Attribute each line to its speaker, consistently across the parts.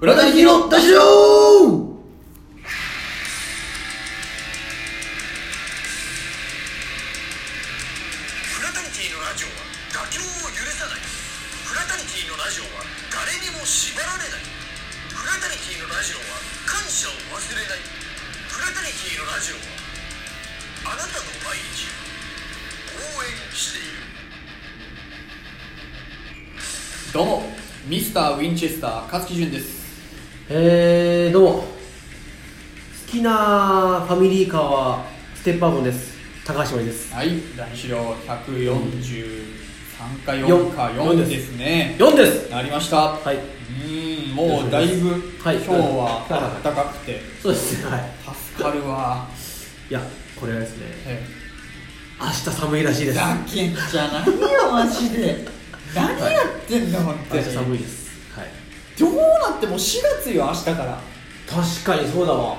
Speaker 1: 村谷ヒロ大郎
Speaker 2: フラタニティのラジオは妥協を許さないフラタニティのラジオは誰にも縛られないフラタニティのラジオは感謝を忘れないフラタニティのラジオはあなたの毎日を応援している
Speaker 3: どうもミスターウィンチェスター勝木潤です
Speaker 1: えー、どうも好きなファミリーカーはステップアゴンです高橋真理です
Speaker 3: はい来週量143か
Speaker 1: 四
Speaker 3: 4か
Speaker 1: 四
Speaker 3: 4
Speaker 1: です
Speaker 3: ですね
Speaker 1: 4です
Speaker 3: なりましたは
Speaker 1: はい
Speaker 3: うんもうだいぶ今
Speaker 1: はい
Speaker 3: 日は暖かくて
Speaker 1: そうですねはい
Speaker 3: 助かるわ
Speaker 1: いやこれはですね
Speaker 3: え
Speaker 1: 明日寒いらしいです
Speaker 3: だ
Speaker 1: 明
Speaker 3: けじゃないよマジで何やってんだ本当
Speaker 1: 日寒い
Speaker 3: に
Speaker 1: ですはい
Speaker 3: どうなっても4月よ明日から
Speaker 1: 確かにそうだわ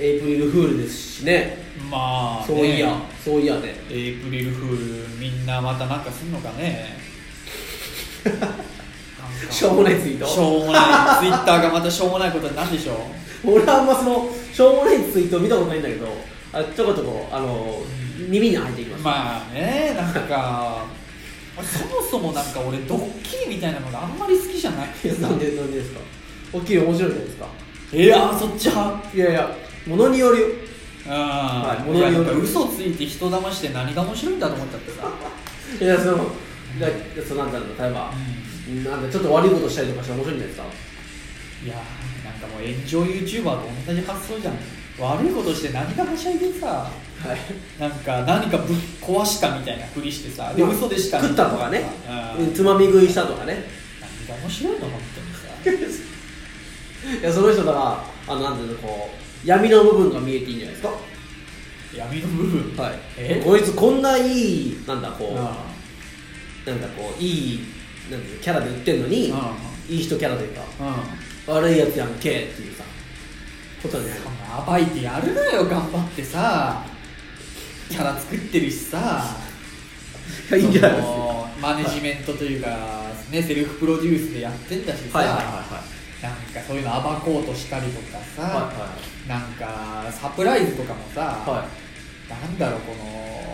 Speaker 1: エイプリルフールですしね
Speaker 3: まあ
Speaker 1: そういやそういやね
Speaker 3: エイプリルフールみんなまたなんかすんのか ねなんか
Speaker 1: しょうもないツイート
Speaker 3: しょうもないツイッターがまたしょうもないことになるでしょ
Speaker 1: 俺はあんまそのしょうもないツイート見たことないんだけどあちょこちょこあの耳に入ってきます
Speaker 3: まあねなんかそもそもなんか俺ドッキリみたいなのがあんまり好きじゃない
Speaker 1: いやなんでなんでですか大きい面白いじゃないですか
Speaker 3: いやーそっち派
Speaker 1: いやいやものによるよ
Speaker 3: うん、
Speaker 1: い
Speaker 3: はい、
Speaker 1: 物による
Speaker 3: なんか嘘ついて人騙して何が面白いんだと思っちゃってさ、
Speaker 1: いやそのだそうなんだろう例えばなんかちょっと悪いことしたりとかしたら面白いんじゃないですか
Speaker 3: いやーなんかもう炎上 YouTuber と同じ発想じゃん悪いことして何がはしゃいでさ
Speaker 1: はい
Speaker 3: なんか何かぶっ壊したみたいなふりしてさで
Speaker 1: まあ
Speaker 3: 嘘でした
Speaker 1: 食ったとかね
Speaker 3: うん
Speaker 1: つまみ食いしたとかね
Speaker 3: 何が面白いの本当にさ
Speaker 1: いやその人だからあのなんていうのこう闇の部分が見えていいんじゃないですか
Speaker 3: 闇の部分
Speaker 1: はい
Speaker 3: え
Speaker 1: こいつこんないいなんだこう
Speaker 3: あ
Speaker 1: なんかこういいなんていうのキャラで売ってんのに
Speaker 3: あ
Speaker 1: いい人キャラというか
Speaker 3: あうん
Speaker 1: 悪いやつやんけっていうさことなんじゃないか
Speaker 3: 暴いてやるなよ頑張ってさキャラ作ってるしさ
Speaker 1: いやいいんじゃないですか
Speaker 3: そのマネジメントというか、ね、セルフプロデュースでやってんだしさ、
Speaker 1: はいはいはい
Speaker 3: なんかそういうの暴こうとしたりとかさ、
Speaker 1: はいは
Speaker 3: なんかサプライズとかもさ、
Speaker 1: いはい
Speaker 3: なんだろうこ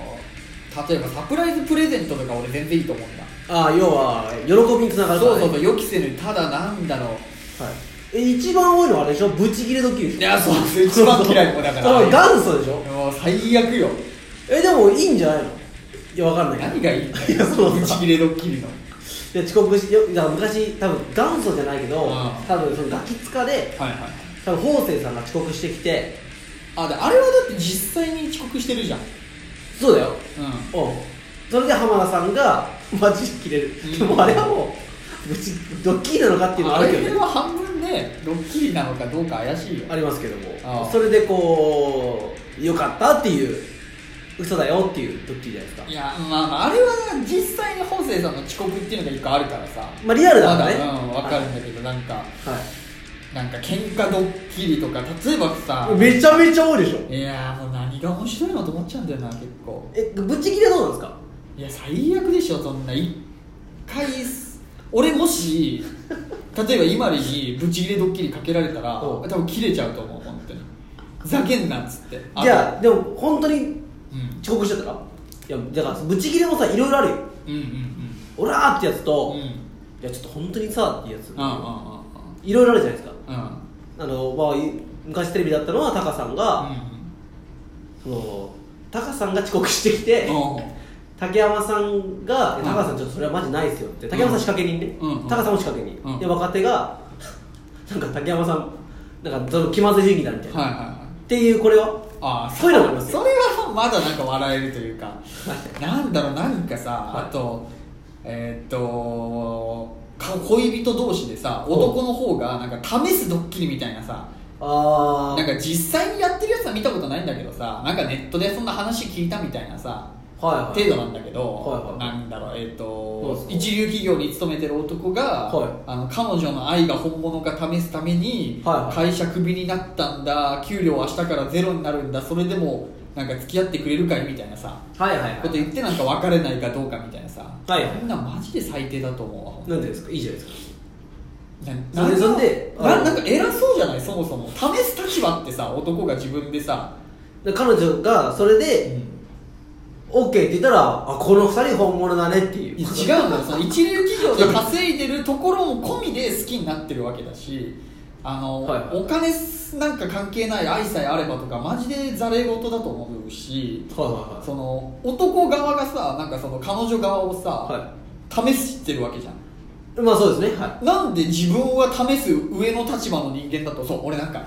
Speaker 3: の例えばサプライズプレゼントとか俺全然いいと思うんだ
Speaker 1: ああ要は喜びにつながるから
Speaker 3: そう
Speaker 1: ね
Speaker 3: そうそう予期せぬただなんだろう
Speaker 1: はいえ一番多いのはあれでしょブチギレドッキリでしょ
Speaker 3: いやそう一番嫌いもだから
Speaker 1: そう元祖でしょ
Speaker 3: もう最悪よ
Speaker 1: えでもいいんじゃないのいやわかんない
Speaker 3: 何
Speaker 1: い
Speaker 3: がいいんだ
Speaker 1: いや
Speaker 3: よ
Speaker 1: そう
Speaker 3: 打ち切れドッキリの
Speaker 1: や遅刻しよいや昔多分元祖じゃないけど
Speaker 3: うん
Speaker 1: 多分そのガキ使で
Speaker 3: はいはい
Speaker 1: 多分方正さんが遅刻してきて
Speaker 3: あであれはだって実際に遅刻してるじゃんうん
Speaker 1: そうだようんそれで浜田さんがマジで切れる、
Speaker 3: うん
Speaker 1: でもあれはもうブチドッキリなのかっていうのは
Speaker 3: あ
Speaker 1: あるけ
Speaker 3: れ
Speaker 1: どね
Speaker 3: は半分ねドッキリなのかどうか怪しいよ
Speaker 1: ありますけど
Speaker 3: あ
Speaker 1: も
Speaker 3: あ
Speaker 1: それでこうよかったっていう嘘だよっていうドッキリじゃないですか
Speaker 3: いやまあまああれはな実際に方正さんの遅刻っていうのが一個あるからさ
Speaker 1: まあリアルだからね
Speaker 3: まだうん分かるんだけどなんか
Speaker 1: は
Speaker 3: なんか喧嘩ドッキリとか例えばさ
Speaker 1: いめちゃめちゃ多いでしょ
Speaker 3: いやーもう何が面白いのと思っちゃうんだよな結構
Speaker 1: えぶっちぎりはどうなんですか
Speaker 3: いや最悪でしょそんな一回す俺もし例えば今にブチギレドッキリかけられたら
Speaker 1: お
Speaker 3: 多
Speaker 1: う
Speaker 3: 分切れちゃうと思う本当にふざけんなっつって
Speaker 1: じゃあでも本当に
Speaker 3: うん
Speaker 1: 遅刻してたらいやだからぶっちぎりもさいろいろあるよ
Speaker 3: うんうん
Speaker 1: オラーってやつ
Speaker 3: うんう
Speaker 1: と、
Speaker 3: んうんうんうん
Speaker 1: いやちょっと本当にさっていうやつ
Speaker 3: うん
Speaker 1: いろいろあるじゃないですか
Speaker 3: うん
Speaker 1: あの、まあ、い昔テレビだったのはタカさん
Speaker 3: う
Speaker 1: が、
Speaker 3: ん
Speaker 1: そのタカさんが遅刻してきて、
Speaker 3: おう
Speaker 1: 竹山さんが
Speaker 3: う
Speaker 1: 「
Speaker 3: ん
Speaker 1: 高橋さんちょっとそれはマジないですよ」って竹山さん仕掛け人ね、
Speaker 3: うん
Speaker 1: 高橋さんも仕掛け人、
Speaker 3: うん
Speaker 1: で若手が なんか竹山さんなんかその気まずい時期だみたいな、
Speaker 3: はい
Speaker 1: っ
Speaker 3: はいはい
Speaker 1: ていうこれは
Speaker 3: ああ
Speaker 1: そういうのもあります
Speaker 3: そ
Speaker 1: よ
Speaker 3: れはまだなんか笑えるというかなんだろうなんかさ、あとえーっとか恋人同士でさ
Speaker 1: お
Speaker 3: 男の方がなんか試すドッキリみたいなさ
Speaker 1: あ
Speaker 3: なんか実際にやってるやつは見たことないんだけどさなんかネットでそんな話聞いたみたいなさ
Speaker 1: あはいはい
Speaker 3: 程度なんだけど、
Speaker 1: はいはい
Speaker 3: なんだろうえっ、
Speaker 1: うです
Speaker 3: と
Speaker 1: か
Speaker 3: 一流企業に勤めてる男が、
Speaker 1: はい
Speaker 3: あの彼女の愛が本物か試すために、
Speaker 1: はいはい
Speaker 3: 会社クビになったんだ給料明日からゼロになるんだそれでもなんか付き合ってくれるかいみたいなさ
Speaker 1: はいはい
Speaker 3: こと
Speaker 1: は
Speaker 3: 言ってなんか別れないかどうかみたいなさ、
Speaker 1: はいはい
Speaker 3: こんなんマジで最低だと思う
Speaker 1: いな
Speaker 3: わ
Speaker 1: んでですかいいじゃないですか
Speaker 3: ななん
Speaker 1: それで
Speaker 3: な
Speaker 1: あの
Speaker 3: なんか偉そうじゃないそもそも試す立場ってさ男が自分でさ、
Speaker 1: で彼女がそれで OK って言ったらあこの二人本物だねっていう
Speaker 3: いや違うのよその一流企業で稼いでるところも込みで好きになってるわけだしあの、
Speaker 1: はいはい
Speaker 3: お金なんか関係ない愛さえあればとかマジでざれ事だと思うし
Speaker 1: はいはいはい
Speaker 3: その男側がさなんかその彼女側をさ、
Speaker 1: は
Speaker 3: 試してるわけじゃん
Speaker 1: まあそうですねは
Speaker 3: なんで自分は試す上の立場の人間だとそう俺なんか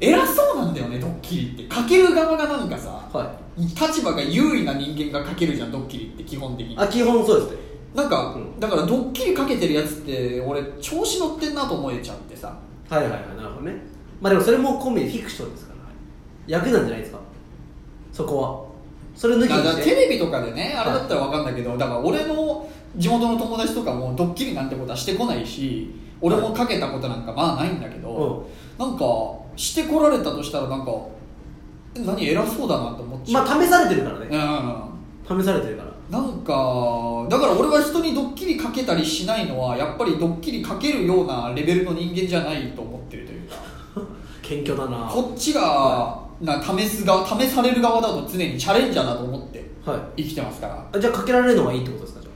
Speaker 3: 偉そうなんだよねドッキリってかける側がなんかさ
Speaker 1: いは
Speaker 3: 立場が優位な人間がかけるじゃんドッキリって基本的に
Speaker 1: いあ基本そうですね
Speaker 3: なんか、
Speaker 1: うん
Speaker 3: だからドッキリかけてるやつって俺調子乗ってんなと思えちゃってさ
Speaker 1: はいはいはいなるほどねまあでもそれも込みでフィクションですから役なんじゃないですかそこはそれ抜き
Speaker 3: だ
Speaker 1: に
Speaker 3: から
Speaker 1: して
Speaker 3: テレビとかでねあれだったら分かんないけど、だから俺の地元の友達とかもドッキリなんてことはしてこないし俺もかけたことなんかまあないんだけど、なんかしてこられたとしたらなんかえ何偉そうだなと思っちゃ
Speaker 1: ま
Speaker 3: う、
Speaker 1: あ試されてるからね
Speaker 3: うん
Speaker 1: 試されてるから
Speaker 3: なんかだから俺は人にドッキリかけたりしないのはやっぱりドッキリかけるようなレベルの人間じゃないと思ってるというか
Speaker 1: 謙虚だなは
Speaker 3: こっちがな試す側試される側だと常にチャレンジャーだと思って
Speaker 1: い
Speaker 3: 生きてますから
Speaker 1: あじゃあかけられるのはいいってことですかじゃあ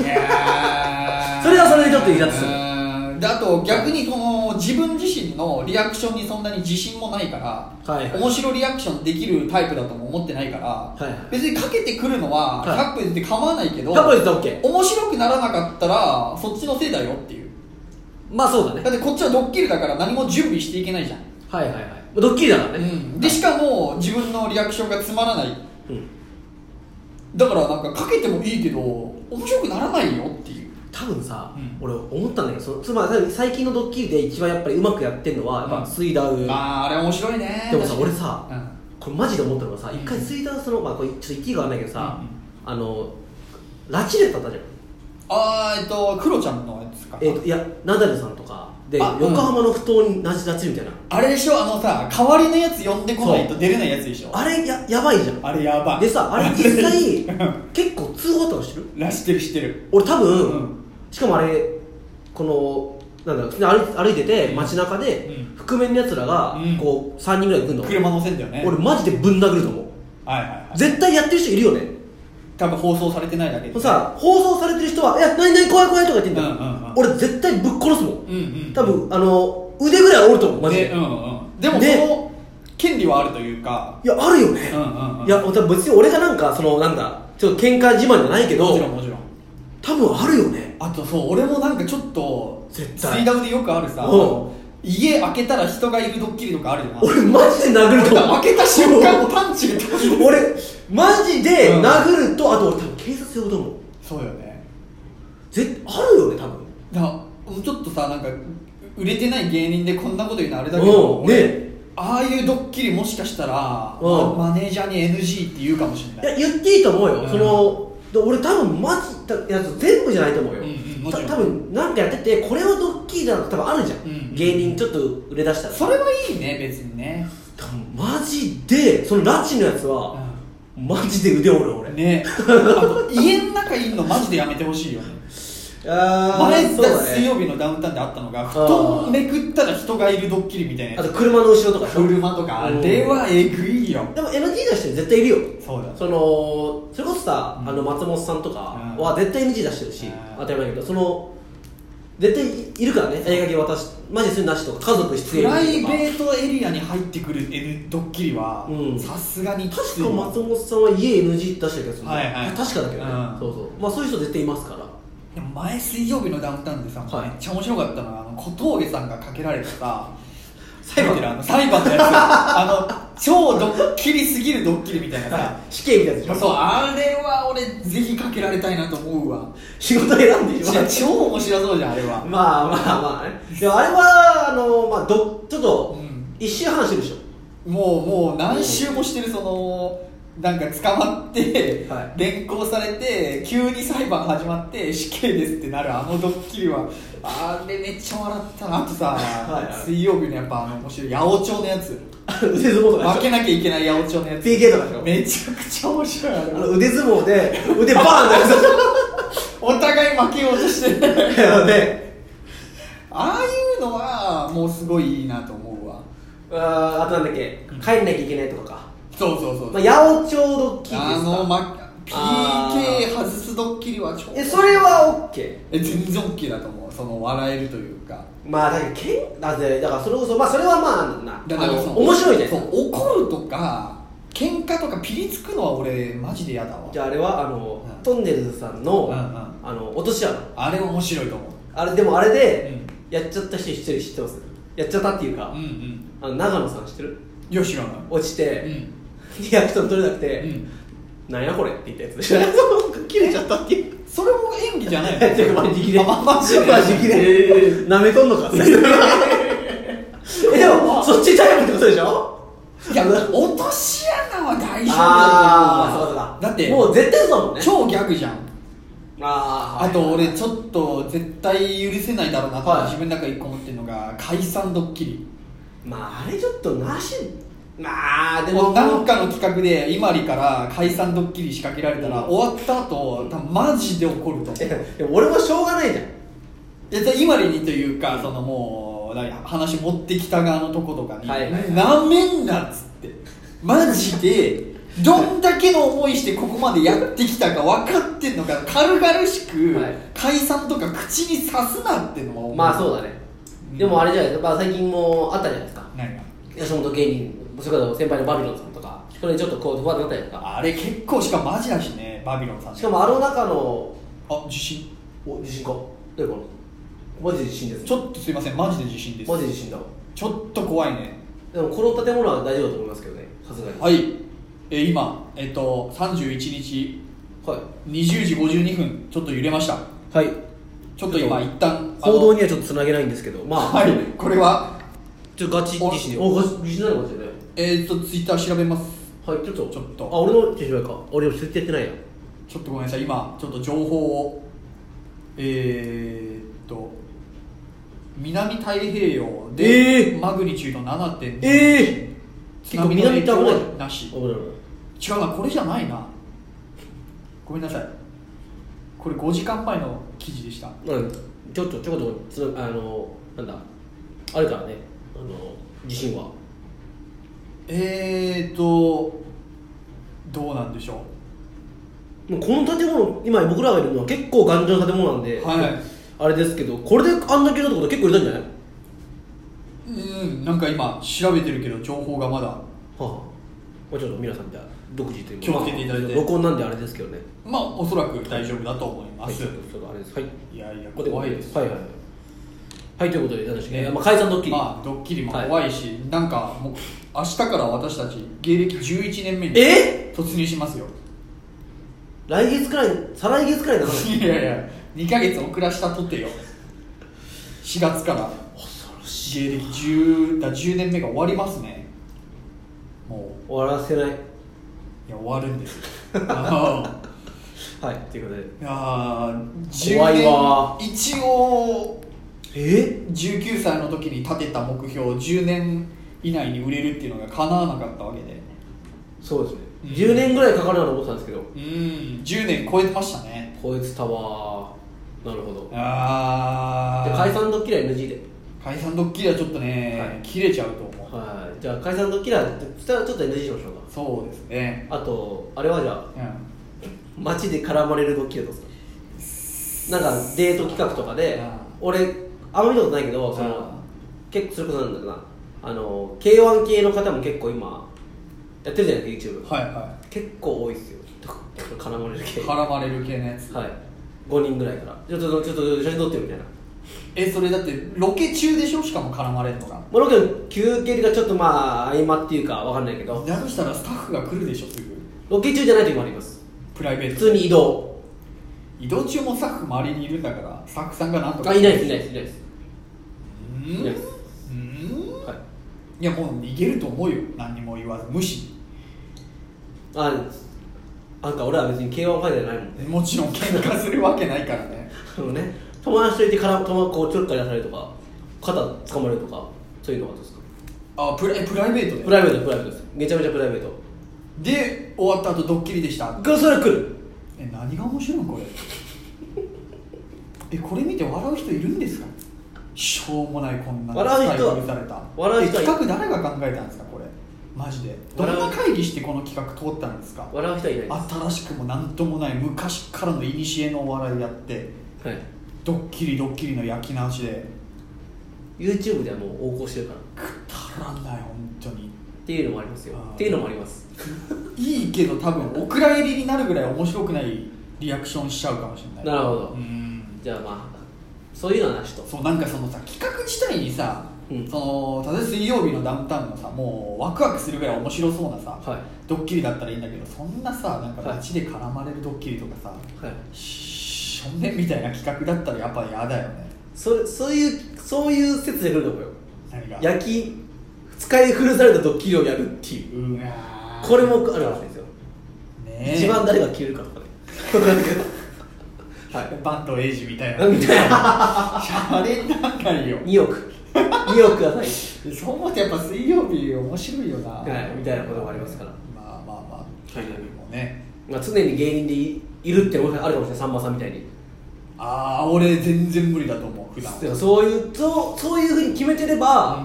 Speaker 3: いやー
Speaker 1: それはそれでちょっとイラッとする
Speaker 3: うーんであと逆にこの自分自身のリアクションにそんなに自信もないから、
Speaker 1: はい
Speaker 3: 面白リアクションできるタイプだとも思ってないから、
Speaker 1: いはい
Speaker 3: 別にかけてくるのは
Speaker 1: はい
Speaker 3: 100分って構わないけど、
Speaker 1: 100分言って
Speaker 3: 面白くならなかったらそっちのせいだよっていう
Speaker 1: OK まあそうだね
Speaker 3: だってこっちはドッキリだから何も準備していけないじゃん、
Speaker 1: はいはいはいドッキリだからね
Speaker 3: でしかも自分のリアクションがつまらない
Speaker 1: うん
Speaker 3: だからなんかかけてもいいけど面白くならないよっていう
Speaker 1: 多分さ、
Speaker 3: うん
Speaker 1: 俺思ったんだけどそのつまり最近のドッキリで一番やっぱりうまくやってるのはやっ
Speaker 3: うん
Speaker 1: ぱ水ダウ、
Speaker 3: まああれ面白いね
Speaker 1: でもさ
Speaker 3: 確かに
Speaker 1: 俺さこれマジで思ったのがさ
Speaker 3: うん
Speaker 1: 一回水ダウその、まあ、これちょっと息が合わないけどさ、
Speaker 3: うん
Speaker 1: あのラチレットあったじゃん
Speaker 3: あーえっとクロちゃんのやつかな
Speaker 1: えっといやナダルさんとかで
Speaker 3: あ
Speaker 1: 横浜の不当にラチラチレみたいな、
Speaker 3: あれでしょあのさ代わりのやつ呼んでこないと出れないやつでしょ
Speaker 1: あれややばいじゃん
Speaker 3: あれやばい
Speaker 1: でさあれ実際 結構通報とかしてる
Speaker 3: らしてるしてる
Speaker 1: 俺多分、
Speaker 3: うん
Speaker 1: しかもあれこのなんだろう普通に歩い歩いてて
Speaker 3: うん
Speaker 1: 街中で、
Speaker 3: うん
Speaker 1: 覆面のやつらが、
Speaker 3: うん
Speaker 1: こう3人ぐらい来るの
Speaker 3: 車乗せんだよね
Speaker 1: 俺マジでぶん殴ると思う
Speaker 3: はいはいはい
Speaker 1: 絶対やってる人いるよね
Speaker 3: 多分放送されてないだけで
Speaker 1: さ放送されてる人は「いや何何怖い怖い」とか言ってんだよ、
Speaker 3: うんうんうん
Speaker 1: 俺絶対ぶっ殺すもん
Speaker 3: うんうん
Speaker 1: 多分あの腕ぐらい折ると思うマジで
Speaker 3: でうんうんでも
Speaker 1: で
Speaker 3: その権利はあるというか
Speaker 1: いやあるよね、
Speaker 3: うんうんうん
Speaker 1: いや多分別に俺がなんかそのなんだちょっと喧嘩自慢じゃないけ
Speaker 3: も
Speaker 1: ど
Speaker 3: ちろんもちろん
Speaker 1: 多分あるよね
Speaker 3: あとそう俺もなんかちょっと
Speaker 1: 絶対
Speaker 3: 水ダムでよくあるさ
Speaker 1: うん
Speaker 3: 家開けたら人がいるドッキリとかあるよな
Speaker 1: 俺マジで殴ると思う
Speaker 3: 開けた瞬間もパンチが飛ぶ
Speaker 1: 俺マジで
Speaker 3: うん
Speaker 1: 殴ると、あと俺多分警察呼ぶと思う
Speaker 3: そうよね
Speaker 1: 絶あるよね多分
Speaker 3: だからちょっとさなんか売れてない芸人でこんなこと言うのあれだけど、
Speaker 1: うん
Speaker 3: 俺
Speaker 1: ね
Speaker 3: ああいうドッキリもしかしたら、
Speaker 1: うん
Speaker 3: マネージャーに NG って言うかもしれ
Speaker 1: い
Speaker 3: ない
Speaker 1: や言っていいと思うよ、
Speaker 3: うん
Speaker 1: そので俺多分マジだやつ全部じゃないと思うよ、
Speaker 3: うんうんもち
Speaker 1: た
Speaker 3: ろん
Speaker 1: 多分なんかやっててこれをドッキリだなって多分あるじゃん、
Speaker 3: うん
Speaker 1: 芸人ちょっと売れ出したら
Speaker 3: それはいいね別にね、
Speaker 1: 多分マジでその拉致のやつは、マジで腕折る俺、
Speaker 3: ねあと家の中いるのマジでやめてほしいよね
Speaker 1: あ
Speaker 3: 前
Speaker 1: そうだ
Speaker 3: 水
Speaker 1: ね
Speaker 3: 曜日のダウンタウンであったのが布団をめくったら人がいるドッキリみたいな
Speaker 1: あ
Speaker 3: や
Speaker 1: と車の後ろとか
Speaker 3: つ
Speaker 1: さ
Speaker 3: 車とかあれはえぐいよ
Speaker 1: でも NG 出してる絶対いるよ
Speaker 3: そうだよ
Speaker 1: そのそれこそさ、
Speaker 3: うん
Speaker 1: あの松本さんとか
Speaker 3: うん
Speaker 1: は絶対 NG 出してるし、
Speaker 3: うん
Speaker 1: 当たり前だけどその絶対いるからね映画系渡しマジでそういうのなしとか家族出
Speaker 3: プ
Speaker 1: 演とか
Speaker 3: ライベートエリアに入ってくる N ドッキリは
Speaker 1: うん
Speaker 3: さすがにきつい
Speaker 1: 確か松本さんは家 NG 出してる気がする、
Speaker 3: はいはい
Speaker 1: 確かだけどね、
Speaker 3: うん
Speaker 1: そうそうまあそういう人絶対いますから
Speaker 3: でも前水曜日のダウンタウンでさ、
Speaker 1: はい
Speaker 3: めっちゃ面白かったのがあの小峠さんがかけられたさ
Speaker 1: 裁判
Speaker 3: 覚えてるあの裁判の やつあの超ドッキリすぎるドッキリみたいなさ
Speaker 1: 死刑みたいなやつでし
Speaker 3: そう
Speaker 1: ょ
Speaker 3: あれは俺ぜひかけられたいなと思う わ
Speaker 1: 仕事選んでしまう
Speaker 3: 超面白そうじゃんあれ
Speaker 1: まあ
Speaker 3: は
Speaker 1: まあまあねでもあれはあのまあどちょっと
Speaker 3: うん
Speaker 1: 一周半してるでしょ、
Speaker 3: もうもう何周もしてるそのなんか捕まって、
Speaker 1: は
Speaker 3: 連行されて急に裁判始まって死刑ですってなるあのドッキリはあれめっちゃ笑ったなあとさ、
Speaker 1: いはい
Speaker 3: 水曜日のやっぱあの面白い八百長のやつ
Speaker 1: 腕相撲とか
Speaker 3: 負
Speaker 1: でし
Speaker 3: けなきゃいけない八百長のやつ
Speaker 1: PK とかでしょ
Speaker 3: めちゃくちゃ面白いあれ
Speaker 1: ょあの腕相撲で腕バーンってやるやつでしょ
Speaker 3: お互い負けようとして
Speaker 1: だよね
Speaker 3: のはもうすごいいいなと思うわ
Speaker 1: あーあとなんだっけ帰んなきゃいけないとかか、
Speaker 3: そうそうそう、
Speaker 1: まあ、八百長ドッキリで
Speaker 3: あ
Speaker 1: す
Speaker 3: の、
Speaker 1: か
Speaker 3: ま、
Speaker 1: あー
Speaker 3: PK 外すドッキリはちょっと
Speaker 1: えそれは OK
Speaker 3: え全然 OK だと思うその笑えるというか
Speaker 1: まあだけどけんだぜだからそれこそまあそれはまあなんだ
Speaker 3: だ
Speaker 1: な
Speaker 3: か
Speaker 1: あの
Speaker 3: らその
Speaker 1: 面白いじゃない
Speaker 3: そ
Speaker 1: で
Speaker 3: う
Speaker 1: すか
Speaker 3: 怒るとか喧嘩とかピリつくのは俺マジで嫌だわ
Speaker 1: じゃああれはあの、
Speaker 3: うん
Speaker 1: トンネルズさんの、
Speaker 3: うんうん
Speaker 1: あの落とし穴
Speaker 3: あれ面白いと思う
Speaker 1: あれでもあれで、
Speaker 3: うん
Speaker 1: やっちゃった人一人知ってますやっちゃったっていうか、
Speaker 3: うんうん
Speaker 1: あの長野さん知ってる
Speaker 3: よし知らない
Speaker 1: 落ちて、
Speaker 3: うん
Speaker 1: リアクション取れなくて、
Speaker 3: うん
Speaker 1: なんやこれって言ったやつでしょ切れちゃったっていう
Speaker 3: それも演技じゃない
Speaker 1: え ちょっとマジ切れ
Speaker 3: あマジで
Speaker 1: マジ切れなめとんのか えでもそっちじゃなくってことでしょ
Speaker 3: いや落とし穴は大丈夫
Speaker 1: ああ
Speaker 3: だ
Speaker 1: そ
Speaker 3: と思
Speaker 1: うだそう
Speaker 3: うわ
Speaker 1: だ
Speaker 3: だって
Speaker 1: もう絶対そうだもんね
Speaker 3: 超ギャグじゃん
Speaker 1: あー
Speaker 3: あと俺ちょっと絶対許せないだろうな
Speaker 1: はい
Speaker 3: と自分の中で一個思ってるのが解散ドッキリ
Speaker 1: まああれちょっとなしまあでも
Speaker 3: なんかの企画で伊万里から解散ドッキリ仕掛けられたら
Speaker 1: うん
Speaker 3: 終わった後多分マジで怒ると 思う
Speaker 1: え でも俺もしょうがないじゃん
Speaker 3: 絶対伊万里にというかそのもう何話持ってきた側のとことかに
Speaker 1: はいはいはい
Speaker 3: なめんな」っつってマジでどんだけの思いしてここまでやってきたか分かってんのか軽々しく
Speaker 1: はい
Speaker 3: 解散とか口にさすなってのは思う
Speaker 1: まあそうだね、
Speaker 3: うん
Speaker 1: でもあれじゃないですか、まあ、最近もあったじゃないですか
Speaker 3: 何が
Speaker 1: 吉本芸人それこそ先輩のバビロンさんとかそれでちょっとこう不安になったりとか
Speaker 3: あれ結構しかもマジだしねバビロンさん
Speaker 1: しかもあの中の
Speaker 3: あ地震
Speaker 1: お地震かどういうことマジで地震です
Speaker 3: ちょっとすいませんマジで地震です
Speaker 1: マジで地震だわ
Speaker 3: ちょっと怖いね
Speaker 1: でもこの建物は大丈夫だと思いますけどねさすがに
Speaker 3: はいえー今えっと31日
Speaker 1: は
Speaker 3: 20時52分ちょっと揺れました
Speaker 1: い、はい、
Speaker 3: ちょっと今一旦
Speaker 1: 報道
Speaker 3: に
Speaker 1: にはちょっとつなげないんですけどまあ、
Speaker 3: はいこれは
Speaker 1: ちょっとガチ地震でおガチ地震なのかもしれない
Speaker 3: えーっとツイッター調べます
Speaker 1: はいちょっと
Speaker 3: ちょっと
Speaker 1: あ俺の手伝いか俺も設定やってないや
Speaker 3: ちょっとごめんなさい今ちょっと情報をえーっと南太平洋で、
Speaker 1: えー
Speaker 3: マグニチュード7.2
Speaker 1: えー
Speaker 3: 津波の
Speaker 1: 結構南っ
Speaker 3: 影響
Speaker 1: て危
Speaker 3: は
Speaker 1: ない
Speaker 3: なし
Speaker 1: 危ない危ない
Speaker 3: 違うなこれじゃないなごめんなさいこれ5時間前の記事でした
Speaker 1: うん、ちょっとちょこちょこつあのなんだあるからねあの地震は
Speaker 3: えーとどうなんでしょ
Speaker 1: もうこの建物今僕らがいるのは結構頑丈な建物なんで、
Speaker 3: うはい
Speaker 1: あれですけどこれであんだけだってことは結構入れたんじゃないは
Speaker 3: うんなんか今調べてるけど情報がまだ
Speaker 1: あ、まあ、ちょっと皆さんじゃあ独自というか
Speaker 3: 気をつけていただいて
Speaker 1: まあ録音なんであれですけどね
Speaker 3: まあおそらく大丈夫だと思いま
Speaker 1: はいち
Speaker 3: す、
Speaker 1: ょっとちょっとあれですはい
Speaker 3: い、やいや怖いです、
Speaker 1: はいはいはいはいということで何でしたっけ、
Speaker 3: ね
Speaker 1: まあ、解散ドッキリ、
Speaker 3: まあドッキリも怖いし、なんかもう明日から私たち芸歴11年目に
Speaker 1: え
Speaker 3: 突入しますよ
Speaker 1: 来月くらい再来月くらいなの
Speaker 3: いやいや2ヶ月遅らしたとてよ4月から
Speaker 1: 恐ろしい
Speaker 3: 芸歴 10, だ10年目が終わりますねも
Speaker 1: 終わらせないう
Speaker 3: いや終わるんですよ あの
Speaker 1: はいということで
Speaker 3: いやー
Speaker 1: 怖い
Speaker 3: 10
Speaker 1: わ
Speaker 3: 年一応
Speaker 1: え
Speaker 3: 19歳の時に立てた目標10年以内に売れるっていうのが叶わなかったわけで
Speaker 1: そうですね、
Speaker 3: うん
Speaker 1: 10年ぐらいかかるなと思ってたんですけど
Speaker 3: うん10年超えてましたね
Speaker 1: こいつタワーなるほどで
Speaker 3: ああ
Speaker 1: 解散ドッキリは NG で、
Speaker 3: 解散ドッキリはちょっとね、
Speaker 1: はい
Speaker 3: 切れちゃうと思う、
Speaker 1: はい、じゃあ解散ドッキリはそしたらちょっと NG しましょう
Speaker 3: そうですね
Speaker 1: かあとあれはじゃあ
Speaker 3: うん
Speaker 1: 街で絡まれるドッキリはどうですかなんかデート企画とかで
Speaker 3: あー
Speaker 1: 俺あんま見たことないけどその結構それこそなんだろうなあの K1 系の方も結構今やってるじゃないですか YouTube、
Speaker 3: はいは
Speaker 1: 結構多いですよ絡まれる
Speaker 3: い
Speaker 1: 系は
Speaker 3: 絡まれる系のやつ、
Speaker 1: い5人ぐらいからちょっとちょっと写真撮ってみたいな
Speaker 3: えそれだってロケ中でしょしかも絡まれるのが
Speaker 1: まあ、ロケの休憩がちょっとまあ合間っていうかわかんないけど
Speaker 3: だとしたらスタッフが来るでしょすぐ
Speaker 1: ロケ中じゃない時もあります
Speaker 3: プライベー
Speaker 1: 普
Speaker 3: ト
Speaker 1: 通に移動
Speaker 3: 移動中もスタッフ周りにいるんだからスタッフさんがなんとか
Speaker 1: あいないですいないですいないです、
Speaker 3: うん
Speaker 1: いないです
Speaker 3: うん
Speaker 1: はい、
Speaker 3: いやもう逃げると思うよ何にも言わず無視
Speaker 1: あなんか俺は別に K1 ファイターじゃないもんね
Speaker 3: もちろん喧嘩するわけないからね
Speaker 1: あのね友達といてから友達こうちょっかい出されるとか肩掴まれるとかそういうのがどうですか
Speaker 3: あプライプライベートで
Speaker 1: プライベートプライベートですめちゃめちゃプライベート
Speaker 3: で終わった後ドッキリでした
Speaker 1: がそれ来る
Speaker 3: え何が面白いのこれえこれ見て笑う人いるんですかしょうもないこんな
Speaker 1: 笑う人は
Speaker 3: 使い古された
Speaker 1: 笑う人は
Speaker 3: え企画誰が考えたんですかこれマジでどんな会議してこの企画通ったんですか
Speaker 1: 笑う人はいないです
Speaker 3: 新しくもなんともない昔からの古のお笑いやって
Speaker 1: はい
Speaker 3: ドッキリドッキリの焼き直しで
Speaker 1: YouTube ではもう横行してるからっ
Speaker 3: くだらない本当に
Speaker 1: ていうのもありますよ
Speaker 3: あー
Speaker 1: っていうのもあります
Speaker 3: いいけど多分お蔵入りになるぐらい面白くないリアクションしちゃうかもしれない
Speaker 1: なるほど
Speaker 3: うん
Speaker 1: じゃあまあそういうのはなしと
Speaker 3: そうなんかそのさ企画自体にさ、
Speaker 1: うん
Speaker 3: その例えば水曜日のダウンタウンのさもうワクワクするぐらい面白そうなさ、
Speaker 1: はい
Speaker 3: ドッキリだったらいいんだけどそんなさなんか
Speaker 1: はい
Speaker 3: 街で絡まれるドッキリとかさ、
Speaker 1: はい
Speaker 3: し正面みたいな企画だったらやっぱ嫌だよね
Speaker 1: そそういうそういう説で来ると思うよ
Speaker 3: 何が
Speaker 1: 焼き使い古されたドッキリをやるっていう
Speaker 3: うわー
Speaker 1: これもあるわけですよ、
Speaker 3: ねえ
Speaker 1: 一番誰が消えるかとかね は
Speaker 3: バンドエイジみたいな
Speaker 1: いみたいな
Speaker 3: しゃれなんないよ
Speaker 1: 2億2億ください
Speaker 3: そう思ってやっぱ水曜日面白いよな、
Speaker 1: はいみたいなこともありますから
Speaker 3: まあまあまあ
Speaker 1: はい
Speaker 3: もね
Speaker 1: まあ、常に芸人でいいるってことあるかもしれないさんまさんみたいに
Speaker 3: ああ俺全然無理だと思う普段
Speaker 1: でもそういうそうそういうふうに決めてれば、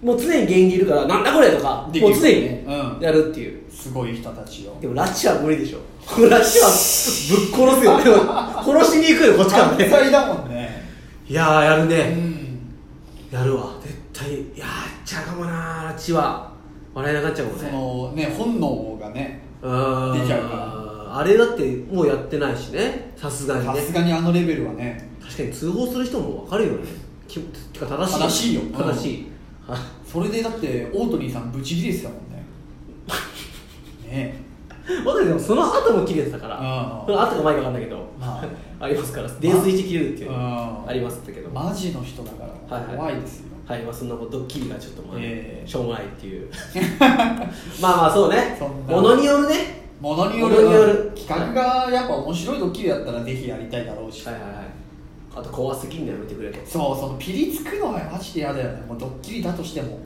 Speaker 1: もう常に芸人いるからなんだこれとか、
Speaker 3: でき
Speaker 1: も
Speaker 3: る
Speaker 1: う常に
Speaker 3: ねうん
Speaker 1: やるっていう
Speaker 3: すごい人たちよ
Speaker 1: でも拉致は無理でしょ拉致 はぶっ殺すよでも殺しに行くよこっちから
Speaker 3: 犯
Speaker 1: ね
Speaker 3: 罪だもんね
Speaker 1: いやーやる
Speaker 3: う
Speaker 1: ね、
Speaker 3: ん
Speaker 1: やるわ絶対いやーやっちゃうかもなー拉致は笑えなくなっちゃうかも
Speaker 3: そ
Speaker 1: ね
Speaker 3: のね本能がね
Speaker 1: あ
Speaker 3: 出ちゃう
Speaker 1: からあれだってもうやってないしねさすがに
Speaker 3: さ
Speaker 1: ね
Speaker 3: すがにあのレベルはね
Speaker 1: 確かに通報する人も分かるよねきてか正しい
Speaker 3: 正しいよ
Speaker 1: 正しい、 は
Speaker 3: それでだってオートニーさんブチギレてたも んねね
Speaker 1: まだでもその後も切れてたから
Speaker 3: うん
Speaker 1: その後が前か分かんないけど、
Speaker 3: ま
Speaker 1: ありますから泥酔して切れるっていう、
Speaker 3: うん
Speaker 1: ありますけど、
Speaker 3: マジの人だから
Speaker 1: はい
Speaker 3: 怖いですよ、
Speaker 1: はいまあそんなことドッキリがちょっとまあ、
Speaker 3: ええ
Speaker 1: しょうもないっていう まあまあそうね
Speaker 3: そんな
Speaker 1: ものによるね
Speaker 3: ものによる
Speaker 1: ものによる
Speaker 3: 企画がやっぱ面白いドッキリだったらぜひやりたいだろうし、
Speaker 1: はいはいはいあと怖すぎんのやめてくれと
Speaker 3: そうそのピリつくのはマジで嫌だよねもうドッキリだとしても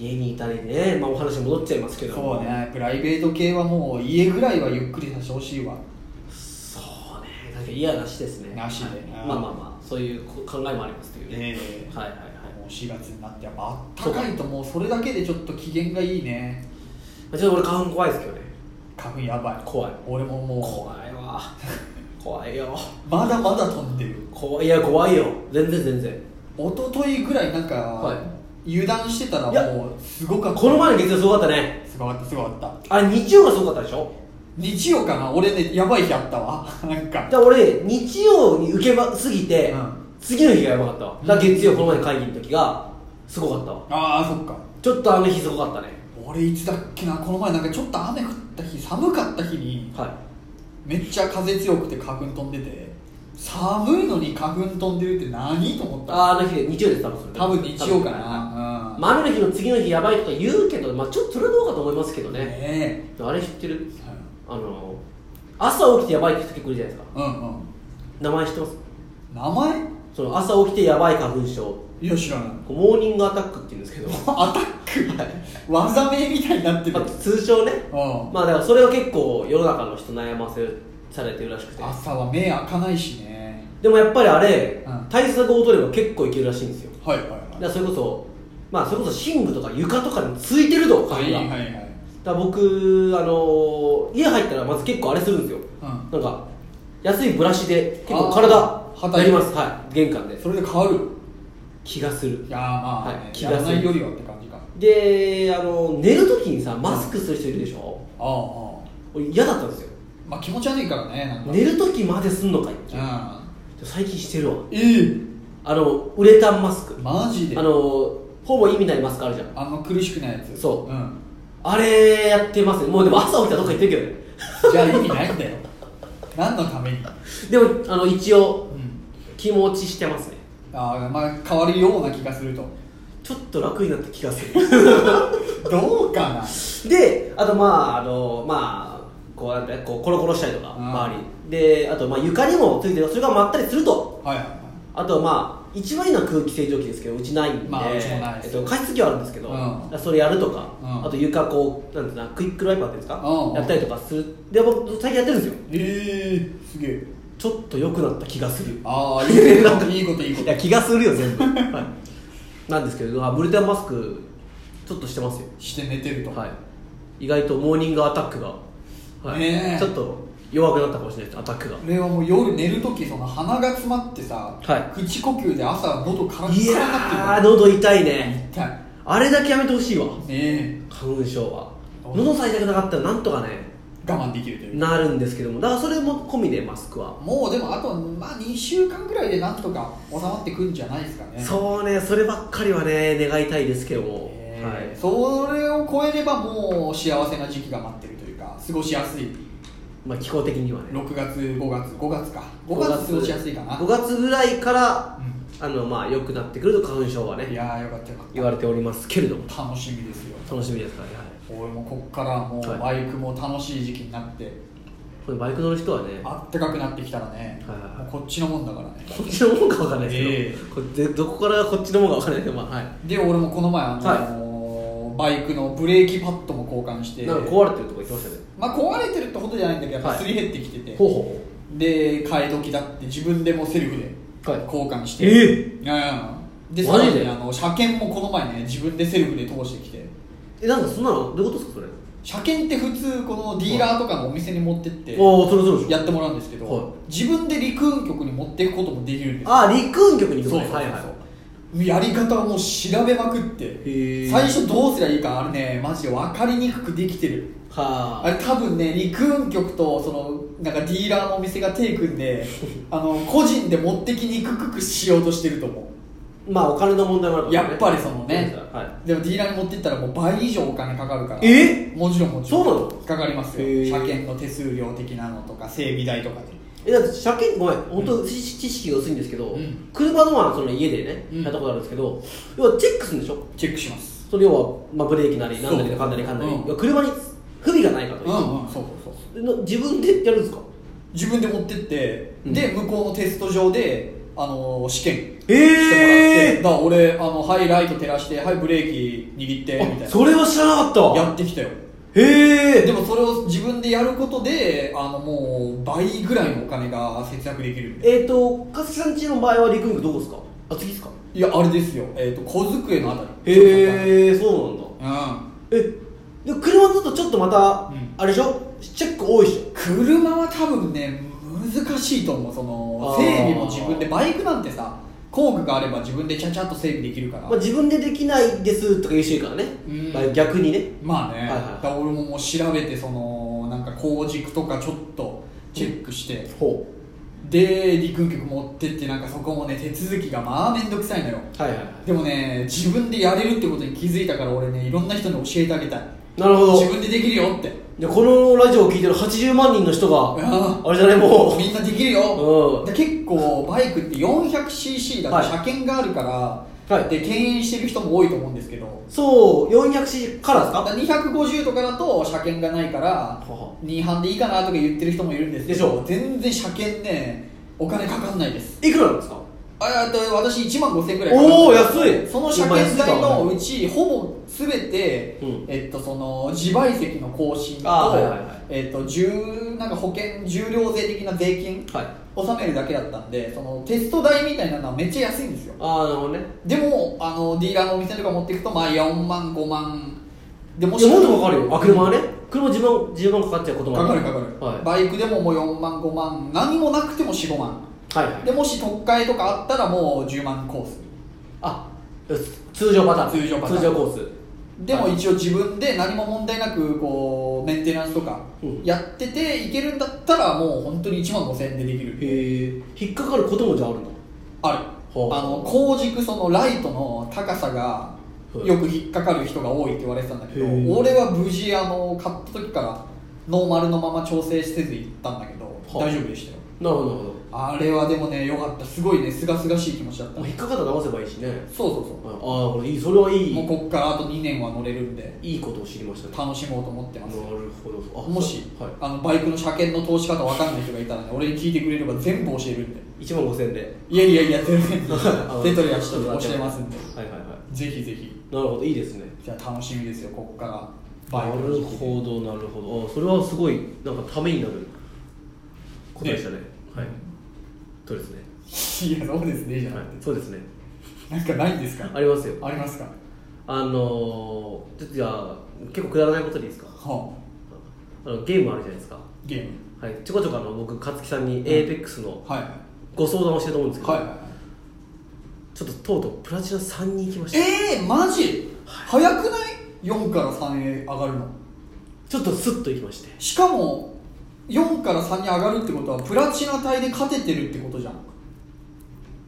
Speaker 1: 家にいたりね、まあ、お話戻っちゃいますけど
Speaker 3: そうねプライベート系はもう家ぐらいはゆっくりさせてほしいわ
Speaker 1: そうねなんか嫌なしですね
Speaker 3: なしで
Speaker 1: はい
Speaker 3: うん
Speaker 1: まあまあまあそういうこ考えもありますというね、
Speaker 3: ええ
Speaker 1: はいはいはい
Speaker 3: もう4月になってやっぱあったかいともうそれだけでちょっと機嫌がいいね
Speaker 1: まあちょっと俺花粉怖いですけどね
Speaker 3: 花粉やばい
Speaker 1: 怖い
Speaker 3: 俺もも
Speaker 1: 怖いわ 怖いよ
Speaker 3: うまだまだ飛んでる
Speaker 1: 怖いいや怖いよ全然全然
Speaker 3: 一昨日ぐらいなんか、
Speaker 1: は
Speaker 3: 油断してた
Speaker 1: いや
Speaker 3: らもうすごかった
Speaker 1: この前の月曜すごかったね
Speaker 3: すごかったすごかった
Speaker 1: あれ日曜がすごかったでしょ
Speaker 3: 日曜かな俺ねやばい日あったわ なんか
Speaker 1: だから俺日曜に受けば過ぎて、
Speaker 3: うん
Speaker 1: 次の日がやばかったわだから月曜この前の会議の時がすごかったわ
Speaker 3: ああそっか
Speaker 1: ちょっとあの日すごかったね
Speaker 3: 俺いつだっけなこの前なんかちょっと雨降った日寒かった日に
Speaker 1: は
Speaker 3: めっちゃ風強くて花粉飛んでて寒いのに花粉飛んでるって何と
Speaker 1: い
Speaker 3: 思った
Speaker 1: あの日で日曜です多分それ
Speaker 3: 多分日曜か
Speaker 1: はい
Speaker 3: な、うん
Speaker 1: まあ、雨の日の次の日やばいとか言うけど、まあ、ちょっとそれはどうかと思いますけどね
Speaker 3: ね
Speaker 1: あれ知ってる
Speaker 3: え
Speaker 1: あの朝起きてやばいって人結構いるじゃないですか
Speaker 3: うんうん
Speaker 1: 名前知ってます
Speaker 3: 名前
Speaker 1: その朝起きてやばい花粉症
Speaker 3: いや知らない
Speaker 1: モーニングアタックって言うんですけど
Speaker 3: アタック、技名みたいになってる、
Speaker 1: まあ通称ね
Speaker 3: うん
Speaker 1: まあだからそれは結構世の中の人悩ませされてるらしくて
Speaker 3: 朝は目開かないしね
Speaker 1: でもやっぱりあれ、
Speaker 3: うん
Speaker 1: 対策を取れば結構いけるらしいんですよ
Speaker 3: はいはい
Speaker 1: だか
Speaker 3: は
Speaker 1: らそれこそまあそれこそ寝具とか床とかについてると花
Speaker 3: は
Speaker 1: 粉
Speaker 3: い
Speaker 1: が、
Speaker 3: はい
Speaker 1: だ
Speaker 3: は
Speaker 1: か
Speaker 3: い
Speaker 1: ら僕あのー家入ったらまず結構あれするんですよ、
Speaker 3: うん
Speaker 1: なんか安いブラシで結構
Speaker 3: あー
Speaker 1: 体
Speaker 3: 叩い
Speaker 1: や
Speaker 3: て
Speaker 1: りますはい玄関で
Speaker 3: それで変わる
Speaker 1: 気がする
Speaker 3: いやーまあ、ね
Speaker 1: はい気
Speaker 3: や
Speaker 1: が
Speaker 3: ら
Speaker 1: する
Speaker 3: ないよりはって感じか
Speaker 1: であの寝る時にさマスクする人いるでしょ、
Speaker 3: ああああ
Speaker 1: 俺嫌だったんですよ
Speaker 3: まあ気持ち悪いからねなんか
Speaker 1: 寝る時まですんのかいっていう
Speaker 3: う
Speaker 1: 最近してるわ
Speaker 3: んええ
Speaker 1: あのウレタンマスク
Speaker 3: マジで
Speaker 1: あのほぼ意味ないマスクあるじゃん
Speaker 3: あの苦しくないやつ
Speaker 1: そう
Speaker 3: うん、
Speaker 1: あれやってますねもうでも朝起きたらどっか行ってるけどね
Speaker 3: じゃあ意味ないんだよ 何のために、うん、
Speaker 1: でもあの一応気持ちしてますね
Speaker 3: ああまあ変わるような気がすると
Speaker 1: ちょっと楽になった気がする
Speaker 3: どうかな
Speaker 1: であとまああのまあこうなんてこうコロコロしたりとか
Speaker 3: うん
Speaker 1: 周りであとまあ床にもついてるそれがまったりすると
Speaker 3: はいはいはい
Speaker 1: あとまあ一番いいのは空気清浄機ですけどうちないんで、
Speaker 3: まあうちもないで
Speaker 1: えっと、
Speaker 3: す
Speaker 1: 加湿器はあるんですけど、
Speaker 3: うん
Speaker 1: だからそれやるとか、
Speaker 3: うん
Speaker 1: あと床こうなんていうのクイックルワイパーっていうんですか、
Speaker 3: うん
Speaker 1: やったりとかするで僕最近やってるんですよ
Speaker 3: ええすげえ
Speaker 1: ちちょっと良くなった気がする
Speaker 3: ああいいこといいこといいこ
Speaker 1: い
Speaker 3: と
Speaker 1: や気がするよ全部、はい、なんですけどあブルテンマスクちょっとしてますよ
Speaker 3: して寝てると、
Speaker 1: はい、意外とモーニングアタックが、はい
Speaker 3: ねえ
Speaker 1: ちょっと弱くなったかもしれないですアタックが
Speaker 3: 俺はもう夜寝る時その鼻が詰まってさ、
Speaker 1: は
Speaker 3: 口呼吸で朝喉カラ
Speaker 1: い
Speaker 3: ッカラ
Speaker 1: や
Speaker 3: にな
Speaker 1: ー
Speaker 3: ってる
Speaker 1: 喉痛いね
Speaker 3: 痛いね
Speaker 1: あれだけやめてほしいわ
Speaker 3: え
Speaker 1: 花粉症は
Speaker 3: あ
Speaker 1: 喉さえ痛くなかったらなんとかね
Speaker 3: 我慢できるというか
Speaker 1: なるんですけどもだからそれも込みでマスクは、
Speaker 3: もうでもあとまあ2週間ぐらいでなんとか収まってくんじゃないですかね
Speaker 1: そうねそればっかりはね願いたいですけども、
Speaker 3: え
Speaker 1: は
Speaker 3: ー
Speaker 1: い
Speaker 3: それを超えればもう幸せな時期が待ってるというか過ごしやすい
Speaker 1: まあ、気候的にはね
Speaker 3: 6月5月5月か5月過ごしやすいかな
Speaker 1: 5月ぐらいから
Speaker 3: うん
Speaker 1: あのまあ良くなってくると花粉症はね
Speaker 3: いやーよかったよかった
Speaker 1: 言われておりますけれども
Speaker 3: 楽しみですよ
Speaker 1: 楽しみですからね、はい、
Speaker 3: 俺もこっからも
Speaker 1: は
Speaker 3: う
Speaker 1: い
Speaker 3: バイクも楽しい時期になって、
Speaker 1: これバイク乗る人はね
Speaker 3: あったかくなってきたらね、
Speaker 1: はいはいはい
Speaker 3: もうこっちのもんだからね
Speaker 1: こっちのもんかわかんないですけど、
Speaker 3: ええ
Speaker 1: これでどこからこっちのもんかわかんないけどまあはい
Speaker 3: で俺もこの前あの、バイクのブレーキパッドも交換して
Speaker 1: なんか壊れてるとか言ってましたね
Speaker 3: まあ、壊れてるってことじゃないんだけどやっ
Speaker 1: は
Speaker 3: ぱ
Speaker 1: い
Speaker 3: すり減ってきてて、
Speaker 1: ほうほ
Speaker 3: で替え時だって自分でもセルフで
Speaker 1: はい
Speaker 3: 交換して、
Speaker 1: ええ
Speaker 3: いやいやで
Speaker 1: マ
Speaker 3: さ
Speaker 1: ジ
Speaker 3: ら
Speaker 1: で
Speaker 3: にあの車検もこの前ね自分でセルフで通してきて
Speaker 1: うえなんかそんなのどういうことですかそれ
Speaker 3: 車検って普通このディーラーとかのお店に持ってって
Speaker 1: ああそれそうでしょ
Speaker 3: やってもらうんですけど、
Speaker 1: は
Speaker 3: 自分で陸運局に持っていくこともできるんですよ
Speaker 1: ああ陸運局に行く
Speaker 3: そう
Speaker 1: のね
Speaker 3: そうそう、
Speaker 1: はいはい
Speaker 3: やり方をもう調べまくって
Speaker 1: へー
Speaker 3: 最初どうすりゃいいかあれねマジで分かりにくくできてる
Speaker 1: は
Speaker 3: あれ多分ね陸運局とそのなんかディーラーのお店が手組んであの個人で持ってきにくくしようとしてると思
Speaker 1: まあお金の問題もある
Speaker 3: う
Speaker 1: からね
Speaker 3: やっぱりそのね
Speaker 1: は
Speaker 3: でもディーラーに持ってったらもう倍以上お金かかるから
Speaker 1: え
Speaker 3: もちろんもちろん
Speaker 1: そうなの
Speaker 3: かかります
Speaker 1: へ
Speaker 3: よ
Speaker 1: ー
Speaker 3: 車検の手数料的なのとか整備代とかで
Speaker 1: いえだって車検ごめん本当知知識が薄いんですけど、
Speaker 3: うん
Speaker 1: 車のはその家でね、
Speaker 3: うん
Speaker 1: やったことあるんですけど要はチェックするんでしょ
Speaker 3: チェックします
Speaker 1: その要は、まあ、ブレーキなり
Speaker 3: そ
Speaker 1: なん
Speaker 3: う
Speaker 1: なりかんだりかんだり、
Speaker 3: うん
Speaker 1: 要は車に不備がないか
Speaker 3: う
Speaker 1: と
Speaker 3: んう
Speaker 1: い
Speaker 3: んそうそうそう
Speaker 1: う、の自分でやるんですか
Speaker 3: 自分で持ってって、
Speaker 1: うん
Speaker 3: で向こうのテスト場で、あのー試験してもらって、
Speaker 1: えー
Speaker 3: だから俺あのはいライト照らしてはいブレーキ握ってみたいな
Speaker 1: あそれは知らなかったわ
Speaker 3: やってきたよ
Speaker 1: へえ
Speaker 3: でもそれを自分でやることであのもう倍ぐらいのお金が節約できるんで
Speaker 1: えっ、ー、と勝木さんちの場合は陸軍区どこですかあ次ですか
Speaker 3: いやあれですよ、えー、と小机のあたり
Speaker 1: へえそうなんだ
Speaker 3: うん
Speaker 1: えで車だとちょっとまた、
Speaker 3: うん
Speaker 1: あれでしょチェック多いでしょ
Speaker 3: 車は多分ね難しいと思うそ
Speaker 1: あ
Speaker 3: の
Speaker 1: ー
Speaker 3: 整備も自分でバイクなんてさ工具があれば自分でちゃちゃっと整備できるから
Speaker 1: まあ、自分でできないですとか言う人いるからね、
Speaker 3: うん
Speaker 1: まあ逆にね
Speaker 3: まあね、
Speaker 1: はいはい
Speaker 3: だから俺ももう調べてそのなんか工軸とかちょっとチェックして、
Speaker 1: ほ
Speaker 3: で陸運局持ってってなんかそこもね手続きがまあ面倒くさいのよ
Speaker 1: うはいはいはい
Speaker 3: でもね自分でやれるってことに気づいたから俺ねいろんな人に教えてあげたい
Speaker 1: なるほど
Speaker 3: 自分でできるよって
Speaker 1: でこのラジオを聞いてる80万人の人が
Speaker 3: あ
Speaker 1: あれじゃないも
Speaker 3: みんなできるよ、
Speaker 1: うん
Speaker 3: で結構バイクって 400cc だと
Speaker 1: はい
Speaker 3: 車検があるから、
Speaker 1: はい
Speaker 3: で牽引してる人も多いと思うんですけど
Speaker 1: うそう 400cc からですか
Speaker 3: だから250とかだと車検がないから
Speaker 1: は
Speaker 3: 2班でいいかなとか言ってる人もいるんですけど
Speaker 1: で
Speaker 3: 全然車検ねお金かかんないです
Speaker 1: いくらなんですか
Speaker 3: あえっと私1万5000円くらい
Speaker 1: おお安い
Speaker 3: その車検代の
Speaker 1: う
Speaker 3: うちほぼ全て、
Speaker 1: うん
Speaker 3: えっと、その自賠責の更新と,、
Speaker 1: あーはいはいはい
Speaker 3: えっと、重なんか保険重量税的な税金
Speaker 1: はい
Speaker 3: 納めるだけだったんでそのテスト代みたいなのはめっちゃ安いんですよ
Speaker 1: ああなるほどね
Speaker 3: でもあのディーラーのお店とか持っていくとまあ4万5万でも
Speaker 1: いやもっとかかるよあ車はね車10万10万かかっちゃうことも
Speaker 3: か
Speaker 1: あ
Speaker 3: か
Speaker 1: る
Speaker 3: るかかる、
Speaker 1: はい
Speaker 3: バイクでももう4万5万何もなくても45万
Speaker 1: はいはい
Speaker 3: でもし特会とかあったらもう10万コース
Speaker 1: あ通常パターン
Speaker 3: 通常パターン
Speaker 1: 通常コース
Speaker 3: でも
Speaker 1: はい
Speaker 3: 一応自分で何も問題なくこうメンテナンスとか
Speaker 1: うん
Speaker 3: やってていけるんだったらもう本当に1万5000円でできる
Speaker 1: へえ引っかかることもじゃああるんだ
Speaker 3: ある
Speaker 1: ほう
Speaker 3: あの工軸そのライトの高さが
Speaker 1: はい
Speaker 3: よく引っかかる人が多いって言われてたんだけど
Speaker 1: へー
Speaker 3: 俺は無事あの買った時からノーマルのまま調整せず行ったんだけど
Speaker 1: はあ
Speaker 3: 大丈夫でしたよ
Speaker 1: なるほどなるほ
Speaker 3: あれはでもねよかったすごいねすがすがしい気持ちだっ
Speaker 1: ど
Speaker 3: た
Speaker 1: もう
Speaker 3: そう
Speaker 1: 引っかかったら直せばいいしね
Speaker 3: そうそ
Speaker 1: ああこれいいそれはいいう
Speaker 3: もうこっからあと2年は乗れるんで
Speaker 1: いいことを知りましたね
Speaker 3: 楽しもうと思って
Speaker 1: な
Speaker 3: ま
Speaker 1: る
Speaker 3: す
Speaker 1: ほどあ
Speaker 3: もし、
Speaker 1: はい
Speaker 3: あのバイクの車検の通し方わかんない人がいたらね俺に聞いてくれれば全部教えるんで
Speaker 1: 1万5000円で
Speaker 3: いやいやいや全 然
Speaker 1: の
Speaker 3: 手取り足取り教えますんで
Speaker 1: はいはいはい
Speaker 3: ぜひぜひ
Speaker 1: なるほどいいですね
Speaker 3: じゃあ楽しみですよこっから
Speaker 1: な
Speaker 3: バイクの
Speaker 1: る
Speaker 3: 時期
Speaker 1: ほどなるほどあそれはすごいなんかためになる答えでしたね、はいそうですね、
Speaker 3: いやそうですねじゃな
Speaker 1: はい
Speaker 3: く、て
Speaker 1: そうですね
Speaker 3: なんかないんですか
Speaker 1: ありますよ
Speaker 3: ありますか
Speaker 1: あのー、ちょっとじゃあ結構くだらないことでいいですか
Speaker 3: は
Speaker 1: あのゲームあるじゃないですか
Speaker 3: あゲーム
Speaker 1: はいちょこちょこあの僕勝木さんに APEX の
Speaker 3: はい
Speaker 1: ご相談をしてると思うんですけど、
Speaker 3: はいはい
Speaker 1: ちょっととうとうプラチナ3に行きました
Speaker 3: えー、マジ早くない ?4 から3へ上がるの
Speaker 1: ちょっとスッと行きまして
Speaker 3: しかも4から3に上がるってことはプラチナ帯で勝ててるってことじゃん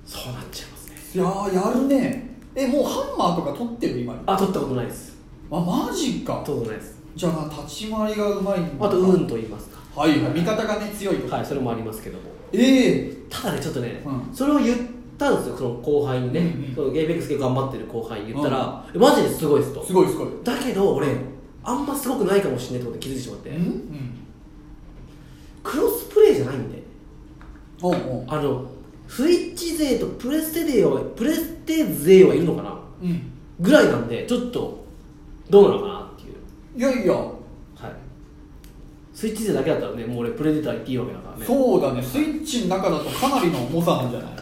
Speaker 1: そうなっちゃいますね
Speaker 3: いやーやるねえもうハンマーとか取ってる今にあ
Speaker 1: あ取ったことないです
Speaker 3: マジか
Speaker 1: 取ったことないです
Speaker 3: じゃあ立ち回りがうまいんだ
Speaker 1: あと運と言いますか
Speaker 3: はいはい味方がね強いとか、
Speaker 1: はいそれもありますけども
Speaker 3: ええ
Speaker 1: ただねちょっとね、
Speaker 3: うん
Speaker 1: それを言ったんですよその後輩にね、
Speaker 3: うんうん
Speaker 1: その APEX 系頑張ってる後輩に言ったら、えマジですごいですと
Speaker 3: すごいすごい
Speaker 1: だけど俺あんますごくないかもしれないってことに気づいてしまって、
Speaker 3: うんうん
Speaker 1: クロスプレイじゃないんで
Speaker 3: おうおう
Speaker 1: あのスイッチ勢とプレステ勢はプレステ勢はいるのかな
Speaker 3: うん
Speaker 1: ぐらいなんでちょっとどうなのかなっていう
Speaker 3: いやいや、
Speaker 1: はいスイッチ勢だけだったらねもう俺プレデター言っていいわけだからね
Speaker 3: そうだねスイッチの中だとかなりの重さなんじゃない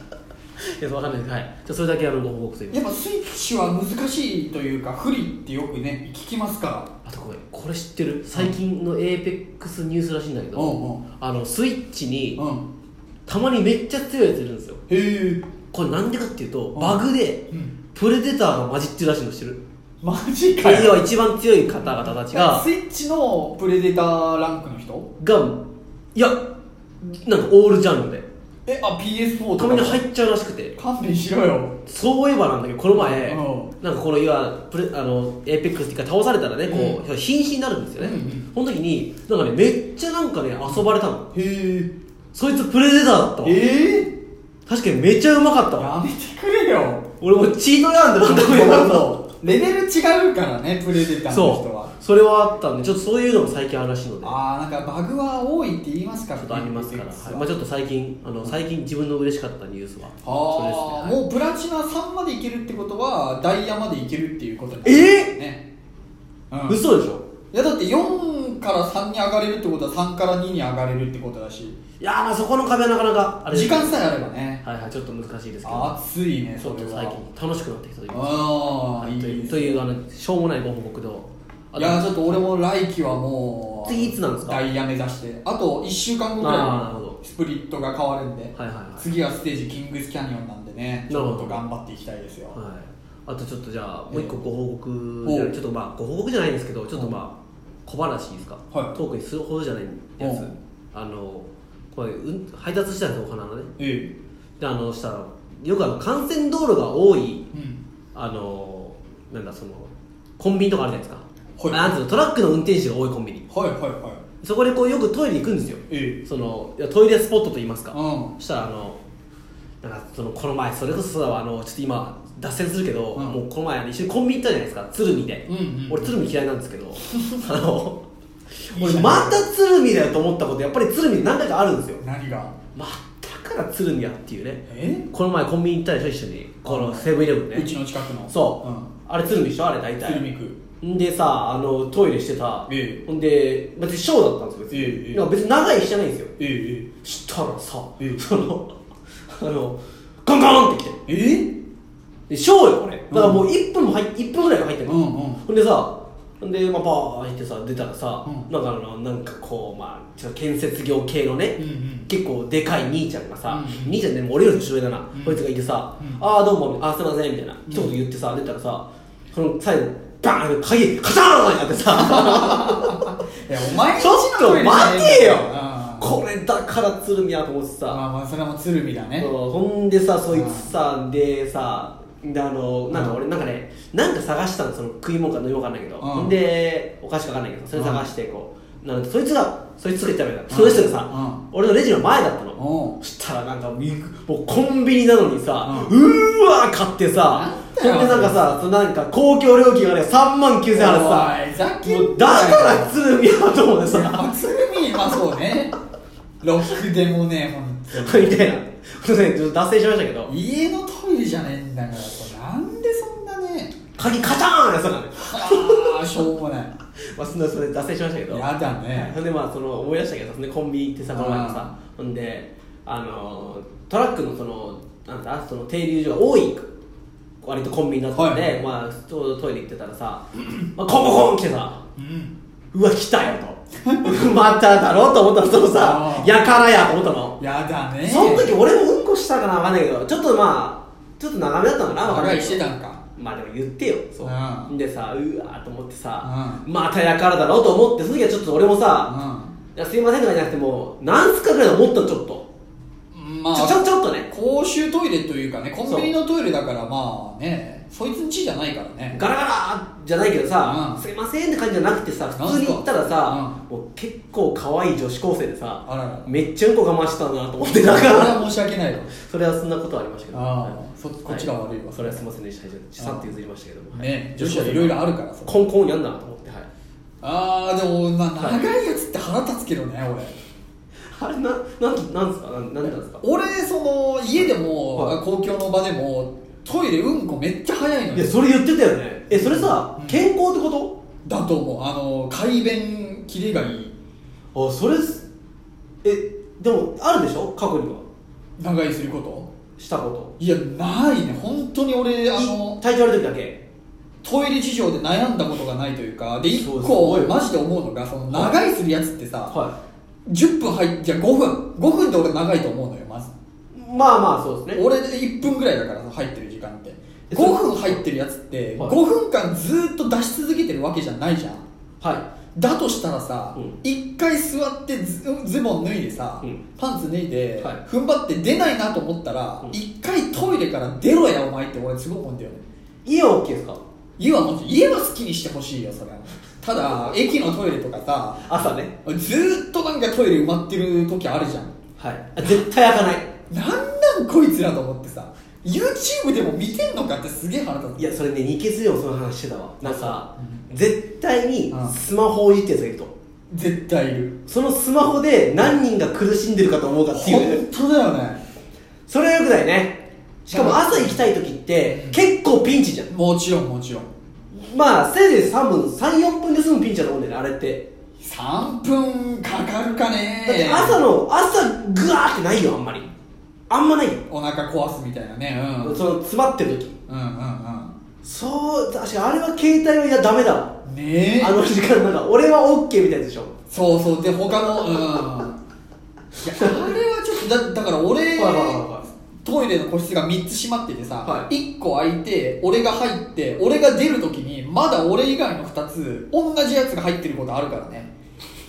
Speaker 1: いや分かんないですはいじゃあそれだけあのご報告という
Speaker 3: やっぱスイッチは難しいというか不利ってよくね聞きますか
Speaker 1: あとこれこれ知ってる最近の APEX ニュースらしいんだけど、
Speaker 3: うんうん
Speaker 1: あのスイッチに
Speaker 3: らうん
Speaker 1: たまにめっちゃ強いやついるんですよ
Speaker 3: へえ
Speaker 1: これなんでかっていうと
Speaker 3: ん
Speaker 1: バグで
Speaker 3: うん
Speaker 1: プレデターが混じってるらしいの知ってる
Speaker 3: マジか
Speaker 1: 要
Speaker 3: よ
Speaker 1: は一番強い方々たちが
Speaker 3: スイッチのプレデターランクの人
Speaker 1: がいやなんかオールジャンルで
Speaker 3: えあ PS4
Speaker 1: た
Speaker 3: と
Speaker 1: ま
Speaker 3: か
Speaker 1: に入っちゃうらしくて
Speaker 3: 勘弁しろよ
Speaker 1: そういえばなんだけどこの前
Speaker 3: う
Speaker 1: なんかこのいわプレあの APEX っていうか倒されたらねこう瀕死になるんですよね
Speaker 3: うんうん
Speaker 1: その時になんかねめっちゃなんかね遊ばれたの
Speaker 3: へえ
Speaker 1: そいつプレデターだったわ
Speaker 3: ええ
Speaker 1: 確かにめっちゃうまかったわ
Speaker 3: やめてくれよ
Speaker 1: 俺もうチートやんで
Speaker 3: そう
Speaker 1: た
Speaker 3: そうレベル違うからねプレデターの人
Speaker 1: そ
Speaker 3: は
Speaker 1: うそれはあったんでちょっとそういうのも最近あるらしいのでちょ
Speaker 3: ああなんかバグは多いって言いますから
Speaker 1: っとありますから、は
Speaker 3: PSX
Speaker 1: いまあ、ちょっと最近あの最近自分の嬉しかったニュースは
Speaker 3: ああ、
Speaker 1: それですねはい
Speaker 3: もうプラチナ3までいけるってことはダイヤまでいけるっていうことなん
Speaker 1: え
Speaker 3: ね、うん、い
Speaker 1: 嘘でしょ
Speaker 3: やだって4から3に上がれるってことは3から2に上がれるってことだし
Speaker 1: いやーまあそこの壁はなかなかあれです
Speaker 3: 時間さえあればね
Speaker 1: はいはいちょっと難しいですけど
Speaker 3: 熱いね
Speaker 1: ちょ
Speaker 3: そ
Speaker 1: っ
Speaker 3: れ
Speaker 1: と
Speaker 3: は
Speaker 1: 最近楽しくなってきたと言います
Speaker 3: あ
Speaker 1: は
Speaker 3: あ
Speaker 1: い
Speaker 3: いい
Speaker 1: という
Speaker 3: です
Speaker 1: というあのしょうもないご報告とあ
Speaker 3: い
Speaker 1: と
Speaker 3: やちょっと俺も来期はもう
Speaker 1: 次いつなんですか
Speaker 3: ダイヤ目指してあと1週間後ぐ
Speaker 1: あーなる
Speaker 3: ら
Speaker 1: ほ
Speaker 3: いに
Speaker 1: ど
Speaker 3: スプリットが変わるんで、
Speaker 1: はいはいはい
Speaker 3: 次はステージキングスキャニオンなんでねち
Speaker 1: なるほ
Speaker 3: ょ
Speaker 1: ど
Speaker 3: っと頑張っていきたいですよ、
Speaker 1: はい、あとちょっとじゃあもう一個
Speaker 3: ええ
Speaker 1: ご報告じゃない、
Speaker 3: おう
Speaker 1: ちょっとまあご報告じゃないんですけどちょっとまあ小話いいですか、
Speaker 3: はい
Speaker 1: トークにするほどじゃないや
Speaker 3: お
Speaker 1: つ
Speaker 3: う
Speaker 1: あのこれ、うん、配達したんですよお花のね
Speaker 3: え
Speaker 1: であのしたらよくあの幹線道路が多い
Speaker 3: えうん
Speaker 1: あのなんだそのコンビニとかあるじゃないですか、
Speaker 3: はい
Speaker 1: あなんつうのトラックの運転手が多いコンビニ
Speaker 3: はいはいはい
Speaker 1: そこでこうよくトイレ行くんですよ
Speaker 3: ええ
Speaker 1: そのいやトイレスポットと言いますか、
Speaker 3: うん
Speaker 1: そしたらあのなんかそのこの前それこそさあのちょっと今脱線するけど、
Speaker 3: うん
Speaker 1: もうこの前あの一緒にコンビニ行ったじゃないですか鶴見で、
Speaker 3: うんうん
Speaker 1: 俺鶴見嫌いなんですけ どあの
Speaker 3: いいじ
Speaker 1: 俺
Speaker 3: ゃん
Speaker 1: また鶴見だよと思ったことやっぱり鶴見何回かあるんですよ
Speaker 3: 何が
Speaker 1: またから鶴見やっていうね
Speaker 3: え
Speaker 1: この前コンビニ行ったでしょ一緒にこのセブンイレブンね
Speaker 3: うちの近くの
Speaker 1: そう、あれ鶴見でしょあれ大
Speaker 3: ん
Speaker 1: 体
Speaker 3: 鶴見区
Speaker 1: んでさあのトイレしてた、
Speaker 3: ええ
Speaker 1: ほんで別にショーだったんですよ別
Speaker 3: ええ
Speaker 1: に、
Speaker 3: ええ
Speaker 1: なんか別に長い日じゃないんですよ
Speaker 3: ええ
Speaker 1: したらさ、
Speaker 3: ええ
Speaker 1: そのあのガンガンってきて
Speaker 3: ええ
Speaker 1: でショーよ俺だからもう1分も入っ1分ぐらいが入ってる、
Speaker 3: うんうん
Speaker 1: ほんでさほんでまあバーンってさ出たらさ、
Speaker 3: うん
Speaker 1: なんかあのなんかこうまあちょっと建設業系のね、
Speaker 3: うんうん
Speaker 1: 結構でかい兄ちゃんがさ、
Speaker 3: うん
Speaker 1: 兄ちゃんでも俺より年上だな、
Speaker 3: うん
Speaker 1: こいつがいてさ「
Speaker 3: うん
Speaker 1: ああどうもあーすいません」みたいな一言言ってさ出たらさその最後バーン鍵カチャーンってなって さ
Speaker 3: いやお前ん
Speaker 1: ちょっと待てよ
Speaker 3: あー
Speaker 1: これだから鶴見やと思ってさ、
Speaker 3: まあまあそれも鶴見だね
Speaker 1: そうほんでさそいつさでさであのなんか俺なんかねなんか探したのその食い物か飲み物かわかんないけど、
Speaker 3: うん
Speaker 1: ほんでお菓子かわかんないけどそれ探してこう、なんかそいつがそいつが言ったら
Speaker 3: う
Speaker 1: そ
Speaker 3: ん
Speaker 1: の人がさ、
Speaker 3: うん
Speaker 1: 俺のレジの前だったの、
Speaker 3: おう
Speaker 1: そしたらなんかもうコンビニなのにさ、う
Speaker 3: う
Speaker 1: ーわー買ってさ
Speaker 3: なん
Speaker 1: ほん
Speaker 3: だよ
Speaker 1: でなんかさそのなんか公共料金がね3万9000円払
Speaker 3: おい
Speaker 1: っ
Speaker 3: ふ
Speaker 1: てさ
Speaker 3: ざけんなよ
Speaker 1: もうだから鶴見だと思って
Speaker 3: やっ
Speaker 1: さ
Speaker 3: ぱ鶴見まあそうねロックでもね本当に
Speaker 1: みたいな ちょっと脱線しましたけど
Speaker 3: 家のトイレじゃねえんだからなんでそんなね
Speaker 1: 鍵カチャーンってさ
Speaker 3: ああしょうもない
Speaker 1: まあ、そんなそれ脱線しましたけど
Speaker 3: やだね
Speaker 1: ほんでまあその思い出したけどそんでコンビニ行ってさこの前もさほんであのトラックのそのなんだその停留所が多い割とコンビニだったんで、
Speaker 3: はいはい
Speaker 1: まあ、ちょうどトイレ行ってたらさ、まあ、コンコンコン来てさ
Speaker 3: うん
Speaker 1: うわ来たよ とまただろうと思ったのそのさ
Speaker 3: あー
Speaker 1: やからやと思ったの
Speaker 3: やだね
Speaker 1: その時俺もうんこしたかな分かんないけどちょっとまあちょっと長めだったのかな分かんな
Speaker 3: 長
Speaker 1: い
Speaker 3: いして
Speaker 1: けど
Speaker 3: たんか
Speaker 1: まあでも言ってよそう
Speaker 3: うん
Speaker 1: でさうわーと思ってさ、
Speaker 3: う
Speaker 1: またやからだろうと思ってその時はちょっと俺もさ、
Speaker 3: う
Speaker 1: いやすいませんとかじゃなくてもう何すかぐらい思ったのちょっと
Speaker 3: んま
Speaker 1: ちょちょちょっとね
Speaker 3: 公衆トイレというかねコンビニのトイレだからまあねそいつん家じゃないからね
Speaker 1: ガラガラじゃないけどさ、
Speaker 3: うん
Speaker 1: すいませんって感じじゃなくてさ普通に行ったらさ、もう結構可愛い女子高生でさ
Speaker 3: あらら
Speaker 1: めっちゃうんこ我慢してたなと思ってだ
Speaker 3: そ
Speaker 1: か
Speaker 3: れ
Speaker 1: ら
Speaker 3: は申し訳ないわ
Speaker 1: それはそんなことはありましたけど
Speaker 3: ああそこっちが悪いわ
Speaker 1: はそれはすいませんでしたさって譲りましたけども、
Speaker 3: ね女子はいろいろあるからさ
Speaker 1: コンコンやんだなと思ってはい
Speaker 3: ああでもまあ長いやつって腹立つけどね
Speaker 1: あれななんなんですかなんなんなんですか
Speaker 3: 俺俺その家でも、
Speaker 1: はい
Speaker 3: 公共の場でもトイレうんこめっちゃ早いの
Speaker 1: いや
Speaker 3: よ
Speaker 1: それ言ってたよねえそれさ、
Speaker 3: うん
Speaker 1: 健康ってこ
Speaker 3: だと思うあの快便キレがいい
Speaker 1: とあそれすえでもあるでしょ過去には
Speaker 3: 長居すること
Speaker 1: したこと
Speaker 3: いやないね本当に俺あの
Speaker 1: い体調悪い時だけ
Speaker 3: トイレ事情で悩んだことがないというかで一
Speaker 1: そうです
Speaker 3: 個俺マジで思うのがその長いするやつってさ、
Speaker 1: は
Speaker 3: 10分入っじゃあ5分5分で俺長いと思うのよまず
Speaker 1: いまあまあそうですね
Speaker 3: 俺で1分ぐらいだから入ってる時間って
Speaker 1: え
Speaker 3: 5
Speaker 1: そう
Speaker 3: 分入ってるやつって
Speaker 1: は
Speaker 3: 5
Speaker 1: い
Speaker 3: 分間ずーっと出し続けてるわけじゃないじゃん
Speaker 1: は
Speaker 3: だとしたらさ、
Speaker 1: うん
Speaker 3: 一回座ってズズボン脱いでさ、
Speaker 1: うん
Speaker 3: パンツ脱いで、
Speaker 1: はい
Speaker 3: 踏ん張って出ないなと思ったら
Speaker 1: うん
Speaker 3: 一、回トイレから出ろやお前って俺すごい思うんだよね
Speaker 1: い家は OK ですか
Speaker 3: 家はもちろん家は好きにしてほしいよそれはただ駅のトイレとかさ
Speaker 1: 朝ね
Speaker 3: ずーっとなんかトイレ埋まってる時あるじゃん
Speaker 1: はいあ絶対開かない
Speaker 3: なんなんこいつらと思ってさ YouTube でも見てんのかってすげえ腹立つ
Speaker 1: いやそれね二ケツでもその話してたわなんか、
Speaker 3: う
Speaker 1: 絶対に
Speaker 3: うん
Speaker 1: スマホをいじってるやつがいると
Speaker 3: 絶対いる
Speaker 1: そのスマホで何人が苦しんでるかと思うかっていう
Speaker 3: 本当だよね
Speaker 1: それはよくないねしかも朝行きたい時って結構ピンチじゃん
Speaker 3: もちろんもちろん
Speaker 1: まあせいぜい3分34分で済むピンチだと思うんだよねあれって
Speaker 3: 3分かかるかね
Speaker 1: だって朝の朝グワーってないよあんまりあんまないよ
Speaker 3: お腹壊すみたいなねうんうん
Speaker 1: その詰まってる時
Speaker 3: うん
Speaker 1: そう確かにあれは携帯はいやダメだわ
Speaker 3: うんねえ
Speaker 1: あの時間なんか俺は OK みたいなやつでしょ
Speaker 3: そうそうで他のうんいやあれはちょっとだだから俺
Speaker 1: はいはいはい
Speaker 3: トイレの個室が3つ閉まっててさ、
Speaker 1: は
Speaker 3: 1個空いて俺が入って俺が出るときにまだ俺以外の2つ同じやつが入ってることあるからね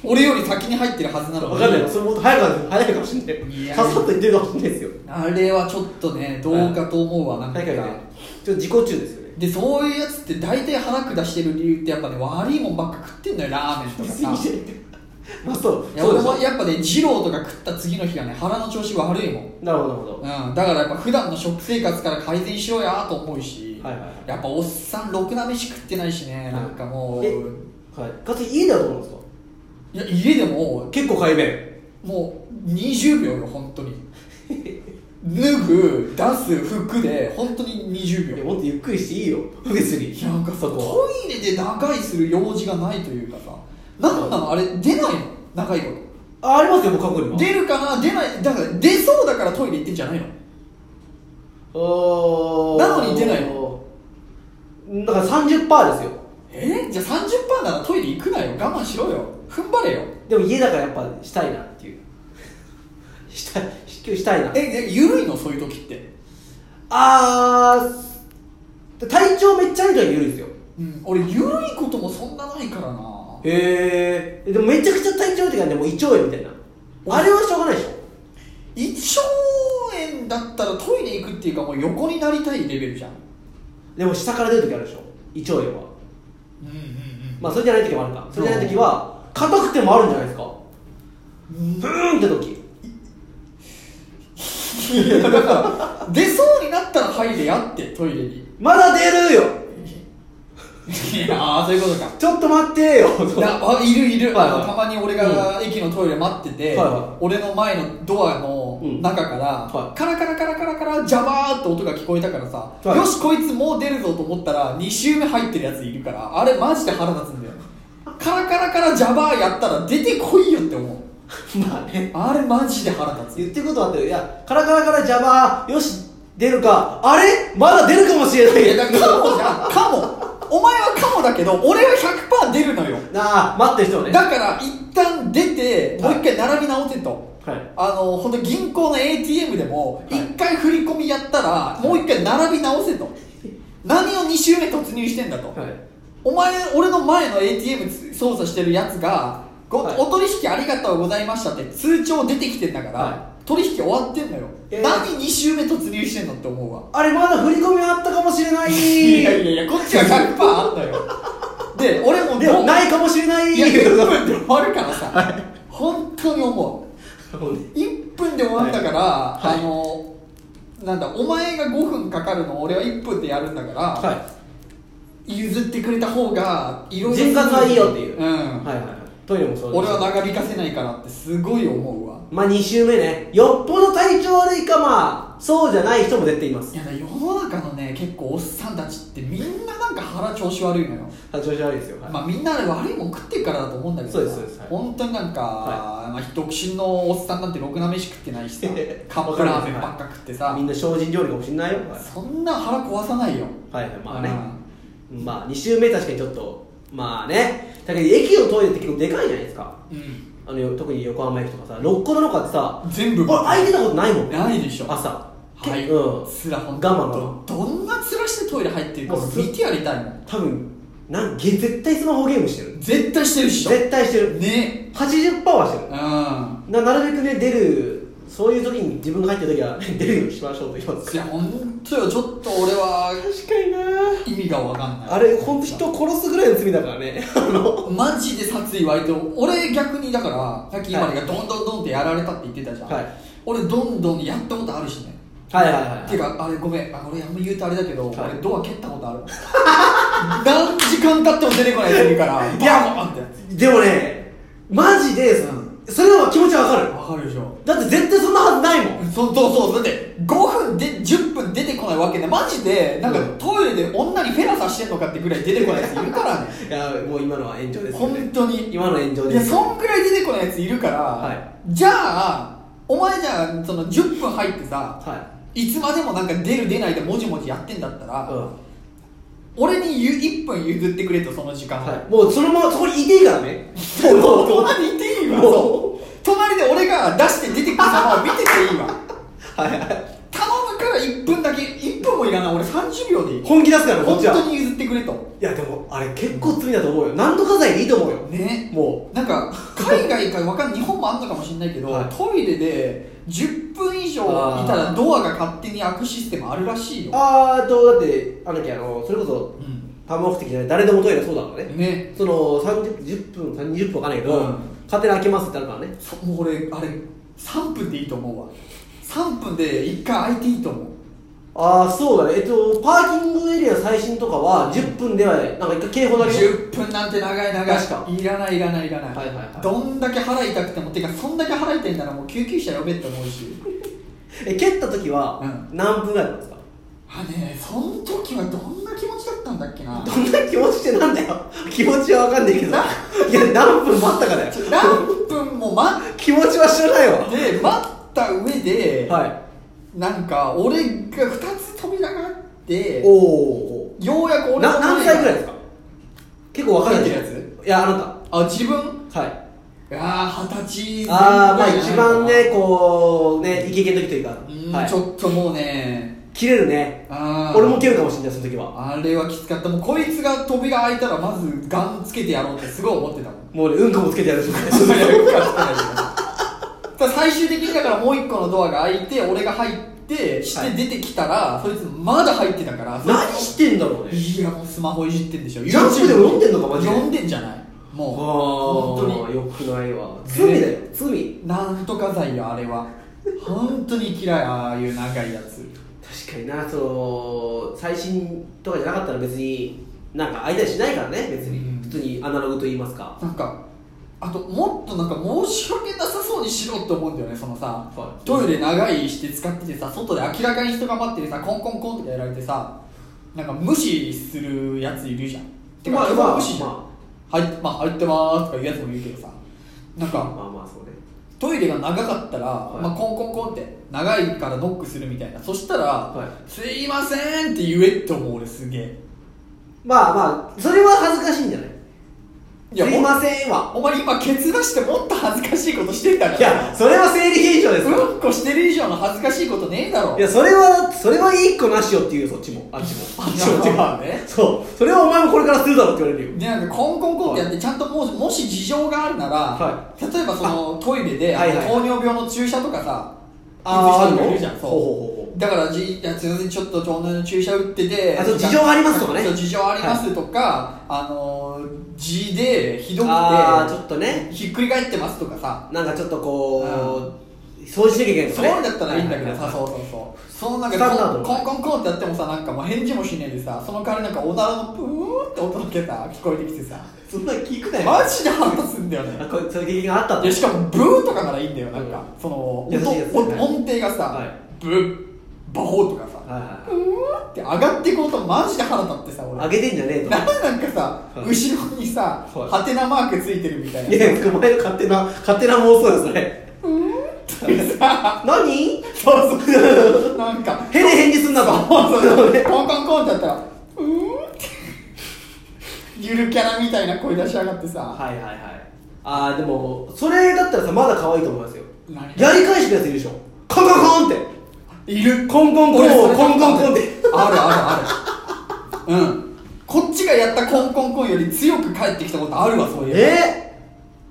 Speaker 3: 俺より先に入ってるはずなの
Speaker 1: 分
Speaker 3: に
Speaker 1: かんないよそれもっと早く早いかもしんない
Speaker 3: いや
Speaker 1: さっさと言ってるかもしんないですよ
Speaker 3: あれはちょっとねどうかと思うわなんか
Speaker 1: だからねちょっと自己中ですよね
Speaker 3: でそういうやつって大体腹下してる理由ってやっぱね悪いもんばっか食ってんだよラーメンと か
Speaker 1: 過
Speaker 3: さ
Speaker 1: ぎちゃいてまあそう
Speaker 3: いや
Speaker 1: そう
Speaker 3: 俺
Speaker 1: でしょ
Speaker 3: もやっぱね二郎とか食った次の日がね腹の調子悪いもん
Speaker 1: なるほどなるほど
Speaker 3: うん、だからやっぱ普段の食生活から改善しろやと思うし、
Speaker 1: はいはいはい
Speaker 3: やっぱおっさんろくな飯食ってないしね、なんかもう
Speaker 1: えはいかつ家だと思うんですか
Speaker 3: いや家でも
Speaker 1: 結構改便
Speaker 3: もう20秒よ本当 に脱ぐ出す服で本当に20
Speaker 1: いやも
Speaker 3: 秒
Speaker 1: っとゆっくりしていいよ別に
Speaker 3: いやなんかさ
Speaker 1: そこ
Speaker 3: トイレで長いする用事がないというかさなんなのあれ出ないの長いこ
Speaker 1: はあありますよもう過去に
Speaker 3: と
Speaker 1: は
Speaker 3: 出るかな出ないだから出そうだからトイレ行ってんじゃないの
Speaker 1: おー
Speaker 3: なのに出ない
Speaker 1: だから30%ですよ
Speaker 3: えじゃあ30%ならトイレ行くなよ我慢しろよ踏ん張れよ
Speaker 1: でも家だからやっぱしたいなっていうしたいしたいな
Speaker 3: ええ緩いのそういう時って
Speaker 1: あー体調めっちゃいい時は緩いですよ
Speaker 3: うん、俺緩いこともそんなないからな
Speaker 1: へえでもめちゃくちゃ体調いい時はねもう胃腸炎みたいなあれはしょうがないでしょ
Speaker 3: 胃腸炎だったらトイレ行くっていうかもう横になりたいレベルじゃん
Speaker 1: でも下から出る時あるでしょ胃腸炎は
Speaker 3: うんうん
Speaker 1: まあそれじゃない時もあるかそれじゃない時は硬くてもあるんじゃないですかブーンって時
Speaker 3: うんだから出そうになったら入れやってトイレに
Speaker 1: まだ出るよ
Speaker 3: いやーそういうことか
Speaker 1: ちょっと待ってよ
Speaker 3: いやあいるいる、
Speaker 1: はいはい
Speaker 3: あのたまに俺が駅のトイレ待ってて、
Speaker 1: はいは
Speaker 3: 俺の前のドアの中から、
Speaker 1: はい
Speaker 3: カラカラカラカラカラジャバーっと音が聞こえたからさ、
Speaker 1: はい
Speaker 3: よしこいつもう出るぞと思ったら2周目入ってるやついるからあれマジで腹立つんだよカラカラカラジャバーやったら出てこいよって思う
Speaker 1: まあね
Speaker 3: あれマジで腹立つ
Speaker 1: 言ってることはあってるいやカラカラからジャバよし出るかあれまだ出るかもしれない
Speaker 3: いやだからカモじゃんカモお前はカモだけど俺は100%出るのよ
Speaker 1: なあ待ってる人はね
Speaker 3: だから一旦出てもう一回並び直せと、
Speaker 1: はい
Speaker 3: あの本当銀行の ATM でも一回振り込みやったらもう一回並び直 せと何を2周目突入してんだと、
Speaker 1: はい
Speaker 3: お前俺の前の ATM 操作してるやつがご、
Speaker 1: はい
Speaker 3: お取引ありがとうございましたって通帳出てきてんだから、
Speaker 1: は
Speaker 3: 取引終わってんのよ、
Speaker 1: いやいや
Speaker 3: 何2周目突入してんのって思うわ
Speaker 1: あれまだ振り込みあったかもしれない
Speaker 3: いやいやいやこっちは100%あん だよで俺も
Speaker 1: でもないいかもしれない
Speaker 3: いや1分で終わるからさ本当に思う1分で終わったから、
Speaker 1: はい
Speaker 3: あのなんだお前が5分かかるのを俺は1分でやるんだから、
Speaker 1: は
Speaker 3: 譲ってくれた方がいろいろ
Speaker 1: 潤滑はいいよっていう
Speaker 3: うん
Speaker 1: いはいはいトイレもそう
Speaker 3: 俺は長引かせないからってすごい思うわ
Speaker 1: まあ2週目ねよっぽど体調悪いかまあそうじゃない人も出ています
Speaker 3: いやだ世の中のね結構おっさんたちってみんななんか腹調子悪いのよ
Speaker 1: あ調子悪いですよはい
Speaker 3: まあみんな悪いもん食ってるからだと思うんだけど
Speaker 1: そう
Speaker 3: さ
Speaker 1: ですそうですはい
Speaker 3: 本当になんか、
Speaker 1: は
Speaker 3: まあ、独身のおっさんなんてろくな飯食ってな いしさカッ
Speaker 1: わ
Speaker 3: プ
Speaker 1: かり
Speaker 3: ラ
Speaker 1: ます
Speaker 3: ーメンばっか食ってさ、
Speaker 1: みんな精進料理かもしれないよ
Speaker 3: そんな腹壊さないよ
Speaker 1: はいはいまあねまあ2週目確かにちょっとまあねだけど駅のトイレって結構でかいじゃないですか
Speaker 3: うん
Speaker 1: あのよ特に横浜駅とかさ六個の中ってさ
Speaker 3: 全部
Speaker 1: 俺空いてたことないもん
Speaker 3: ないでしょ
Speaker 1: 朝
Speaker 3: はい、
Speaker 1: うん
Speaker 3: つらほん
Speaker 1: 我慢我
Speaker 3: とどんな面してトイレ入ってるか
Speaker 1: もうす
Speaker 3: 見てやりたいもん
Speaker 1: 多分なんげ絶対スマホゲームしてる
Speaker 3: 絶対してるっしょ
Speaker 1: 絶対してる
Speaker 3: ね
Speaker 1: 80%はしてる
Speaker 3: うん
Speaker 1: ななるべくね出るそういう時に自分が入ってる時は 出るようにしましょうと言います
Speaker 3: いや本当よちょっと俺は
Speaker 1: 確かにな
Speaker 3: 意味がわかんない
Speaker 1: あれ本当人を殺すぐらいの罪だからねあの
Speaker 3: マジで殺意湧いて俺逆にだからさっき今がどんどんどんってやられたって言ってたじゃん、
Speaker 1: はい
Speaker 3: 俺どんどんやったことあるしね
Speaker 1: はいはいはい
Speaker 3: てかあれごめんあ俺あんま言うとあれだけど、
Speaker 1: はい
Speaker 3: 俺ドア蹴ったことある 何時間経っても出てこないというから
Speaker 1: いや
Speaker 3: バーンって
Speaker 1: でもねマジで、
Speaker 3: うん
Speaker 1: それは気持ちわかる
Speaker 3: わかるでしょ
Speaker 1: だって絶対そんなはずないもん
Speaker 3: そうそうそうだって5分で10分出てこないわけでマジでなんか
Speaker 1: うん
Speaker 3: トイレで女にフェラさしてんのかってぐらい出てこないやついるからね
Speaker 1: いやもう今のは炎上ですよ
Speaker 3: 本
Speaker 1: ね
Speaker 3: 当に
Speaker 1: 今の炎上
Speaker 3: い
Speaker 1: で
Speaker 3: や
Speaker 1: す
Speaker 3: そんぐらい出てこないやついるから、
Speaker 1: は
Speaker 3: じゃあお前じゃあその10分入ってさ
Speaker 1: はい
Speaker 3: つまでもなんか出る出ないでもじもじやってんだったら、
Speaker 1: い、うん
Speaker 3: 俺にゆ1分譲ってくれとその時間を、
Speaker 1: はい、もうそのままそこにいていいからねもうもう
Speaker 3: 隣にいていいわそう隣で俺が出して出てくる様を見てていいわ
Speaker 1: はいはい
Speaker 3: 頼むから1分だけ1分もいらない俺30秒でいい
Speaker 1: 本気出すからこっ
Speaker 3: 本
Speaker 1: ちは
Speaker 3: 当に譲ってくれと
Speaker 1: いやでもあれ結構罪だと思うよ何とか罪でいいと思うよ
Speaker 3: ね
Speaker 1: も
Speaker 3: なんか海外かわかんない日本もあんのかもしれないけど、
Speaker 1: はい
Speaker 3: トイレで10分以上いたらドアが勝手に開くシステムあるらしいうよ、
Speaker 1: あーとだってあの時あのそれこそ
Speaker 3: うん、
Speaker 1: 多目的じゃない誰でもトイレはそうだからね
Speaker 3: ね
Speaker 1: その30 10分20分わかんないけど、
Speaker 3: うん
Speaker 1: 勝手に開けますってあるからね
Speaker 3: そもう俺あれ3分でいいと思うわ3分で1回開いていいと思う
Speaker 1: ああそうだねえっとパーキングエリア最新とかは10分ではなんか一回警報だけ
Speaker 3: 10分なんて長い長い
Speaker 1: 確か
Speaker 3: いらないいらないいらない,、
Speaker 1: はいはいはい
Speaker 3: どんだけ腹痛くてもてかそんだけ腹痛いならもう救急車呼べって思うし
Speaker 1: え蹴った時は
Speaker 3: う
Speaker 1: 何分ぐらいなんですか、
Speaker 3: あねえその時はどんな気持ちだったんだっけ な
Speaker 1: どんな気持ちってなんだよ気持ちはわかんないけどいや何分待ったかだよ
Speaker 3: 何分も待っ
Speaker 1: 気持ちは知らないわ
Speaker 3: て待った上で、
Speaker 1: は
Speaker 3: なんか俺が2つ扉があっ
Speaker 1: い
Speaker 3: て
Speaker 1: おお
Speaker 3: ようやく俺の
Speaker 1: な何歳ぐらいです
Speaker 3: か
Speaker 1: か結構わかんない
Speaker 3: 入ってる
Speaker 1: いやあな
Speaker 3: あ自分
Speaker 1: たはい
Speaker 3: ああ二十歳
Speaker 1: ああまあ
Speaker 3: 前
Speaker 1: 一
Speaker 3: ぐらいじゃないかな
Speaker 1: 番ねこうねイケイケの時というか、
Speaker 3: うん
Speaker 1: はい
Speaker 3: ちょっともうね
Speaker 1: 切れるね
Speaker 3: あー
Speaker 1: 俺も蹴るかもしれないその時は
Speaker 3: あれはきつかったもうこいつが扉開いたらまずガンつけてやろうってすごい思ってたも ん
Speaker 1: もうねうんこもつけてやるしかない
Speaker 3: いやよくはつけないけどただ最終的にだからもう一個のドアが開いて俺が入ってし
Speaker 1: は
Speaker 3: て
Speaker 1: い
Speaker 3: 出てきたら、そいつまだ入ってたから
Speaker 1: 何してんだろうね
Speaker 3: いやもうスマホいじってんでしょ
Speaker 1: ジャンプでも読んでんのかマジで
Speaker 3: 読んでんじゃないもう
Speaker 1: あ
Speaker 3: 本当
Speaker 1: あよくないわ
Speaker 3: ね
Speaker 1: 罪だよ罪
Speaker 3: になんとか罪よあれは本当に嫌いああいう長いやつ
Speaker 1: 確かになその最新とかじゃなかったら別になんか開いたりしないからね別に、
Speaker 3: うん
Speaker 1: 普通にアナログと言いますか
Speaker 3: なんかあともっとなんか申し訳なさそうにしろって思うんだよねそのさ、
Speaker 1: はい
Speaker 3: トイレ長いして使っててさ外で明らかに人が待っててさコンコンコンとかやられてさなんか無視するやついるじゃんてか、
Speaker 1: まあ
Speaker 3: 基本無視じゃん、
Speaker 1: ま
Speaker 3: 入っまあ、入ってまーすとか言うやつもいるけどさなん
Speaker 1: ま
Speaker 3: か
Speaker 1: あまあそうね
Speaker 3: トイレが長かったら、まあ、コンコンコンって長いからノックするみたいなそしたら、
Speaker 1: は
Speaker 3: すいませんって言えって思う俺すげえ
Speaker 1: まあまあそれは恥ずかしいんじゃない
Speaker 3: いや
Speaker 1: すいません
Speaker 3: ほんお前今ケツ出してもっと恥ずかしいことしてんだから
Speaker 1: いやそれは生理現象ですから
Speaker 3: うんこしてる以上の恥ずかしいことねえだろ
Speaker 1: いやそれはそれは一個なしよっていうよそっちもあっちも
Speaker 3: あっちも
Speaker 1: 違うねそうそれはお前もこれからするだろって言われるよ
Speaker 3: でなんかコンコンコンってやってちゃんともうもし事情があるなら、
Speaker 1: は
Speaker 3: 例えばそのトイレで、
Speaker 1: はいはいはい
Speaker 3: あの糖尿病の注射とかさ
Speaker 1: あー
Speaker 3: 打つ人とかいるじゃん
Speaker 1: ある
Speaker 3: そ
Speaker 1: の
Speaker 3: う
Speaker 1: ほうほうほ
Speaker 3: だからじいやすいませんちょっと糖尿の注射打ってて
Speaker 1: あそう事情がありますとかね
Speaker 3: そう事情ありますとか、あの字でひどく
Speaker 1: ああちょ
Speaker 3: て
Speaker 1: っとね
Speaker 3: ひっくり返ってますとかさ
Speaker 1: なんかちょっとこう掃除しなきゃいけないと
Speaker 3: そ
Speaker 1: か
Speaker 3: う
Speaker 1: ね
Speaker 3: だったらいいんだけど
Speaker 1: は
Speaker 3: さ、
Speaker 1: は
Speaker 3: そうそうそう。そのなん
Speaker 1: スタンダー
Speaker 3: か
Speaker 1: ド
Speaker 3: コンコンコンってやってもさ、なんかもう返事もしないでさ、その代わりなんかおならのプーンって音だけさ、聞こえてきてさ、
Speaker 1: そんな聞くなよ
Speaker 3: マジで腹立つんだよ
Speaker 1: あ
Speaker 3: ね。
Speaker 1: これそういう経験があった
Speaker 3: いや、
Speaker 1: と
Speaker 3: しかもブーとかならいいんだよ、なんか、その、
Speaker 1: 優しい
Speaker 3: 音
Speaker 1: やつ
Speaker 3: 音音程が
Speaker 1: は
Speaker 3: さ
Speaker 1: い、
Speaker 3: ブー、バホーとかさ、
Speaker 1: はいは
Speaker 3: うーって上がっていこうとマジで腹立ってさ、
Speaker 1: い
Speaker 3: 俺。
Speaker 1: はい上げてんじゃねえと
Speaker 3: なんでなんかさ、
Speaker 1: はい
Speaker 3: 後ろにさ、
Speaker 1: はい
Speaker 3: ハテナマークついてるみたい
Speaker 1: い
Speaker 3: な。
Speaker 1: やお前の勝手な勝手な妄想だよそれ何
Speaker 3: そうそう。なんか、
Speaker 1: 変で返事すんなと
Speaker 3: そうそう
Speaker 1: そうね
Speaker 3: コンコンコンってやったら「うーん」ってゆるキャラみたいな声出しやがってさ
Speaker 1: はいはいはいああでもそれだったらさまだ可愛いと思いますよ
Speaker 3: 何
Speaker 1: やり返してるやついるでしょコンコンコンって
Speaker 3: いる
Speaker 1: コンコンコン
Speaker 3: 俺それ
Speaker 1: コンコンコンって
Speaker 3: あるあるあるうんこっちがやったコンコンコンより強く返ってきたことあるわそういうい
Speaker 1: え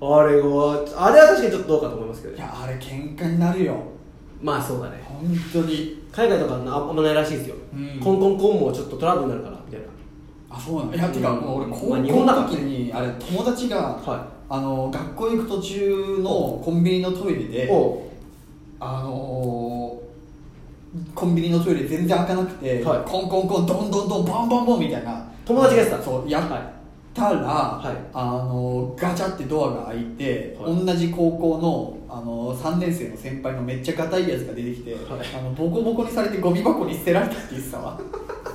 Speaker 1: あれはあれは確かにちょっとどうかと思いますけどね
Speaker 3: やあれ喧嘩になるよ
Speaker 1: まあそうだね
Speaker 3: 本当に
Speaker 1: 海外とかあんなあんまないらしいですよ、
Speaker 3: うん
Speaker 1: コンコンコンもちょっとトラブルになるからみたいな
Speaker 3: あそうなのいやてかもう俺高
Speaker 1: ま
Speaker 3: 校
Speaker 1: あ日本だから
Speaker 3: の時にあれ友達が、
Speaker 1: は
Speaker 3: あの学校行く途中のコンビニのトイレで
Speaker 1: おう
Speaker 3: あのー、コンビニのトイレ全然開かなくて、
Speaker 1: はい
Speaker 3: コンコンコンどんどんどんボンボンボンみたいな
Speaker 1: 友達がやってた
Speaker 3: そうやったら、
Speaker 1: い
Speaker 3: あのーガチャってドアが開いて、
Speaker 1: はい
Speaker 3: 同じ高校の、あのー、3年生の先輩のめっちゃ硬いやつが出てきて、あのボコボコにされてゴミ箱に捨てられたって言ってたわ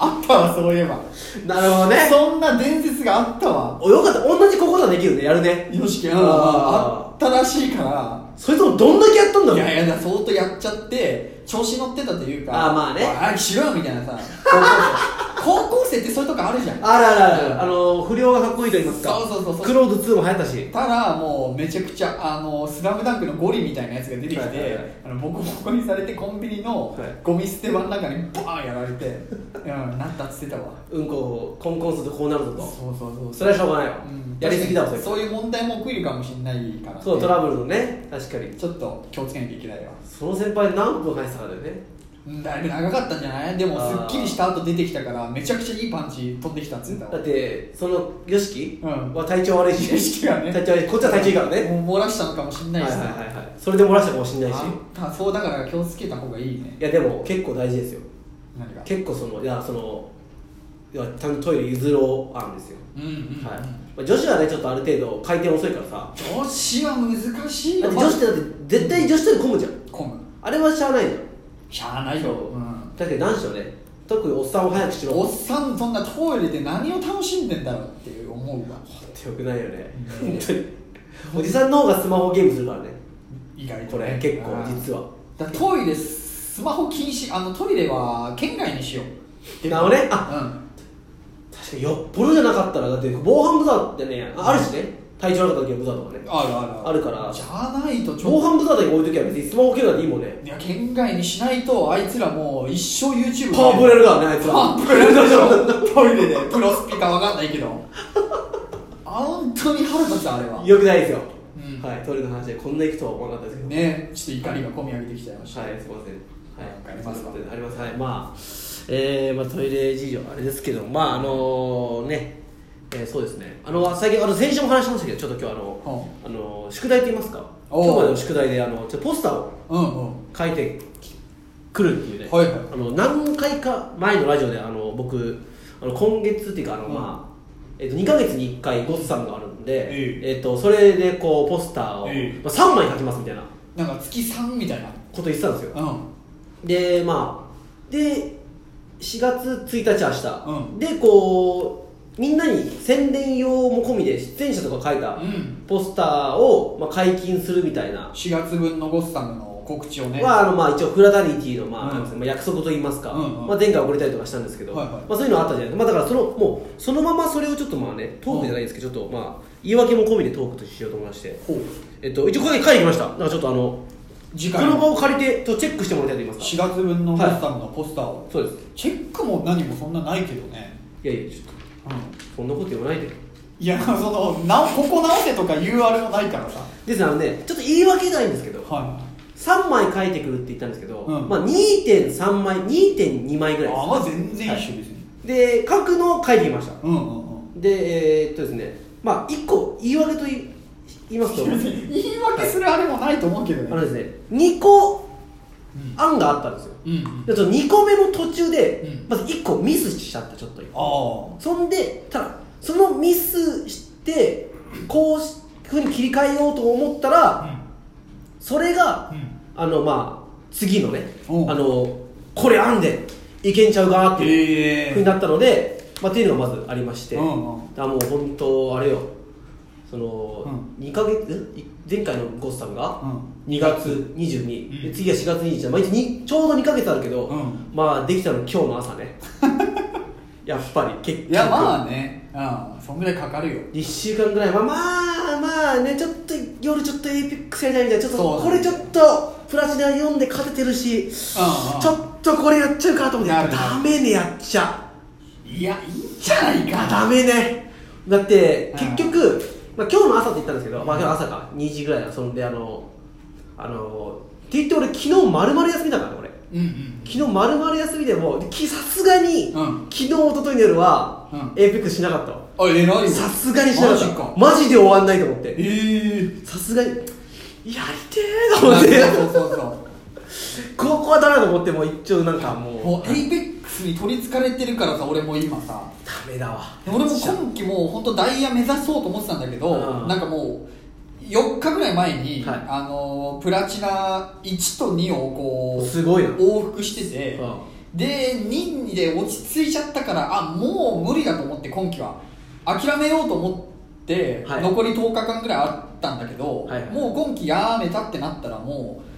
Speaker 3: あったわそういえば
Speaker 1: なるほどね
Speaker 3: そんな伝説があったわ
Speaker 1: およかった同じここでできるねやるね
Speaker 3: よしき
Speaker 1: あー
Speaker 3: あったらしいから
Speaker 1: それともどんだけやったんだろう
Speaker 3: いやいやだから相当やっちゃって調子乗ってたというか
Speaker 1: あーまあね
Speaker 3: あしろよみたい なさ高校生高校生ってそういうとこあるじゃん
Speaker 1: あらあらあらあの不良がかっこいいと言いますか
Speaker 3: そうそうそうそう
Speaker 1: クローズ2も流行ったした
Speaker 3: だもうめちゃくちゃ「あのスラムダンクのゴリみたいなやつが出てきて、
Speaker 1: はいはいはい
Speaker 3: あのボコボコにされてコンビニの
Speaker 1: はい
Speaker 3: ゴミ捨て場の中にバーンやられて、うん、なったっつってたわ
Speaker 1: うんこをコンコンするとこうなるぞと
Speaker 3: そうそうそう
Speaker 1: それはしょうがないわ、
Speaker 3: うん
Speaker 1: やりすぎだわそれ
Speaker 3: そういう問題も起きるかもしれないからね、
Speaker 1: そうトラブルのね確かに
Speaker 3: ちょっと気をつけなきゃいけないわ
Speaker 1: その先輩何分入ってたかだよね
Speaker 3: うんだいぶ長かったんじゃないでも
Speaker 1: あ
Speaker 3: す
Speaker 1: ー
Speaker 3: っきりした後出てきたからめちゃくちゃいいパンチ飛んできたっつってたわ
Speaker 1: だってその YOSHIKI
Speaker 3: うん
Speaker 1: は体調悪いし
Speaker 3: YOSHIKI がね
Speaker 1: 体調悪いしこっちは体調いいからね
Speaker 3: もう漏らしたのかもしれないしさ、
Speaker 1: はいはいはいはい、それで漏らしたかもしれないし
Speaker 3: あそうだから気をつけた方がいいね
Speaker 1: いやでも結構大事ですよ
Speaker 3: 何が
Speaker 1: 結構そのいやそのいやちゃんとトイレ譲ろうあるんですよ、
Speaker 3: うんうん、うん
Speaker 1: はいまあ、女子はねちょっとある程度回転遅いからさ
Speaker 3: 女子は難しい
Speaker 1: だ
Speaker 3: よ
Speaker 1: って女子ってだって絶対女子トイレ混むじゃん
Speaker 3: 混む
Speaker 1: あれはしゃあないじゃん
Speaker 3: しゃあないよ、うん、
Speaker 1: だけど男子はね特におっさんを早くしろ
Speaker 3: おっさんそんなトイレで何を楽しんでんだろうっていう思うわ
Speaker 1: ってよくないよね本当におじさんの方がスマホゲームするからね
Speaker 3: 意外
Speaker 1: ことれ
Speaker 3: ね
Speaker 1: 結構実は
Speaker 3: だからトイレスマホ禁止あのトイレは県外にしよう
Speaker 1: なおね
Speaker 3: あ
Speaker 1: 確かによっぽどじゃなかったらだって防犯ブザーってねああるしね体調悪かった時はブザーとかね
Speaker 3: うんあるある
Speaker 1: あるから
Speaker 3: じゃないとちょっと
Speaker 1: 防犯ブザーだけ置いときゃ別にスマホゲームだっていいもんね
Speaker 3: いや県外にしないとあいつらもう一生 YouTube で
Speaker 1: パワープレるからねあいつら
Speaker 3: パワープレるでしょトイレでプロスピかわかんないけどあ本当に腹立つあれは
Speaker 1: よくないですよ、
Speaker 3: うん
Speaker 1: はいトイレの話でこんな行くとは思わなかったですけど
Speaker 3: ねちょっと怒りが込み上げてきちゃいました、
Speaker 1: はいすいませんはい
Speaker 3: なんかありますか
Speaker 1: ということでありますはいまあえーまあ、トイレ事情あれですけどまああのね、えーそうですねあの最近あの先週も話しましたけどちょっと今日あの、あの宿題と言いますか
Speaker 3: おう
Speaker 1: 今日までの宿題であのちょっとポスターを
Speaker 3: うんうん
Speaker 1: 書いてくるっていうね、
Speaker 3: はいはい
Speaker 1: あの何回か前のラジオであの僕あの今月っていうかあの、
Speaker 3: うん
Speaker 1: まあえっと2か月に1回ゴッサムがあるんで、
Speaker 3: え
Speaker 1: えっとそれでこうポスターを、
Speaker 3: ええ
Speaker 1: まあ、3枚書きますみたいな
Speaker 3: なんか月3みたいな
Speaker 1: こと言ってたんですよ
Speaker 3: うん
Speaker 1: でまあで4月1日明日、
Speaker 3: う
Speaker 1: でこうみんなに宣伝用も込みで出演者とか書いた
Speaker 3: うん
Speaker 1: ポスターを、まあ、解禁するみたいな、
Speaker 3: 4月分のゴッサムの告知をね
Speaker 1: はあのまあ一応フラタニティのまあ
Speaker 3: うん
Speaker 1: なんですかまあ約束といいますか、
Speaker 3: うんうん
Speaker 1: まあ、前回送れたりとかしたんですけど、
Speaker 3: はいはい
Speaker 1: まあ、そういうのあったじゃないですか、まあ、だからそのもうそのままそれをちょっとまあねトークじゃないですけど、ちょっとまあ言い訳も込みでトークとしようと思いまして、
Speaker 3: ほう
Speaker 1: えっと、一応これ書いてきましただからちょっとあの
Speaker 3: 次
Speaker 1: こ
Speaker 3: 回
Speaker 1: の場
Speaker 3: の
Speaker 1: を借りてちょっとチェックしてもらいたいと言います
Speaker 3: 4
Speaker 1: か
Speaker 3: 月分のゴッサムのポスターを、
Speaker 1: そうです
Speaker 3: チェックも何もそんなないけどね、
Speaker 1: いやいやちょっと
Speaker 3: うん、
Speaker 1: そんなこと言わないで
Speaker 3: いやそのなここ直せとか UR もないからさ
Speaker 1: ですねあのねちょっと言い訳ないんですけど、
Speaker 3: は
Speaker 1: 3枚書いてくるって言ったんですけど、
Speaker 3: うん
Speaker 1: まあ、2.3枚2.2枚ぐ
Speaker 3: い
Speaker 1: らい
Speaker 3: あ
Speaker 1: で
Speaker 3: まあ全然一緒ですね、
Speaker 1: すで書くのを書いてきました
Speaker 3: うんうんうん
Speaker 1: でえーっとですねまあ1個言い訳とい言い ますと
Speaker 3: 言い訳するあれもないと思うけどね
Speaker 1: あのですね2個
Speaker 3: うん
Speaker 1: 案があったんですよ
Speaker 3: うんうん
Speaker 1: でその2個目の途中で、
Speaker 3: うん
Speaker 1: まず1個ミスしちゃったちょっと
Speaker 3: ああ
Speaker 1: そんでただそのミスしてこうしふうに切り替えようと思ったら、それが、
Speaker 3: うん
Speaker 1: あのまあ次のねあ
Speaker 3: おう
Speaker 1: のこれあんでいけんちゃうかなっていう
Speaker 3: え
Speaker 1: ふうになったので、まあ、っていうのがまずありまして、
Speaker 3: うんうん
Speaker 1: だからもう本当あれよその、二ヶ月んい前回のゴスさんが、2月22、
Speaker 3: うん
Speaker 1: で次は4月22日毎日にちょうど2ヶ月あるけど、
Speaker 3: うん
Speaker 1: まあできたの今日の朝 ねやっぱり結局
Speaker 3: いやまあねうんそんぐらいかかるよ
Speaker 1: 1週間ぐらいまあまあまあねちょっと夜ちょっとエイペックスやりたいみたいなちょっ
Speaker 3: そう
Speaker 1: と
Speaker 3: だね
Speaker 1: これちょっとプラチナ読んで勝ててるしち
Speaker 3: うん
Speaker 1: ょっとこれやっちゃうかと思って
Speaker 3: なるほど
Speaker 1: ダメねやっちゃ
Speaker 3: いやいいんじゃないか
Speaker 1: ダメねだって
Speaker 3: うん
Speaker 1: 結局、まあ、今日の朝って言ったんですけど、まあ、今日の朝か2時ぐらい遊んであのあのって言って俺昨日丸々休みだからね俺
Speaker 3: うんうん
Speaker 1: 昨日丸々休みでもきさすがに、
Speaker 3: うん
Speaker 1: 昨日一昨日の夜は、
Speaker 3: うん
Speaker 1: エイペックスしなかったわ
Speaker 3: あ偉いよ
Speaker 1: さすがにしなかった
Speaker 3: マジか
Speaker 1: マジで終わんないと思って
Speaker 3: ええ
Speaker 1: さすがにやりてえと
Speaker 3: そ
Speaker 1: 思っ
Speaker 3: う
Speaker 1: て
Speaker 3: そうそう
Speaker 1: ここはダメだと思ってもう一応なんかも
Speaker 3: も
Speaker 1: う
Speaker 3: うエイペックスに取りつかれてるからさ俺も今さ
Speaker 1: ダメだわ
Speaker 3: 俺も今季もう本当ダイヤ目指そうと思ってたんだけど、
Speaker 1: うん
Speaker 3: なんかもう4日ぐらい前に、
Speaker 1: はい
Speaker 3: あのープラチナ1と2をこう
Speaker 1: すごいな
Speaker 3: 往復してて、
Speaker 1: う
Speaker 3: で2で落ち着いちゃったからあもう無理だと思って今季は諦めようと思って、
Speaker 1: はい
Speaker 3: 残り10日間ぐらいあったんだけど、
Speaker 1: はいはい
Speaker 3: もう今季やめたってなったらもう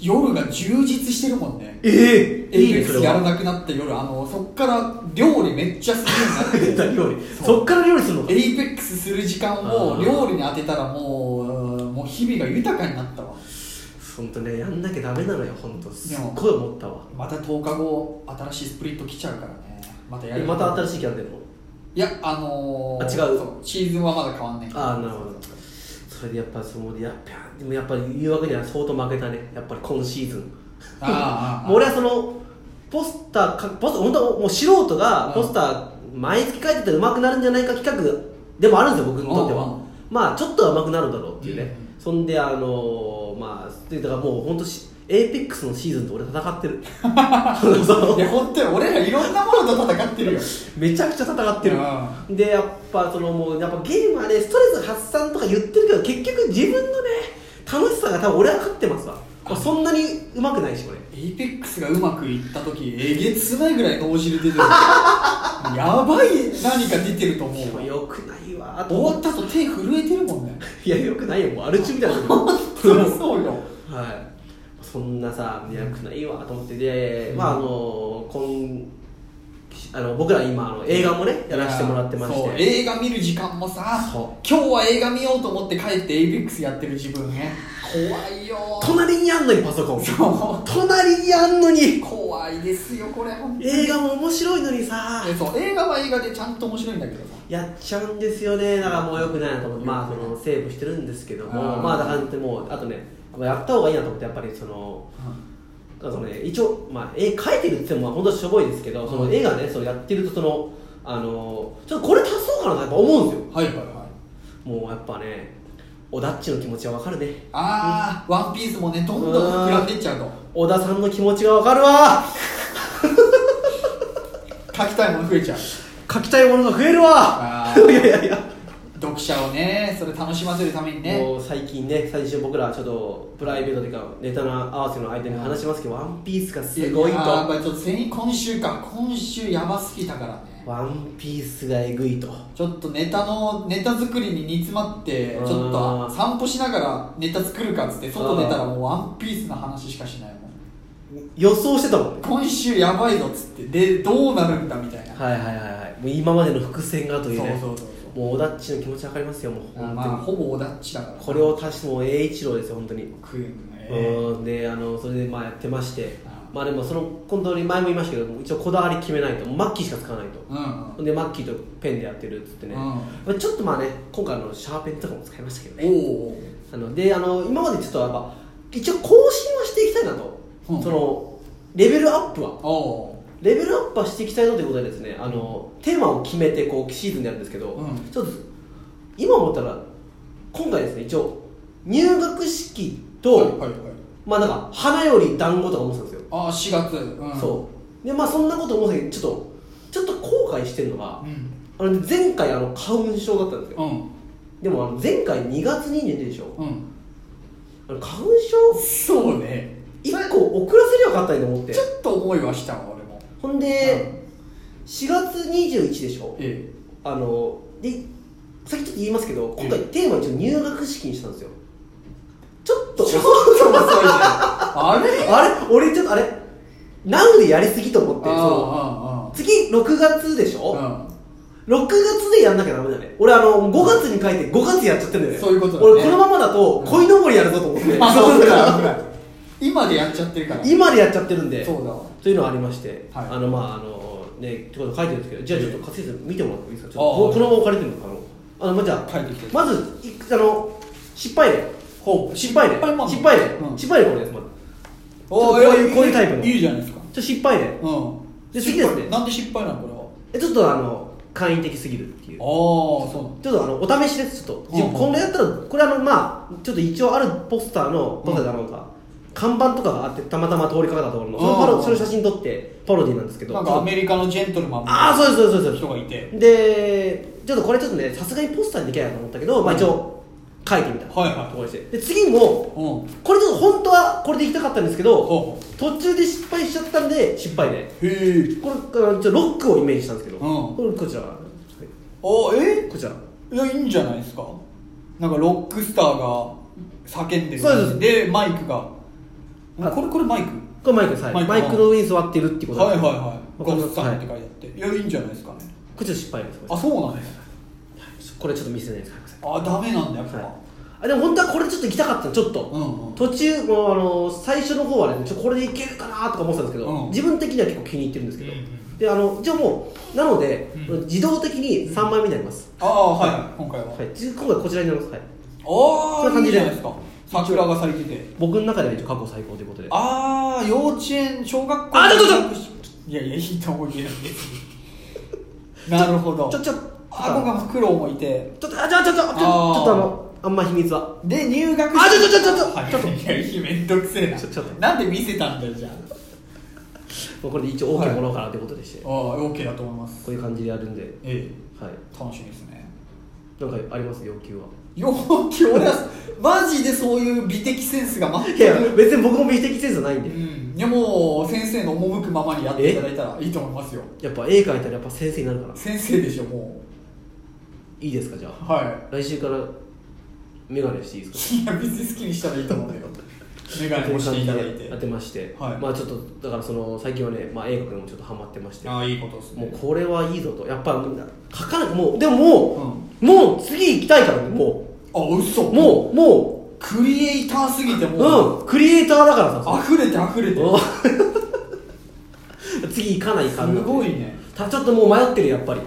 Speaker 3: 夜が充実してるもんね
Speaker 1: ええ
Speaker 3: エ
Speaker 1: いい
Speaker 3: イペ
Speaker 1: ね
Speaker 3: ッ
Speaker 1: そ
Speaker 3: クス
Speaker 1: れ
Speaker 3: やら
Speaker 1: は
Speaker 3: なくなった夜あのそっから料理めっちゃするようになって
Speaker 1: 料理
Speaker 3: そう
Speaker 1: そっから料理するのか
Speaker 3: エイペックスする時間
Speaker 1: あ
Speaker 3: を
Speaker 1: ー
Speaker 3: 料理に当てたらもううんもう日々が豊かになったわ
Speaker 1: 本当ねやんなきゃダメなのよ本当すっ
Speaker 3: でも
Speaker 1: ごい思ったわ
Speaker 3: また10日後新しいスプリット来ちゃうからねまたや
Speaker 1: え
Speaker 3: る
Speaker 1: また新しいキャンデルの
Speaker 3: いやあのー、
Speaker 1: あ違う
Speaker 3: そシーズンはまだ変わんない
Speaker 1: ああなるほどそれでやっぱそのやっぱでもやっぱり言うわけには相当負けたねやっぱり今シーズン
Speaker 3: あーあー
Speaker 1: もう俺はそのポスターかポス本当はもう素人がポスター毎月書いてたら上手くなるんじゃないか企画でもあるんですよ僕にとって
Speaker 3: うんう
Speaker 1: は
Speaker 3: ん
Speaker 1: まあちょっとは上手くなるだろうっていうね、
Speaker 3: うん
Speaker 1: そんであのーまあでだからもう本当しエイペックスのシーズンと俺戦って るそうそう
Speaker 3: いや本当に俺らいろんなものと戦ってるよ
Speaker 1: めちゃくちゃ戦ってる
Speaker 3: う
Speaker 1: でやっぱそのもうやっぱゲームはねストレス発散とか言ってるけど結局自分のね楽しさが多分俺は勝ってますわそんなに上手くないし俺
Speaker 3: エイペックスがうまくいった時えげつないぐらい脳汁 出てるやばい何か出てると思うわ
Speaker 1: よくないわと
Speaker 3: 終
Speaker 1: 思っ
Speaker 3: わった後手震えてるもんね
Speaker 1: いやよくないよもうアルチみたい な
Speaker 3: そりゃそうよ
Speaker 1: はいそんなさよくないわと思ってで、まああの今あの僕ら今あの映画もね やらせてもらってまし
Speaker 3: そう
Speaker 1: て
Speaker 3: 映画見る時間もさ
Speaker 1: そ
Speaker 3: 今日は映画見ようと思って帰ってエイペックスやってる自分ね怖いよ
Speaker 1: 隣にあんのにパソコン
Speaker 3: そう
Speaker 1: 隣にあんのに
Speaker 3: 怖いですよこれ本当に
Speaker 1: 映画も面白いのにさ
Speaker 3: えそう映画は映画でちゃんと面白いんだけどさ
Speaker 1: やっちゃうんですよねだからもうよくないなと思って、まあ、そのセーブしてるんですけども
Speaker 3: あー
Speaker 1: まあだからでもうあとねやった方がいいなと思ってやっぱりそのだからそのね、一応、まあ、絵描いてるって言っても、まあ、本当はしょぼいですけど、その絵がね、そのやってると、その、あのちょっとこれ足そうかなとやっぱ思うんですよ。
Speaker 3: はいはいはい
Speaker 1: もうやっぱね、おだっちの気持ちはわかるね。
Speaker 3: ああ、ワンピースもねどんどん膨らんでいっちゃうと
Speaker 1: 小田さんの気持ちがわかるわ
Speaker 3: 書きたいもの増えちゃう
Speaker 1: 描きたいものが増えるわ
Speaker 3: あー
Speaker 1: いやいやいや、
Speaker 3: 読者をねそれ楽しませるためにね
Speaker 1: もう最近ね、最初僕らちょっとプライベートというか、ネタの合わせの間に話しますけど、ワンピースがすごい
Speaker 3: ややっぱ
Speaker 1: と。
Speaker 3: りちょっと全員今週か今週やばすぎたからね
Speaker 1: ワンピースがえぐいと
Speaker 3: ちょっとネタのネタ作りに煮詰まってちょ
Speaker 1: う
Speaker 3: っ
Speaker 1: ん
Speaker 3: と散歩しながらネタ作るかっつって外出たらもうワンピースの話しかしないもん
Speaker 1: 予想してたもんね
Speaker 3: 今週やばいぞっつってでどうなるんだみたいな、
Speaker 1: はいはいはいはいもう今までの伏線がと
Speaker 3: そう
Speaker 1: いう
Speaker 3: そう
Speaker 1: ね
Speaker 3: そうそう
Speaker 1: もうオダッチの気持ちわかりますよもう
Speaker 3: あ
Speaker 1: 本
Speaker 3: ま
Speaker 1: 当
Speaker 3: あ
Speaker 1: に、
Speaker 3: ほぼオダッチだから
Speaker 1: これを足しても栄一郎ですよ本当に
Speaker 3: 食えんね、
Speaker 1: うんであのそれでまあやってまして
Speaker 3: あ
Speaker 1: まあでもその今度に前も言いましたけど一応こだわり決めないとマッキーしか使わないと
Speaker 3: うんうん
Speaker 1: ほんでマッキーとペンでやってるっつってね、
Speaker 3: うん
Speaker 1: まあちょっとまあね今回あのシャーペンとかも使いましたけどね
Speaker 3: おお
Speaker 1: あのであの今までちょっとやっぱ一応更新はしていきたいなと、
Speaker 3: うん
Speaker 1: そのレベルアップは
Speaker 3: おお
Speaker 1: レベルアップはしていきたいなということでですねあのテーマを決めてこうシーズンでやるんですけど、
Speaker 3: うん
Speaker 1: ちょっと今思ったら今回ですね一応入学式と、
Speaker 3: はいはいはい
Speaker 1: まあなんか花より団子とか思ってたんですよ、
Speaker 3: ああ4月、うん、
Speaker 1: そうでまあそんなこと思ってたけどちょっとちょっと後悔してるのが
Speaker 3: う、ん
Speaker 1: あのね前回あの花粉症だったんですよ、
Speaker 3: うん
Speaker 1: でもあの前回2月に出てるでしょ
Speaker 3: うん
Speaker 1: あの花粉症
Speaker 3: そうね
Speaker 1: 1個遅らせりゃよかったりと思って
Speaker 3: ちょっと思いはしたわ俺も
Speaker 1: ほんで、4月21でしょ
Speaker 3: え
Speaker 1: あので先ちょっと言いますけど今回
Speaker 3: う
Speaker 1: テーマ一応入学式にしたんですよちょっ
Speaker 3: え
Speaker 1: と
Speaker 3: ちょっと遅いねあれ
Speaker 1: あれ俺ちょっとあれ NOW でやりすぎと思ってその
Speaker 3: あ
Speaker 1: 次6月でしょ、
Speaker 3: あああ
Speaker 1: 6月でやんなきゃダメだね俺あの5月に書いて5月やっちゃってんだよね
Speaker 3: そういうことだね
Speaker 1: 俺このままだと
Speaker 3: うん
Speaker 1: 鯉のぼりやるぞと思って、
Speaker 3: あ
Speaker 1: そうだから
Speaker 3: 今でやっちゃってるから
Speaker 1: 今でやっちゃってるんで
Speaker 3: そうだわ
Speaker 1: というのはありまして、
Speaker 3: はい
Speaker 1: あのまああのねってこと書いてるんですけどじゃあちょっと勝地さん見てもらっていいですかち
Speaker 3: ああ
Speaker 1: ょっとここのまま借りてるのかあのあのまあじゃあ
Speaker 3: 書いてきてる
Speaker 1: まずいあの失敗例
Speaker 3: ほ
Speaker 1: 失敗例
Speaker 3: 失敗もあんの
Speaker 1: 失敗例、
Speaker 3: うん
Speaker 1: 失敗例これですまず
Speaker 3: お
Speaker 1: ちょっとこういうこういうタイプの
Speaker 3: いいじゃないですか
Speaker 1: ちょ失敗例
Speaker 3: うん
Speaker 1: で次ですね
Speaker 3: 失敗なんで失敗なのこれは
Speaker 1: えちょっとあの簡易的すぎるっていう
Speaker 3: ああそうな
Speaker 1: ちょっとあのお試しですちょっと、
Speaker 3: うん
Speaker 1: これやったらこれあのまあちょっと一応あるポスターのポスターだろうか、看板とかがあってたまたま通りかかったところのそのパ
Speaker 3: あ
Speaker 1: ロ
Speaker 3: ー
Speaker 1: その写真撮ってパロディなんですけど
Speaker 3: のなんかアメリカのジェントルマンみたいな
Speaker 1: ああそうですそうです
Speaker 3: 人
Speaker 1: そう
Speaker 3: がいて
Speaker 1: ですでちょっとこれちょっとねさすがにポスターにできないなと思ったけど、まあ一応書いてみた
Speaker 3: はいはい
Speaker 1: ところにしてで次も
Speaker 3: うん
Speaker 1: これちょっと本当はこれでいきたかったんですけど
Speaker 3: ほ
Speaker 1: 途中で失敗しちゃったんで失敗で
Speaker 3: うへえ
Speaker 1: これあのちょっとロックをイメージしたんですけど、
Speaker 3: うん
Speaker 1: これこちらは
Speaker 3: あえ
Speaker 1: いこちら
Speaker 3: いやいいんじゃないですかなんかロックスターが叫んでる
Speaker 1: そうです
Speaker 3: でマイクが
Speaker 1: あ
Speaker 3: これこれマイク
Speaker 1: これマイクです、はい
Speaker 3: マ
Speaker 1: マ
Speaker 3: イ
Speaker 1: イ
Speaker 3: ク
Speaker 1: クの上に座ってるってこと
Speaker 3: は
Speaker 1: で
Speaker 3: い
Speaker 1: す
Speaker 3: はいはい
Speaker 1: わか
Speaker 3: ゴ
Speaker 1: りま
Speaker 3: ッ
Speaker 1: す
Speaker 3: サ
Speaker 1: は
Speaker 3: ン
Speaker 1: い
Speaker 3: って書いてあっていやいいんじゃないですかね
Speaker 1: これちょっと失敗ですこ
Speaker 3: あ
Speaker 1: れ
Speaker 3: そうなんです
Speaker 1: これちょっと見せないですか
Speaker 3: あダメなんだやっぱ、
Speaker 1: はいあでも本当はこれちょっと行きたかったのちょっと、
Speaker 3: うんうん
Speaker 1: 途中もうあの最初の方はねちょこれでいけるかなとか思ってたんですけど、
Speaker 3: うん
Speaker 1: 自分的には結構気に入ってるんですけど、
Speaker 3: うんう
Speaker 1: であのじゃあもうなので、
Speaker 3: うん
Speaker 1: 自動的に3枚目になります、
Speaker 3: ああはい今回は、
Speaker 1: はい、次今回こちらになります、はい、
Speaker 3: あ
Speaker 1: そういう
Speaker 3: あい
Speaker 1: 感
Speaker 3: い
Speaker 1: じ
Speaker 3: じ
Speaker 1: で
Speaker 3: ゃないですか桜が咲いてて
Speaker 1: 僕の中では一応過去最高ということであ
Speaker 3: ああ幼稚園小学校
Speaker 1: あちょっと
Speaker 3: いやいやいいと思うけどなるほど
Speaker 1: ちょちょ
Speaker 3: あこがフクロウもいて
Speaker 1: ちょっとあちょちょちょちょちょっ
Speaker 3: あー
Speaker 1: とあのあんま秘密は
Speaker 3: で入学
Speaker 1: あちょちょちょちょちょ
Speaker 3: はいいやめんどくせえな
Speaker 1: ちょちょっと
Speaker 3: なんで見せたんだよじゃあ
Speaker 1: もうこれで一応
Speaker 3: はい
Speaker 1: OK もらおうかなということでして、
Speaker 3: ああ OK だと思います
Speaker 1: こういう感じでやるんで、
Speaker 3: え
Speaker 1: はい、
Speaker 3: え楽しみですね
Speaker 1: なんかあります要求は
Speaker 3: よき俺はマジでそういう美的センスが全
Speaker 1: いや
Speaker 3: く
Speaker 1: 別に僕も美的センスないん
Speaker 3: う
Speaker 1: で
Speaker 3: んいやもう先生の赴くままにやっていただいたらいいと思いますよ
Speaker 1: やっぱ絵描いたらやっぱ先生になるから
Speaker 3: 先生でしょも
Speaker 1: いいですかじゃ
Speaker 3: う
Speaker 1: あ
Speaker 3: はい
Speaker 1: 来週から眼鏡していいですか
Speaker 3: いや別に好きにしたらいいと思うよメガネもしていただいて
Speaker 1: 当てまして、
Speaker 3: はい
Speaker 1: まあちょっとだからその最近はね、まあ、絵描くのもちょっとハマってまして
Speaker 3: ああいいことです
Speaker 1: も
Speaker 3: ね
Speaker 1: うこれはいいぞとやっぱみんな描かないもうでももう、もう次行きたいからねも
Speaker 3: あ嘘
Speaker 1: うもうも
Speaker 3: クリエイターすぎて
Speaker 1: う
Speaker 3: もう、
Speaker 1: うんクリエイターだからさ
Speaker 3: 溢れて溢れて
Speaker 1: お次行かないかんな
Speaker 3: すごいね
Speaker 1: たちょっともう迷ってるやっぱり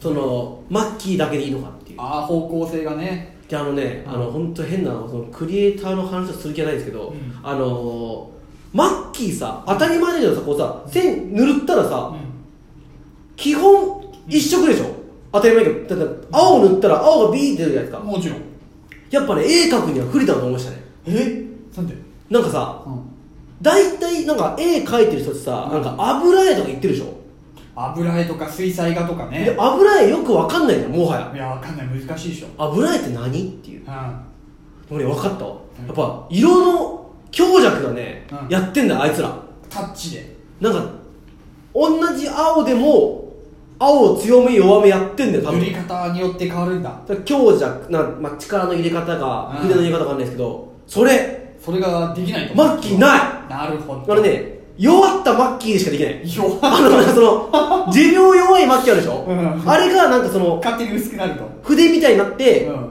Speaker 1: その、マッキーだけでいいのかっていう
Speaker 3: ああ方向性がね
Speaker 1: であのね、
Speaker 3: うん
Speaker 1: あの本当変なそのクリエイターの話をする気はないですけど、
Speaker 3: うん
Speaker 1: あのーマッキーさ当たり前だけどさこうさ線塗るったらさ、
Speaker 3: うん
Speaker 1: 基本一色でしょ当たり前だけどだって青を塗ったら青がビーって出るじゃないですか
Speaker 3: もちろん
Speaker 1: やっぱね絵描くには不利だと思いましたね
Speaker 3: えなんで
Speaker 1: なんかさ
Speaker 3: うん
Speaker 1: 大体なんか絵描いてる人ってさ、
Speaker 3: うん
Speaker 1: なんか油絵とか言ってるでしょ、
Speaker 3: 油絵とか水彩画とかね
Speaker 1: で油絵よくわかんないじゃんもはや
Speaker 3: いやわかんない難しいでしょ
Speaker 1: 油絵って何っていう
Speaker 3: うん
Speaker 1: 俺分かったわ
Speaker 3: うん
Speaker 1: やっぱ色の強弱がね、
Speaker 3: うん
Speaker 1: やってんだよあいつら
Speaker 3: タッチで
Speaker 1: なんか同じ青でも青強め弱めやってんだよ多
Speaker 3: 塗
Speaker 1: 分
Speaker 3: り方によって変わるんだ
Speaker 1: だから強弱な、まあ、力の入れ方が
Speaker 3: うん
Speaker 1: 筆の入れ方があるんですけどそれ
Speaker 3: それができないと
Speaker 1: マッキーない
Speaker 3: なるほど
Speaker 1: あれね弱ったマッキーにしかできない
Speaker 3: 弱
Speaker 1: あのそ の持病弱いマッキーあるでしょ、
Speaker 3: うん
Speaker 1: あれがなんかその
Speaker 3: 勝手に薄くなると
Speaker 1: 筆みたいになって、
Speaker 3: うん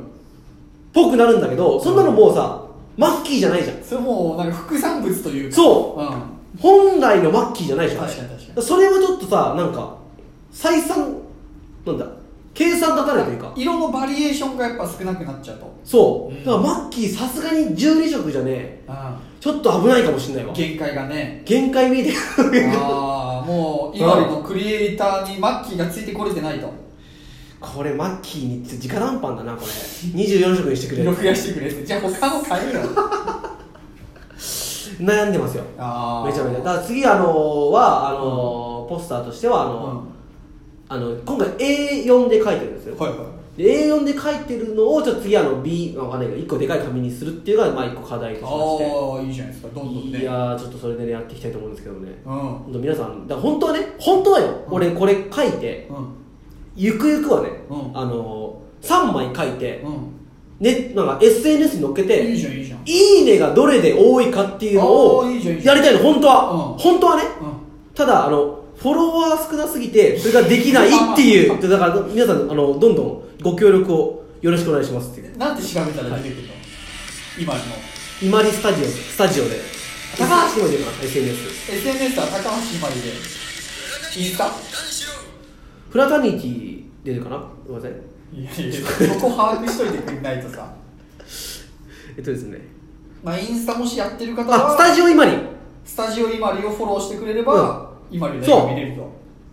Speaker 1: ぽくなるんだけどそんなのもうさマッキーじゃないじゃん
Speaker 3: それもうなんか副産物というか、
Speaker 1: そう
Speaker 3: うん、
Speaker 1: 本来のマッキーじゃないじゃん
Speaker 3: 確かに確か
Speaker 1: それはちょっとさなんか採算なんだ計算立たないというか
Speaker 3: に色のバリエーションがやっぱ少なくなっちゃうと、
Speaker 1: そう、だからマッキーさすがに12色じゃねえ
Speaker 3: う
Speaker 1: ちょっと危ないかもしんないわ
Speaker 3: ん、限界がね
Speaker 1: 限界見えて る
Speaker 3: ああもう今のクリエイターにマッキーがついてこれてないと
Speaker 1: これマッキーにって直談判だなこれ24色にしてくれ
Speaker 3: 色増やしてくれってじゃあ他の 買えるよ
Speaker 1: 悩んでますよ
Speaker 3: あー
Speaker 1: めちゃめちゃだから次あのーはあのーポスターとしてはあ
Speaker 3: うん
Speaker 1: のー、あの今回 A4 で書いてるんですよ、
Speaker 3: はいは
Speaker 1: で A4 で書いてるのをちょっと次あの B わかんないけど1個でかい紙にするっていうのがまあ1個課題としまして
Speaker 3: いああいいじゃないですかどんどんね
Speaker 1: いやーちょっとそれでねやっていきたいと思うんですけどね
Speaker 3: うん
Speaker 1: 本当皆さんだから本当はね本当はよ、
Speaker 3: うん
Speaker 1: 俺これ書いて
Speaker 3: うん
Speaker 1: ゆくゆくはね、
Speaker 3: うん
Speaker 1: あのー、3枚書いて、
Speaker 3: う
Speaker 1: ね、なんか SNS に載っけ
Speaker 3: んいい
Speaker 1: て
Speaker 3: じゃんいいじゃん
Speaker 1: 「いいね」がどれで多いかっていうの
Speaker 3: あ
Speaker 1: を
Speaker 3: ーいいじゃんいいじゃ
Speaker 1: や
Speaker 3: ん
Speaker 1: りたいの本当は、
Speaker 3: うん
Speaker 1: 本当はね
Speaker 3: う
Speaker 1: ただあのフォロワー少なすぎてそれができないっていう でだから皆さんあのどんどんご協力をよろしくお願いしますっていうん
Speaker 3: なんて調べたら出てくるの、今の
Speaker 1: 今里スタジオスタジオで高橋も出ます SNS
Speaker 3: SNS は高橋まりでインスタ
Speaker 1: フラタニティ出るかなごめんなさい
Speaker 3: いやいやそこ把握しといてくれないとさ
Speaker 1: えっとですね
Speaker 3: まあインスタもしやってる方
Speaker 1: あ
Speaker 3: は
Speaker 1: スタジオ今里
Speaker 3: スタジオ今りをフォローしてくれれば、今り
Speaker 1: そう
Speaker 3: の見れると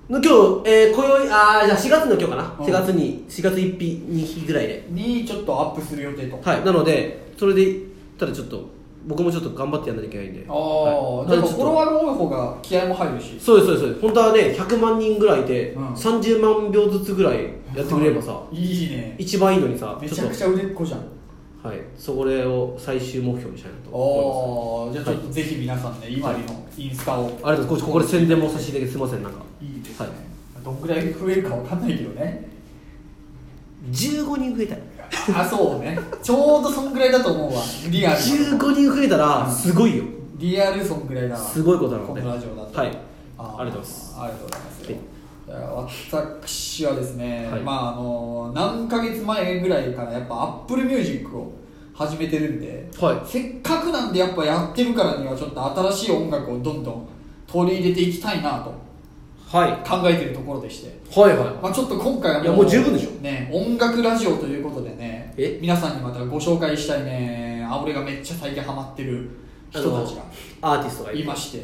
Speaker 1: の今日、えー、今宵あーじゃあ4月の今日かな、
Speaker 3: うん
Speaker 1: 4月に4月1日2日ぐらいで
Speaker 3: にちょっとアップする予定と
Speaker 1: はい、なので、それで、ただちょっと、僕もちょっと頑張ってやんなきゃいけないんで。
Speaker 3: あ
Speaker 1: は
Speaker 3: あ、
Speaker 1: い
Speaker 3: で
Speaker 1: ただ
Speaker 3: も
Speaker 1: ちょっ
Speaker 3: フ
Speaker 1: と
Speaker 3: ォロワーの多い方が気合も入るし
Speaker 1: そうです、そうですそうです。本当はね、100万人ぐらいで、
Speaker 3: うん
Speaker 1: 30万秒ずつぐらいやってくれればさ、
Speaker 3: いいね
Speaker 1: 一番いいのにさ、
Speaker 3: め
Speaker 1: ち
Speaker 3: ち
Speaker 1: ょ
Speaker 3: ゃ
Speaker 1: っ
Speaker 3: くちゃ売れっ子じゃん
Speaker 1: と、はい、そこれを最終目標にしたいなと思い
Speaker 3: おーじゃあちょっとぜひ皆さんね今里のインスタを
Speaker 1: ます。ありがとうございます。ここで宣伝もさせていただいてすみません、なんか。
Speaker 3: いいです
Speaker 1: は
Speaker 3: ね
Speaker 1: い、
Speaker 3: どんくらい増えるかわかんないけどね
Speaker 1: 15人増えたい。
Speaker 3: あそうねちょうどそんくらいだと思うわリアル
Speaker 1: 15人増えたら、すごいよ。
Speaker 3: リアルそんくらいだわ
Speaker 1: すごいことなので
Speaker 3: このラジオだと
Speaker 1: はい
Speaker 3: あー
Speaker 1: ありがとうございます
Speaker 3: ありがとうございます
Speaker 1: はい
Speaker 3: いや私はですね、
Speaker 1: はい
Speaker 3: まああの何ヶ月前ぐらいからやっぱアップルミュージックを始めてるんで、
Speaker 1: は
Speaker 3: せっかくなんでやっぱやってるからにはちょっと新しい音楽をどんどん取り入れていきたいなと
Speaker 1: はい。
Speaker 3: 考えてるところでして
Speaker 1: はいは
Speaker 3: まあ、ちょっと今回はい
Speaker 1: やもう十分でしょ
Speaker 3: ね、音楽ラジオということでね
Speaker 1: え
Speaker 3: 皆さんにまたご紹介したいねあ俺がめっちゃ最近ハマってる
Speaker 1: い。
Speaker 3: 人たち
Speaker 1: あの、アーティストが
Speaker 3: が
Speaker 1: いる
Speaker 3: いまして
Speaker 1: い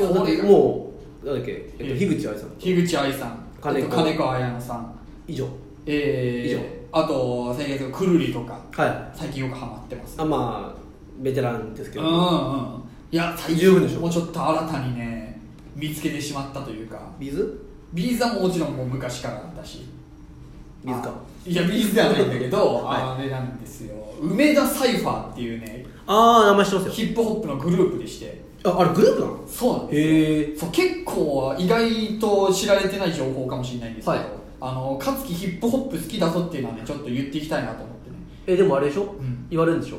Speaker 1: やだ
Speaker 3: こ
Speaker 1: っ
Speaker 3: れ
Speaker 1: て
Speaker 3: が
Speaker 1: もう、なんだっけ、えっと、
Speaker 3: え
Speaker 1: 樋口愛さん。
Speaker 3: 樋口愛さん
Speaker 1: 金子
Speaker 3: あと金川綾乃さん
Speaker 1: 以上。
Speaker 3: え
Speaker 1: 以上
Speaker 3: ー、あと最近くるりとか
Speaker 1: はい。
Speaker 3: 最近よくハマってます
Speaker 1: あまあベテランですけ
Speaker 3: う
Speaker 1: ど、
Speaker 3: んうんいや最
Speaker 1: 十分でし
Speaker 3: 近
Speaker 1: ょ
Speaker 3: もうちょっと新たにね見つけてしまったというか
Speaker 1: ビーズ
Speaker 3: ビーズはもちろんもう昔からだし
Speaker 1: ビーズか
Speaker 3: あいやビーズではないんだけど、
Speaker 1: はい
Speaker 3: あれなんですよ梅田サイファーっていうね
Speaker 1: ああ名前知ってます
Speaker 3: ヒ
Speaker 1: よ
Speaker 3: ップホップのグループでして
Speaker 1: ああれグループなの
Speaker 3: そうなんですよ
Speaker 1: へえ
Speaker 3: そう結構意外と知られてない情報かもしれないんですけど、
Speaker 1: はい
Speaker 3: あの勝樹ヒップホップ好きだぞっていうのはねちょっと言っていきたいなと思ってね
Speaker 1: えでもあれでしょ、
Speaker 3: ん
Speaker 1: 言われるんでしょ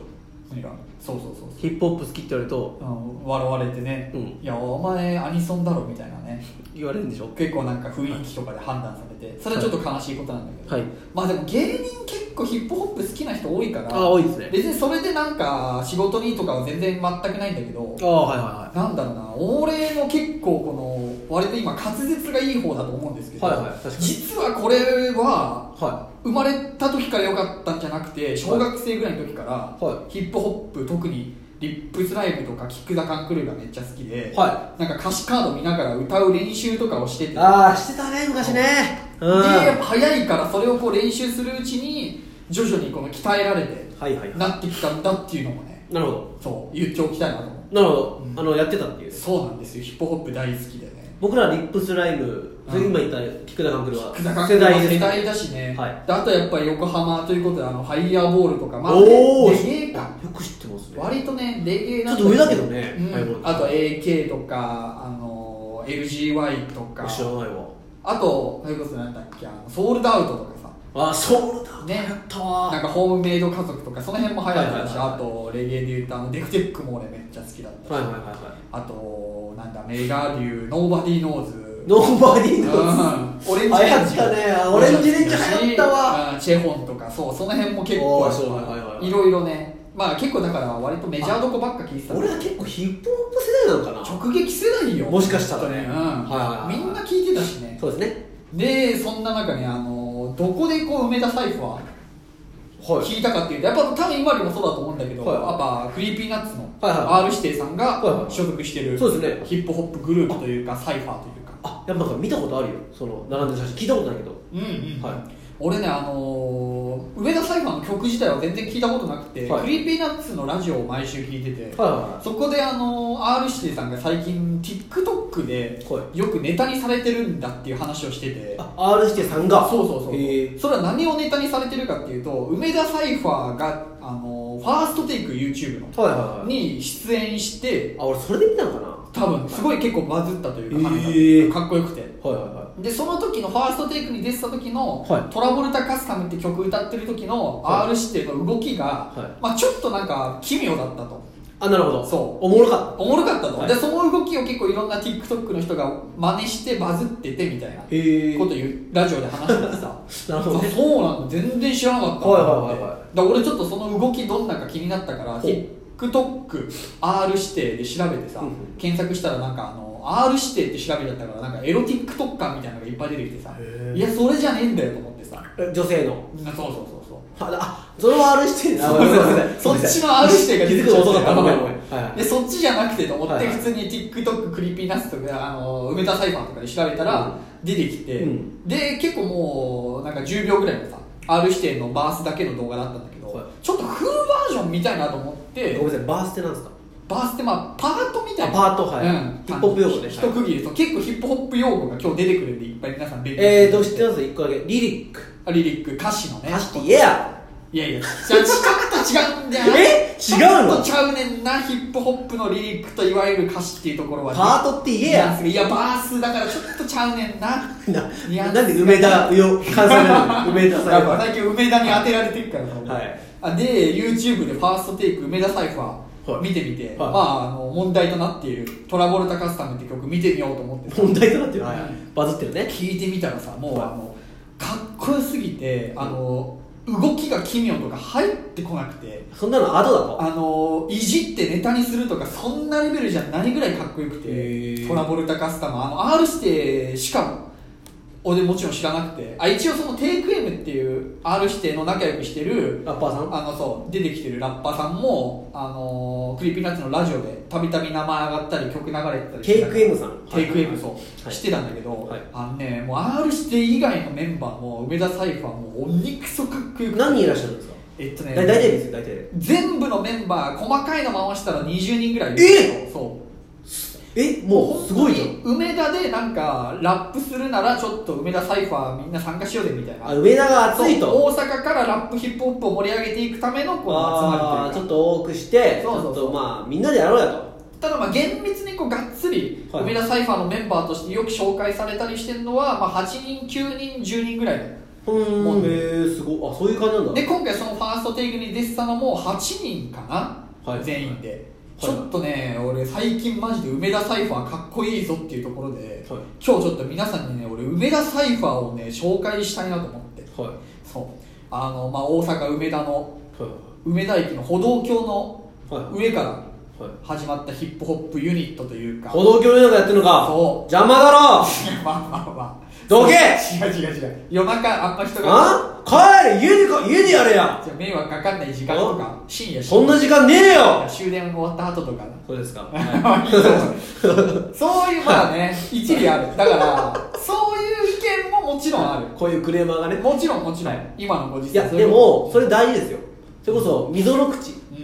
Speaker 3: 何がそうそうそうそう
Speaker 1: ヒップホップ好きって言われると
Speaker 3: あの笑われてね、
Speaker 1: うん
Speaker 3: いやお前アニソンだろみたいなね
Speaker 1: 言われるんでしょ
Speaker 3: 結構なんか雰囲気とかで判断されてそれはちょっと悲しいことなんだけど、
Speaker 1: はい
Speaker 3: まあでも芸人結構ヒップホップ好きな人多いから
Speaker 1: あ多いですね
Speaker 3: 別にそれでなんか仕事にとかは全然全くないんだけど
Speaker 1: ああはいは
Speaker 3: なんだろうな俺も結構この割と今滑舌がいい方だと思うんですけど、
Speaker 1: はいはい確かに
Speaker 3: 実はこれは
Speaker 1: はいは
Speaker 3: 生まれた時から良かったんじゃなくて小学生ぐらいの時から、
Speaker 1: は
Speaker 3: ヒップホップ特にリップスライブとかキック・ザ・カンクルーがめっちゃ好きで、
Speaker 1: は
Speaker 3: なんか歌詞カード見ながら歌う練習とかをしてて
Speaker 1: いああしてたね昔ねうん
Speaker 3: でや
Speaker 1: は
Speaker 3: っぱ早いからそれをこう練習するうちに徐々にこの鍛えられて
Speaker 1: いはい
Speaker 3: なってきたんだっていうのもね
Speaker 1: なるほど
Speaker 3: そう言っておきたいなと思う
Speaker 1: なるほど、
Speaker 3: うん
Speaker 1: あのやってたっていう
Speaker 3: そうなんですよヒップホップ大好きでね
Speaker 1: 僕らリップスライム、それ今言った菊田監督は
Speaker 3: キックザカンク
Speaker 1: 世
Speaker 3: ルー
Speaker 1: 代
Speaker 3: は
Speaker 1: です
Speaker 3: 世代だしね、
Speaker 1: はい
Speaker 3: であとやっぱり横浜ということであのハイヤーボールとかまあね
Speaker 1: おお
Speaker 3: レゲエか
Speaker 1: よく知ってますね
Speaker 3: 割とねレゲエな
Speaker 1: ちょっと上だけどね
Speaker 3: うん
Speaker 1: ハイボール
Speaker 3: あと AK とかあの LGY とか
Speaker 1: 知らないわ
Speaker 3: あとそれこそなんだっけあのソールドアウトとかさ
Speaker 1: あそうだ
Speaker 3: ね
Speaker 1: やったわ
Speaker 3: なんかホームメイド家族とかその辺も流行ってた
Speaker 1: は
Speaker 3: し、
Speaker 1: いはいはい
Speaker 3: あとレゲエで言うとあのデフテックも俺めっちゃ好きだったし、
Speaker 1: はいはいはいは
Speaker 3: あとなんだメガリューノーバディーノーズ
Speaker 1: いノーバディーノーズ
Speaker 3: うんオレンジレンジ
Speaker 1: 流行ったねあオレンジレンジ流行ったわ
Speaker 3: うんチェホンとかそうその辺も結
Speaker 1: お
Speaker 3: 構
Speaker 1: ーそうはいはいはい
Speaker 3: いろいろねまあ結構だから割とメジャーどこばっか聞いてた
Speaker 1: 俺は結構ヒップホップ世代なのかな
Speaker 3: 直撃世代よ
Speaker 1: もしかしたら
Speaker 3: ね、
Speaker 1: ね
Speaker 3: うん
Speaker 1: はいはいはい
Speaker 3: みんな聞いてたしね
Speaker 1: そうですね
Speaker 3: でそんな中ねあのどこでこう梅田サイファー
Speaker 1: は
Speaker 3: 聞いたかっていうとやっぱ多分今よりもそうだと思うんだけど、
Speaker 1: はい
Speaker 3: やっぱクリーピーナッツの
Speaker 1: はいは
Speaker 3: R 指定さん
Speaker 1: はい
Speaker 3: が
Speaker 1: はい
Speaker 3: 所属してる
Speaker 1: そうですね
Speaker 3: ヒップホップグループというかサイファーというか
Speaker 1: あいやなんか見たことあるよその並んでる写真聞いたことないけど
Speaker 3: うんうん、
Speaker 1: はい
Speaker 3: 俺ねあのー上田サイファーの曲自体は全然聞いたことなくて、
Speaker 1: はい
Speaker 3: クリーピーナッツのラジオを毎週聞いてて、
Speaker 1: はいは
Speaker 3: そこであのー R 指定さんが最近 TikTok で
Speaker 1: は
Speaker 3: よくネタにされてるんだっていう話をしてて
Speaker 1: あ R してさんが
Speaker 3: そうそうそう、
Speaker 1: へえ
Speaker 3: それは何をネタにされてるかっていうと梅田サイファーが、あのーファーストテイク YouTube の
Speaker 1: はいはいはい
Speaker 3: に出演して
Speaker 1: あ俺それで見たのかな
Speaker 3: 多分すごい結構バズったというか、
Speaker 1: へえ
Speaker 3: 彼女がかっこよくて
Speaker 1: はいはいはい
Speaker 3: でその時のファーストテイクに出てた時の、
Speaker 1: はい
Speaker 3: トラボルタカスタムって曲歌ってる時の
Speaker 1: は
Speaker 3: R 指定の動きが、
Speaker 1: い
Speaker 3: まあ、ちょっとなんか奇妙だったと
Speaker 1: あなるほど
Speaker 3: そう
Speaker 1: おもろかっ
Speaker 3: おもろかったと、
Speaker 1: はい
Speaker 3: でその動きを結構いろんな TikTok の人が真似してバズっててみたいな
Speaker 1: たへえ
Speaker 3: こと言うラジオで話してて さ
Speaker 1: なるほどね
Speaker 3: あそうなんだ全然知らなかった
Speaker 1: はいはいはいはい
Speaker 3: だから俺ちょっとその動きどんなか気になったから
Speaker 1: ほう
Speaker 3: TikTokR 指定で調べてさ、
Speaker 1: うんうん
Speaker 3: 検索したらなんかあの R 指定って調べちゃったからなんかエロ TikToker みたいなのがいっぱい出てきてさ
Speaker 1: へえ
Speaker 3: いやそれじゃねえんだよと思ってさ
Speaker 1: え女性の
Speaker 3: そうそうそうそう
Speaker 1: ああそれは R して
Speaker 3: そうそうそっちの R 指定が
Speaker 1: 気
Speaker 3: 出
Speaker 1: づく
Speaker 3: てき
Speaker 1: の
Speaker 3: ちゃ
Speaker 1: 遅かったごめんごめんはい
Speaker 3: た
Speaker 1: は
Speaker 3: でそっちじゃなくてと思っ
Speaker 1: は
Speaker 3: て
Speaker 1: いはい
Speaker 3: 普通に TikTok クリーピーナッツとかあの梅田サイファーとかで調べたら出てきて、
Speaker 1: うん
Speaker 3: で結構もうなんか10秒ぐらいのさ R 指定のバースだけの動画だったんだけど、
Speaker 1: はい
Speaker 3: ちょっとフルバージョン見たいなと思って
Speaker 1: いごめんなさいバースってなんですか
Speaker 3: バースってまあパートみたいな
Speaker 1: あパートはい
Speaker 3: うん、
Speaker 1: ヒップホップ用語ね
Speaker 3: 一区切りと結構ヒップホップ用語が今日出てくるんでいっぱい皆さん勉強して
Speaker 1: えーと知ってます一個だけリリック
Speaker 3: リリック歌詞のね
Speaker 1: 歌詞って言えや
Speaker 3: いやいや、じゃあ近くと違うんじゃな い
Speaker 1: え違うの
Speaker 3: ちょっとちゃうねんな、ヒップホップのリリックといわゆる歌詞っていうところは、
Speaker 1: パートって言えや
Speaker 3: いや、バースだからちょっとちゃうねんな。ニュア
Speaker 1: な
Speaker 3: ンス
Speaker 1: なんで梅田よ関西なの梅田さ
Speaker 3: やっ
Speaker 1: ん
Speaker 3: ぱ
Speaker 1: は
Speaker 3: 最近梅田に当てられてるからさ、
Speaker 1: はい
Speaker 3: あで YouTube でファーストテイク梅田サイファ
Speaker 1: は
Speaker 3: ー
Speaker 1: い
Speaker 3: 見てみて、
Speaker 1: い
Speaker 3: まああの問題となっている「トラボルタカスタム」って曲見てみようと思ってさ
Speaker 1: 問題となってる
Speaker 3: はいはい
Speaker 1: バズってるね
Speaker 3: 聞いてみたらさもう
Speaker 1: はい
Speaker 3: あのかっこよすぎてあの動きが奇妙とか入ってこなくて
Speaker 1: そんなの後だと
Speaker 3: あのいじってネタにするとかそんなレベルじゃないぐらいかっこよくて
Speaker 1: へー
Speaker 3: トラボルタカスタムあの R してしかも俺もちろん知らなくてあ一応そのテイク M っていう R しての仲良くしてる
Speaker 1: ラッパーさん
Speaker 3: あのそう出てきてるラッパーさんもあのクリーピーナッツのラジオでたびたび名前上がったり曲流れてたりして
Speaker 1: テイ
Speaker 3: た
Speaker 1: ク M さん
Speaker 3: テイク M
Speaker 1: はい
Speaker 3: そう、
Speaker 1: はい
Speaker 3: してたんだけど、
Speaker 1: はい
Speaker 3: あのねもう R して以外のメンバーも梅田サイファーも鬼くそかっこよくて
Speaker 1: 何人いらっしゃるんですか
Speaker 3: えっとね
Speaker 1: だ大体ですよ大体で
Speaker 3: 全部のメンバー細かいの回したら20人ぐらいいる
Speaker 1: え
Speaker 3: そう
Speaker 1: えもうすごいじゃん
Speaker 3: 本当に梅田でなんかラップするならちょっと梅田サイファーみんな参加しようぜみたいな
Speaker 1: あ上田が熱い
Speaker 3: そう
Speaker 1: と
Speaker 3: 大阪からラップヒップホップを盛り上げていくためのこう
Speaker 1: あーちょ
Speaker 3: 集まり
Speaker 1: っ
Speaker 3: というか
Speaker 1: と多くしてち
Speaker 3: そう
Speaker 1: ょ
Speaker 3: そう
Speaker 1: っ
Speaker 3: そう
Speaker 1: とまあみんなでやろうやと
Speaker 3: ただまあ厳密にこうがっつり
Speaker 1: はい
Speaker 3: 梅田サイファーのメンバーとしてよく紹介されたりしてるのは、まあ、8人9人10人ぐらいだ
Speaker 1: う
Speaker 3: もうね
Speaker 1: へえすごいあそういう感じなんだ
Speaker 3: で今回そのファーストテイクに出てたのも8人かな、
Speaker 1: はい
Speaker 3: 全員で、
Speaker 1: はい
Speaker 3: ちょっとね俺最近マジで梅田サイファーかっこいいぞっていうところで、
Speaker 1: はい
Speaker 3: 今日ちょっと皆さんにね俺梅田サイファーをね紹介したいなと思って
Speaker 1: はい
Speaker 3: そうあの、まあ、大阪梅田の
Speaker 1: はい
Speaker 3: 梅田駅の歩道橋の
Speaker 1: はい
Speaker 3: 上から
Speaker 1: はい
Speaker 3: 始まったヒップホップユニットというか
Speaker 1: 歩道橋でなんかやってるのか
Speaker 3: そ
Speaker 1: 邪魔だろ
Speaker 3: まあまあまあ
Speaker 1: どけ
Speaker 3: 違う違う違う夜中あんま人が
Speaker 1: あ帰れ家にか家でやれや
Speaker 3: じゃあ迷惑かかんない時間とか深夜
Speaker 1: そんな時間ねえよ
Speaker 3: 終電終わった後とかな
Speaker 1: そうですか
Speaker 3: そういうまあね一理あるだからそういう意見ももちろんある
Speaker 1: こういうクレーマーがね
Speaker 3: もちろんもちろん今のご
Speaker 1: い
Speaker 3: 時世
Speaker 1: や
Speaker 3: そうい
Speaker 1: で
Speaker 3: うこ
Speaker 1: もそれ大事ですよそれこそ溝の口
Speaker 3: とうん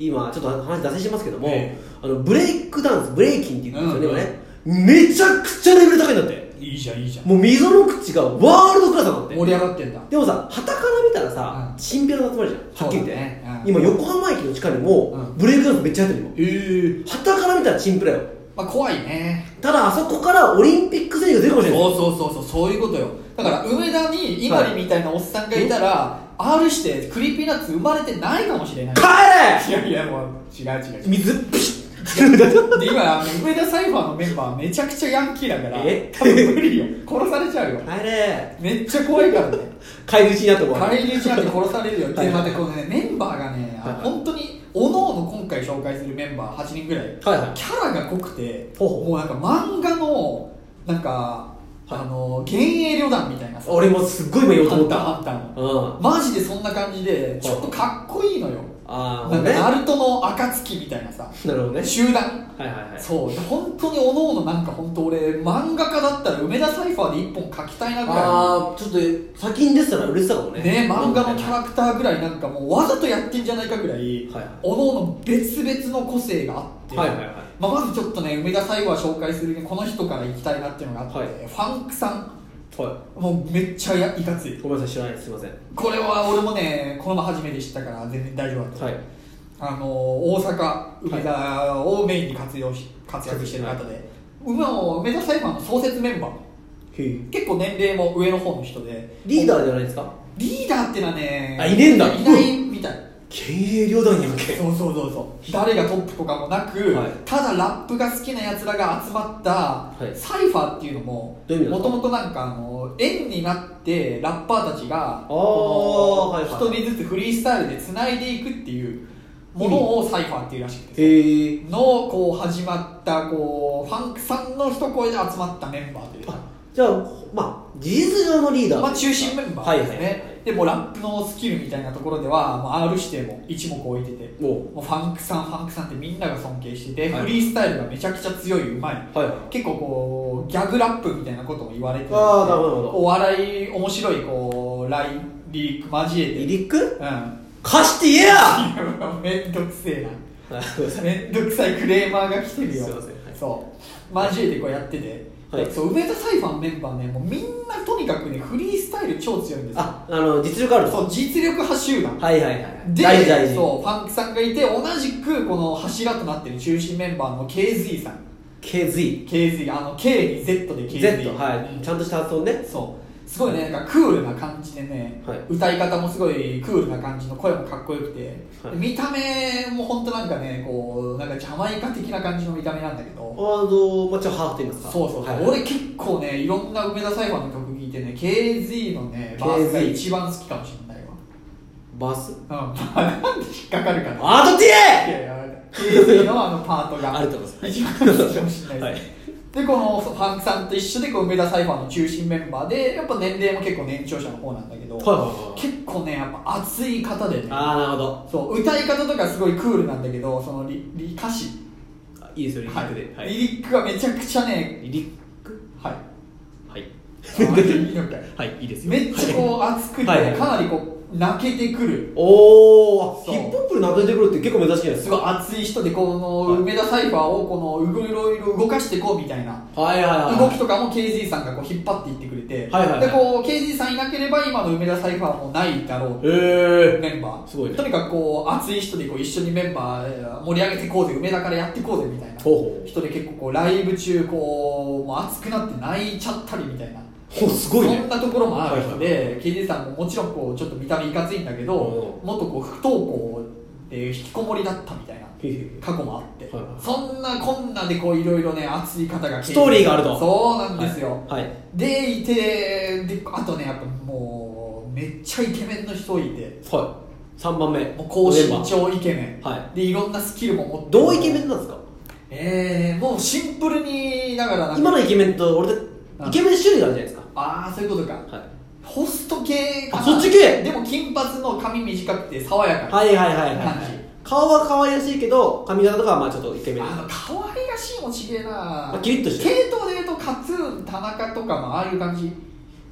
Speaker 1: 今ちょっと話脱線しますけども、
Speaker 3: ええ
Speaker 1: あのブレイクダンスブレイキンって言うんですよね、今ねめちゃくちゃレベル高いんだって
Speaker 3: いいじゃんいいじゃん
Speaker 1: もう溝の口がワールドクラスなんだって
Speaker 3: 盛り上がってんだ
Speaker 1: でもさはたから見たらさ、
Speaker 3: うん
Speaker 1: チンピラの集まりじゃんはっきり言って、
Speaker 3: そうだねうん
Speaker 1: 今横浜駅の地下にも、
Speaker 3: うん
Speaker 1: ブレイクダンスめっちゃやってるよ
Speaker 3: ええ
Speaker 1: はたから見たらチンピラよ
Speaker 3: まあ怖いね
Speaker 1: ただあそこからオリンピック選手が出るかもし
Speaker 3: そう
Speaker 1: れない
Speaker 3: そうそうそうそういうことよだから梅田に今里みたいなおっさんがいたら、R してクリーピーナッツ生まれてないかもしれない
Speaker 1: 帰
Speaker 3: いやいやもう違う違う
Speaker 1: れ水ピッ
Speaker 3: で今梅田サイファーのメンバーめちゃくちゃヤンキーだから
Speaker 1: え
Speaker 3: 多分無理よ殺されちゃうよ
Speaker 1: 帰れ
Speaker 3: めっちゃ怖いからね
Speaker 1: 返り討ちになったこ
Speaker 3: 帰り道なんて殺されるよ
Speaker 1: はい
Speaker 3: でまたこのねメンバーがねあの
Speaker 1: はい
Speaker 3: 本当におのおの今回紹介するメンバー8人ぐらい
Speaker 1: はいはい
Speaker 3: キャラが濃くて
Speaker 1: ほうほう
Speaker 3: もうなんか漫画のなんかあの幻影旅団みたいなさ
Speaker 1: 俺もすっごい今言おうと思っ
Speaker 3: ハンター
Speaker 1: た
Speaker 3: ハンターの
Speaker 1: うん
Speaker 3: マジでそんな感じでちょっとかっこいいのよ
Speaker 1: あ
Speaker 3: な
Speaker 1: あ
Speaker 3: んか
Speaker 1: ねな
Speaker 3: ナルトの暁みたいなさ
Speaker 1: るほどね
Speaker 3: 集団
Speaker 1: はいはいはい
Speaker 3: そう本当におのおのなんか本当俺漫画家だったら梅田サイファーで一本描きたいなぐらい
Speaker 1: ああちょっと先に出てたら嬉しさかもね
Speaker 3: ね漫画のキャラクターぐらいなんかもうわざとやってんじゃないかぐらい、
Speaker 1: はい
Speaker 3: おのおの別々の個性があって、
Speaker 1: はいはいはい
Speaker 3: まあ、まずちょっとね梅田最後は紹介するにこの人から行きたいなっていうのがあって、
Speaker 1: はい
Speaker 3: ファンクさん
Speaker 1: は
Speaker 3: もうめっちゃやいかつ
Speaker 1: い
Speaker 3: い
Speaker 1: ごめんなさい知らないですすいません
Speaker 3: これは俺もねこの前初めて知ったから全然大丈夫だった、
Speaker 1: はい
Speaker 3: あのー大阪梅田をメインに活用し活躍してる方で、梅も梅田サイファーの創設メンバー結構年齢も上の方の人で
Speaker 1: リーダーじゃないですか
Speaker 3: リーダーってのはね
Speaker 1: あいねえんだ
Speaker 3: いないみたい、
Speaker 1: 経営旅団やんけ
Speaker 3: そうそうそうそう誰がトップとかもなく、
Speaker 1: はい
Speaker 3: ただラップが好きなやつらが集まった、
Speaker 1: い
Speaker 3: サイファーっていうのも
Speaker 1: どういう意味な
Speaker 3: も
Speaker 1: の
Speaker 3: ともとなんかあの縁になってラッパーたちが
Speaker 1: ー
Speaker 3: この
Speaker 1: はい
Speaker 3: 一、
Speaker 1: はい
Speaker 3: 人ずつフリースタイルでつないでいくっていうものをサイファーっていうらしくて
Speaker 1: へえ
Speaker 3: のこう始まったこうファンクさんの一声で集まったメンバーというか
Speaker 1: じゃあまあ事実上のリーダー
Speaker 3: まあ、中心メンバ
Speaker 1: は
Speaker 3: ー
Speaker 1: い
Speaker 3: で
Speaker 1: は
Speaker 3: す
Speaker 1: い
Speaker 3: ね、
Speaker 1: はい
Speaker 3: でもうラップのスキルみたいなところでは、まあ、R 指定も一目置いてて
Speaker 1: おう
Speaker 3: もうファンクさんファンクさんってみんなが尊敬してて、
Speaker 1: はい
Speaker 3: フリースタイルがめちゃくちゃ強いうまい
Speaker 1: はいはい
Speaker 3: 結構こうギャグラップみたいなことも言われてて
Speaker 1: あーなるほどなるほど
Speaker 3: お笑い面白いこうラインリーク交えて
Speaker 1: リリック
Speaker 3: うん
Speaker 1: 貸して言えや
Speaker 3: めんどくせえな
Speaker 1: は
Speaker 3: めんどくさいクレーマーが来てるよ
Speaker 1: すいませんはい
Speaker 3: そう交えてこうやってて、
Speaker 1: はい
Speaker 3: そう梅田サイファーのメンバーねもうみんなとにかくねフリースタイル超強いんですよ
Speaker 1: ああの実力ある
Speaker 3: そう実力派集団
Speaker 1: はいはいはい
Speaker 3: で
Speaker 1: 大事大事
Speaker 3: そうファンクさんがいて同じくこの柱となってる中心メンバーの KZ さん
Speaker 1: KZ
Speaker 3: KZ あの K に Z で KZ
Speaker 1: Z はいちゃんとした発音ね
Speaker 3: そうすごいねなんかクールな感じでね、
Speaker 1: はい
Speaker 3: 歌い方もすごいクールな感じの声もかっこよくて、
Speaker 1: はい
Speaker 3: 見た目も本当なんかねこうなんかジャマイカ的な感じの見た目なんだけ
Speaker 1: あ
Speaker 3: ど
Speaker 1: のまあちょっとハーフと言いますか
Speaker 3: そうそう、
Speaker 1: はい
Speaker 3: 俺結構ねいろんな梅田サイファーの曲聴いてね KZ のね
Speaker 1: KZ
Speaker 3: バースが一番好きかもしれないわ
Speaker 1: バス
Speaker 3: うん、まあなんで引っかかるかな
Speaker 1: アートティ
Speaker 3: い
Speaker 1: エ
Speaker 3: やいや KZ のあのパートが
Speaker 1: ありがとうございます
Speaker 3: 一番好きかもしれないです、
Speaker 1: はい
Speaker 3: でこのファンクさんと一緒でこう梅田サイファーの中心メンバーでやっぱ年齢も結構年長者の方なんだけど、
Speaker 1: はいはいはい
Speaker 3: 結構ねやっぱ熱い方でね
Speaker 1: ああなるほど
Speaker 3: そう歌い方とかすごいクールなんだけどそのリリ歌詞
Speaker 1: あいいですよリリックで
Speaker 3: は、
Speaker 1: はいい
Speaker 3: リリックがめちゃくちゃね
Speaker 1: リリック
Speaker 3: はい
Speaker 1: はい
Speaker 3: いいのかい
Speaker 1: はいいいですよ
Speaker 3: めっちゃこう熱くて、
Speaker 1: はいはい
Speaker 3: かなりこう泣けてくる
Speaker 1: おお
Speaker 3: そう
Speaker 1: ヒップホップでなくなってくるって結構珍しいじゃないです
Speaker 3: す
Speaker 1: か
Speaker 3: ごい熱い人でこ
Speaker 1: は
Speaker 3: の
Speaker 1: い
Speaker 3: 梅田サイファーをこのいろいろ動かしていこうみたいな
Speaker 1: はいはいはい
Speaker 3: 動きとかも KZ さんがこう引っ張っていってくれて、
Speaker 1: はいはいはい
Speaker 3: でこう KZ さんいなければ今の梅田サイファーもないだろう
Speaker 1: へえ
Speaker 3: メンバー
Speaker 1: すごいね
Speaker 3: とにかくこう熱い人でこう一緒にメンバーえー盛り上げていこうぜ梅田からやっていこうぜみたいな
Speaker 1: ほうほう
Speaker 3: 人で結構こうライブ中こうもう熱くなって泣いちゃったりみたいな
Speaker 1: ほうすごい
Speaker 3: そん
Speaker 1: ね
Speaker 3: なところもある人
Speaker 1: は
Speaker 3: で KZ さんももちろんこうちょっと見た目いかついんだけど
Speaker 1: う
Speaker 3: もっとこう不登校で引きこもりだったみたいな
Speaker 1: へへへ
Speaker 3: 過去もあって、
Speaker 1: はいはい
Speaker 3: そんなこんなでこういろいろね熱い方が
Speaker 1: ストーリーがあると
Speaker 3: そうなんですよ、
Speaker 1: はいはい
Speaker 3: でいてであとねやっぱもうめっちゃイケメンの人いて
Speaker 1: はい三番目
Speaker 3: もう高
Speaker 1: メン
Speaker 3: 身
Speaker 1: バー
Speaker 3: 長イケメン、
Speaker 1: は
Speaker 3: でいろんなスキルも持って
Speaker 1: どうイケメンなんですか
Speaker 3: えー、もうシンプルにだからなんか
Speaker 1: 今のイケメンと俺でイケメン種類があるじゃないです
Speaker 3: ああそういうことか
Speaker 1: かはい
Speaker 3: ホスト系かな
Speaker 1: あそっち系
Speaker 3: でも金髪の髪短くて爽やかな、
Speaker 1: はいはいはいは
Speaker 3: 感じ
Speaker 1: い顔は可愛らしいけど髪型とかはまあちょっとイケメン
Speaker 3: あの可愛らしいもちげえな
Speaker 1: あキリッとしてる
Speaker 3: 系統で言うとカツン田中とかもああいう感じ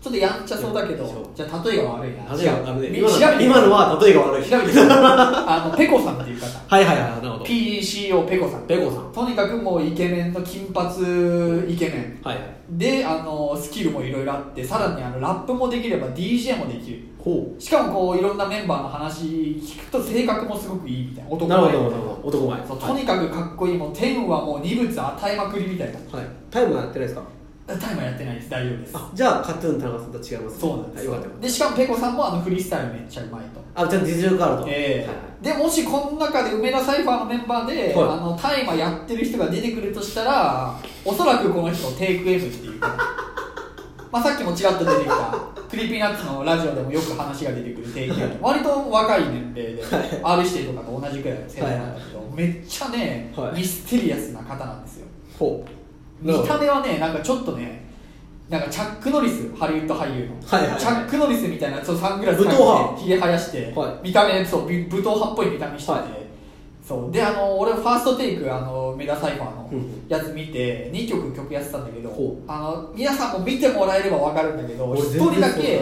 Speaker 3: ちょっとやんちゃそうだけど
Speaker 1: そう
Speaker 3: じゃあ例えが悪いな
Speaker 1: 例えばあのね
Speaker 3: み
Speaker 1: 今
Speaker 3: 調べ
Speaker 1: の
Speaker 3: て
Speaker 1: 今のは例えが悪い
Speaker 3: 調べてあのペコさんっ ていう方
Speaker 1: はいはいはいなるほど
Speaker 3: PCO ペコさん
Speaker 1: ペコさん
Speaker 3: とにかくもうイケメンの金髪イケメン
Speaker 1: はいはい
Speaker 3: であのスキルもいろいろあってさらにあのラップもできれば DJ もできる
Speaker 1: ほ
Speaker 3: しかもこういろんなメンバーの話聞くと性格もすごくいいみたいな
Speaker 1: う
Speaker 3: 男
Speaker 1: なるほ
Speaker 3: 前
Speaker 1: ど
Speaker 3: み
Speaker 1: な
Speaker 3: た
Speaker 1: る
Speaker 3: いな
Speaker 1: ほど男前
Speaker 3: そうとにかくかっこいいもう天はもう二物与えまくりみたいな
Speaker 1: はいタイムはやってないですか
Speaker 3: タイマーやってないです大丈夫です
Speaker 1: あじゃあカトゥーン田中さんと違います
Speaker 3: そうなんです
Speaker 1: よかったよかった
Speaker 3: でしかもペコさんもあのフリースタイルめっちゃうまいと
Speaker 1: あじゃあ実力があると
Speaker 3: え
Speaker 1: はい
Speaker 3: えでもしこの中で梅田サイファーのメンバーで、
Speaker 1: はい
Speaker 3: あのタイマーやってる人が出てくるとしたらおそらくこの人テイク F っていうかまあさっきもちらっと出てきたクリーピーナッツのラジオでもよく話が出てくるテイク F 割と若い年齢で R 指定とかと同じくらいの世代なんだけど、めっちゃね、
Speaker 1: はい
Speaker 3: ミステリアスな方なんですよ
Speaker 1: ほう
Speaker 3: 見た目はねなんかちょっとねなんかチャック・ノリスハリウッド俳優の、
Speaker 1: はいはいはい
Speaker 3: チャック・ノリスみたいなちょっとサングラスかけ
Speaker 1: 武闘派
Speaker 3: てひげ生やして、
Speaker 1: は
Speaker 3: 見た目そうび武闘派っぽい見た目してて、
Speaker 1: はい
Speaker 3: そうであの俺ファーストテイクあのメダサイファーの
Speaker 1: うんうん
Speaker 3: やつ見て2曲曲やってたんだけど、
Speaker 1: ほう
Speaker 3: あの皆さんも見てもらえれば分かるんだけど
Speaker 1: 俺
Speaker 3: 一
Speaker 1: 全
Speaker 3: 人
Speaker 1: 然
Speaker 3: だ
Speaker 1: そう
Speaker 3: け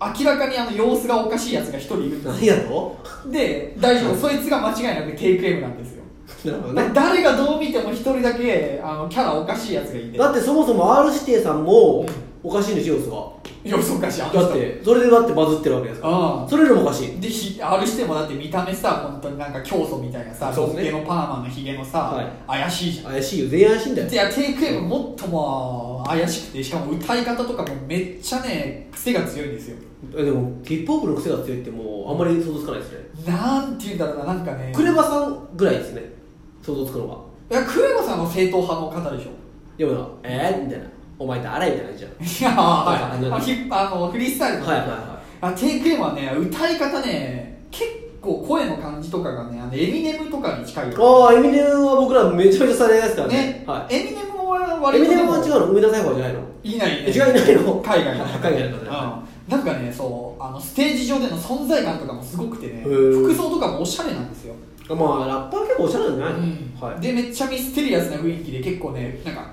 Speaker 1: はい
Speaker 3: 明らかにあの様子がおかしいやつが一人いるんです
Speaker 1: 何やと
Speaker 3: で大丈夫そいつが間違いなくテイク M なんですよ
Speaker 1: なるほどね
Speaker 3: 誰がどう見ても一人だけあのキャラおかしいやつがいて
Speaker 1: だってそもそも R 指定さんもおかしいんですよ様子
Speaker 3: よそかしいあの
Speaker 1: が
Speaker 3: 人
Speaker 1: だってそれでだってバズってるわけですから
Speaker 3: ああ
Speaker 1: それよりもおかしい
Speaker 3: でひあるしてもだって見た目さ本当になんか教祖みたいなさ
Speaker 1: そう
Speaker 3: ロ
Speaker 1: ですね
Speaker 3: ッケのパーマのひげのさ、
Speaker 1: はい
Speaker 3: 怪しいじゃん
Speaker 1: 怪しいよ全員怪しいんだよ
Speaker 3: いやテイクエムもっとも怪しくてしかも歌い方とかもめっちゃね癖が強いんですよ
Speaker 1: でもヒップホップの癖が強いってもうあんまり想像つかないですね
Speaker 3: なんて言うんだろうななんかね
Speaker 1: クレバさんぐらいですね想像つくのはい
Speaker 3: やクレバさんの正統派の方でしょ
Speaker 1: でもなえー、みたいなお前誰みたいな感じじゃん
Speaker 3: いやー
Speaker 1: あ
Speaker 3: はい
Speaker 1: の
Speaker 3: あヒップあのフリースタイルの
Speaker 1: はいはいは
Speaker 3: あテイクエムはね歌い方ね結構声の感じとかがねあのエミネムとかに近いよ
Speaker 1: ああエミネムは僕らめちゃめちゃされないですからね
Speaker 3: ね、
Speaker 1: は
Speaker 3: エミネムは割
Speaker 1: い、エ
Speaker 3: と
Speaker 1: ミ
Speaker 3: で
Speaker 1: ネ
Speaker 3: も
Speaker 1: ムは違うの梅田サイファーじゃないの
Speaker 3: いない
Speaker 1: 違
Speaker 3: ね
Speaker 1: ういないの
Speaker 3: 海外の
Speaker 1: 海外の方ね
Speaker 3: うん、なんかねそうあのステージ上での存在感とかもすごくてね
Speaker 1: へー
Speaker 3: 服装とかもおしゃれなんですよ、
Speaker 1: あまあラッパー結構おしゃれなんじゃないの、はい
Speaker 3: でめっちゃミステリアスな雰囲気で結構ねなんか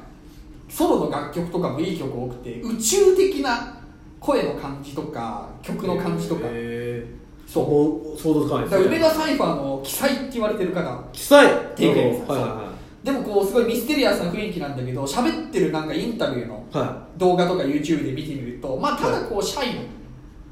Speaker 3: ソロの楽曲とかもいい曲多くて宇宙的な声の感じとか曲の感じとか、
Speaker 1: へー
Speaker 3: そう
Speaker 1: もう想像つかない
Speaker 3: だ
Speaker 1: で
Speaker 3: か
Speaker 1: す
Speaker 3: ら
Speaker 1: ね
Speaker 3: 梅田サイファーの奇才って言われてる方
Speaker 1: 記載
Speaker 3: テイクエム
Speaker 1: はいは
Speaker 3: でもこうすごいミステリアスな雰囲気なんだけど喋ってるなんかインタビューの
Speaker 1: いはいは
Speaker 3: 動画とか YouTube で見てみるとまあただこうシャイの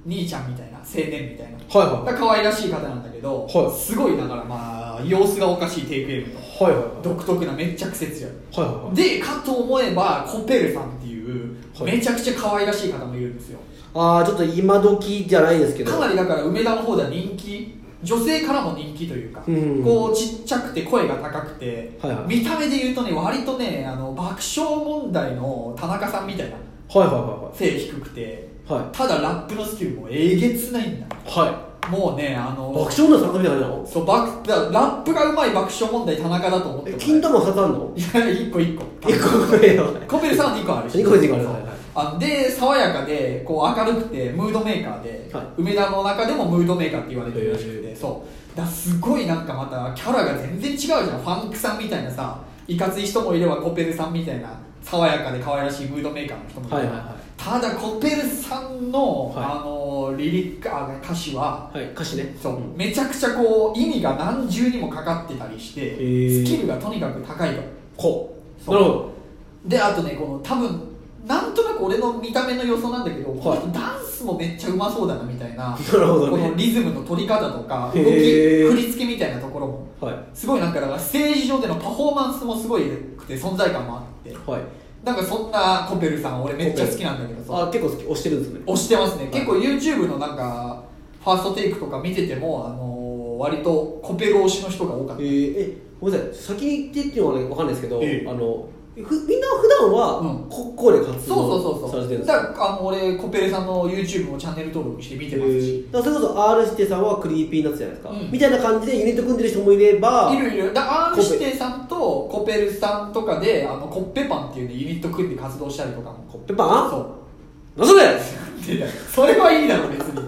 Speaker 3: 兄ちゃんみたいな青年みた
Speaker 1: は
Speaker 3: いない
Speaker 1: いはい
Speaker 3: まあ可愛らしい方なんだけど、
Speaker 1: はい
Speaker 3: すごいだからまあ様子がおかしいテイクエムと
Speaker 1: はいはい
Speaker 3: 独特なめっちゃ癖強い
Speaker 1: はいはい
Speaker 3: でかと思えばコペルさんっていう
Speaker 1: はい
Speaker 3: めちゃくちゃ可愛らしい方もいるんですよ
Speaker 1: ああちょっと今時じゃないですけど
Speaker 3: かなりだから梅田の方では人気女性からも人気というか、
Speaker 1: うん
Speaker 3: こうちっちゃくて声が高くて、
Speaker 1: はいはい
Speaker 3: 見た目で言うとね割とねあの爆笑問題の田中さんみたいな
Speaker 1: はいはいは
Speaker 3: 背低くて
Speaker 1: いはいはい
Speaker 3: ただラップのスキルもえげつないんだ
Speaker 1: は
Speaker 3: もうねあ
Speaker 1: い
Speaker 3: の
Speaker 1: 爆笑の作品じゃないの
Speaker 3: そうバクだからラップがうまい爆笑問題田中だと思って
Speaker 1: え
Speaker 3: もらえ
Speaker 1: 金玉刺さんの
Speaker 3: いや一個一個
Speaker 1: 一個ぐらいは
Speaker 3: コペルさんは2個あるし
Speaker 1: 二個二個あるはいはい
Speaker 3: あで爽やかでこう明るくてムードメーカーで、
Speaker 1: はい
Speaker 3: 梅田の中でもムードメーカーって言われてるらしく
Speaker 1: へ
Speaker 3: てそうだからすごいなんかまたキャラが全然違うじゃんファンクさんみたいなさいかつい人もいればコペルさんみたいな爽やかで可愛らしいムードメーカーの人もいる、
Speaker 1: はいはいは
Speaker 3: ただコペルさんの、
Speaker 1: はい
Speaker 3: あのリリックあ歌詞は
Speaker 1: はい歌詞ね
Speaker 3: そう、
Speaker 1: ん
Speaker 3: めちゃくちゃこう意味が何重にもかかってたりして
Speaker 1: ー
Speaker 3: スキルがとにかく高いと
Speaker 1: こう
Speaker 3: そう
Speaker 1: なるほど
Speaker 3: であとねこの多分なんとなく俺の見た目の予想なんだけど、
Speaker 1: い
Speaker 3: この人ダンスもめっちゃうまそうだなみたい
Speaker 1: な
Speaker 3: な
Speaker 1: るほど
Speaker 3: こ
Speaker 1: ね
Speaker 3: のリズムの取り方とか動き
Speaker 1: へー
Speaker 3: 振り付けみたいなところも
Speaker 1: はい
Speaker 3: すごいなんかだからステージ上でのパフォーマンスもすごいくて存在感もあって
Speaker 1: はい
Speaker 3: なんかそんなコペルさん俺めっちゃ好きなんだけどさ
Speaker 1: あ結構好き押してるんですね
Speaker 3: 押してますね結構 YouTube のなんかファーストテイクとか見てても、あのー割とコペル推しの人が多かっ
Speaker 1: え
Speaker 3: た、
Speaker 1: ー、えごめんなさい先に言ってっていうのはねわかんないですけど、
Speaker 3: ええ
Speaker 1: あのふみんな普段
Speaker 3: う
Speaker 1: は
Speaker 3: ん
Speaker 1: ここで活
Speaker 3: そうそ
Speaker 1: 動さ
Speaker 3: うそ
Speaker 1: れてるん
Speaker 3: うそう
Speaker 1: です
Speaker 3: だ
Speaker 1: か
Speaker 3: からあの俺コペルさんの YouTube もチャンネル登録して見てますし、
Speaker 1: だからそれこそ R 指定さんはクリーピーナッツじゃないですか、
Speaker 3: うん
Speaker 1: みたいな感じでユニット組んでる人もいれば
Speaker 3: いるいるだから R
Speaker 1: コペ
Speaker 3: 指定さんとコペルさんとかであのコッペパンっていうねユニット組んで活動したりとかも
Speaker 1: コッペパンな
Speaker 3: そ
Speaker 1: んそれ
Speaker 3: うでそれはいいだろ別に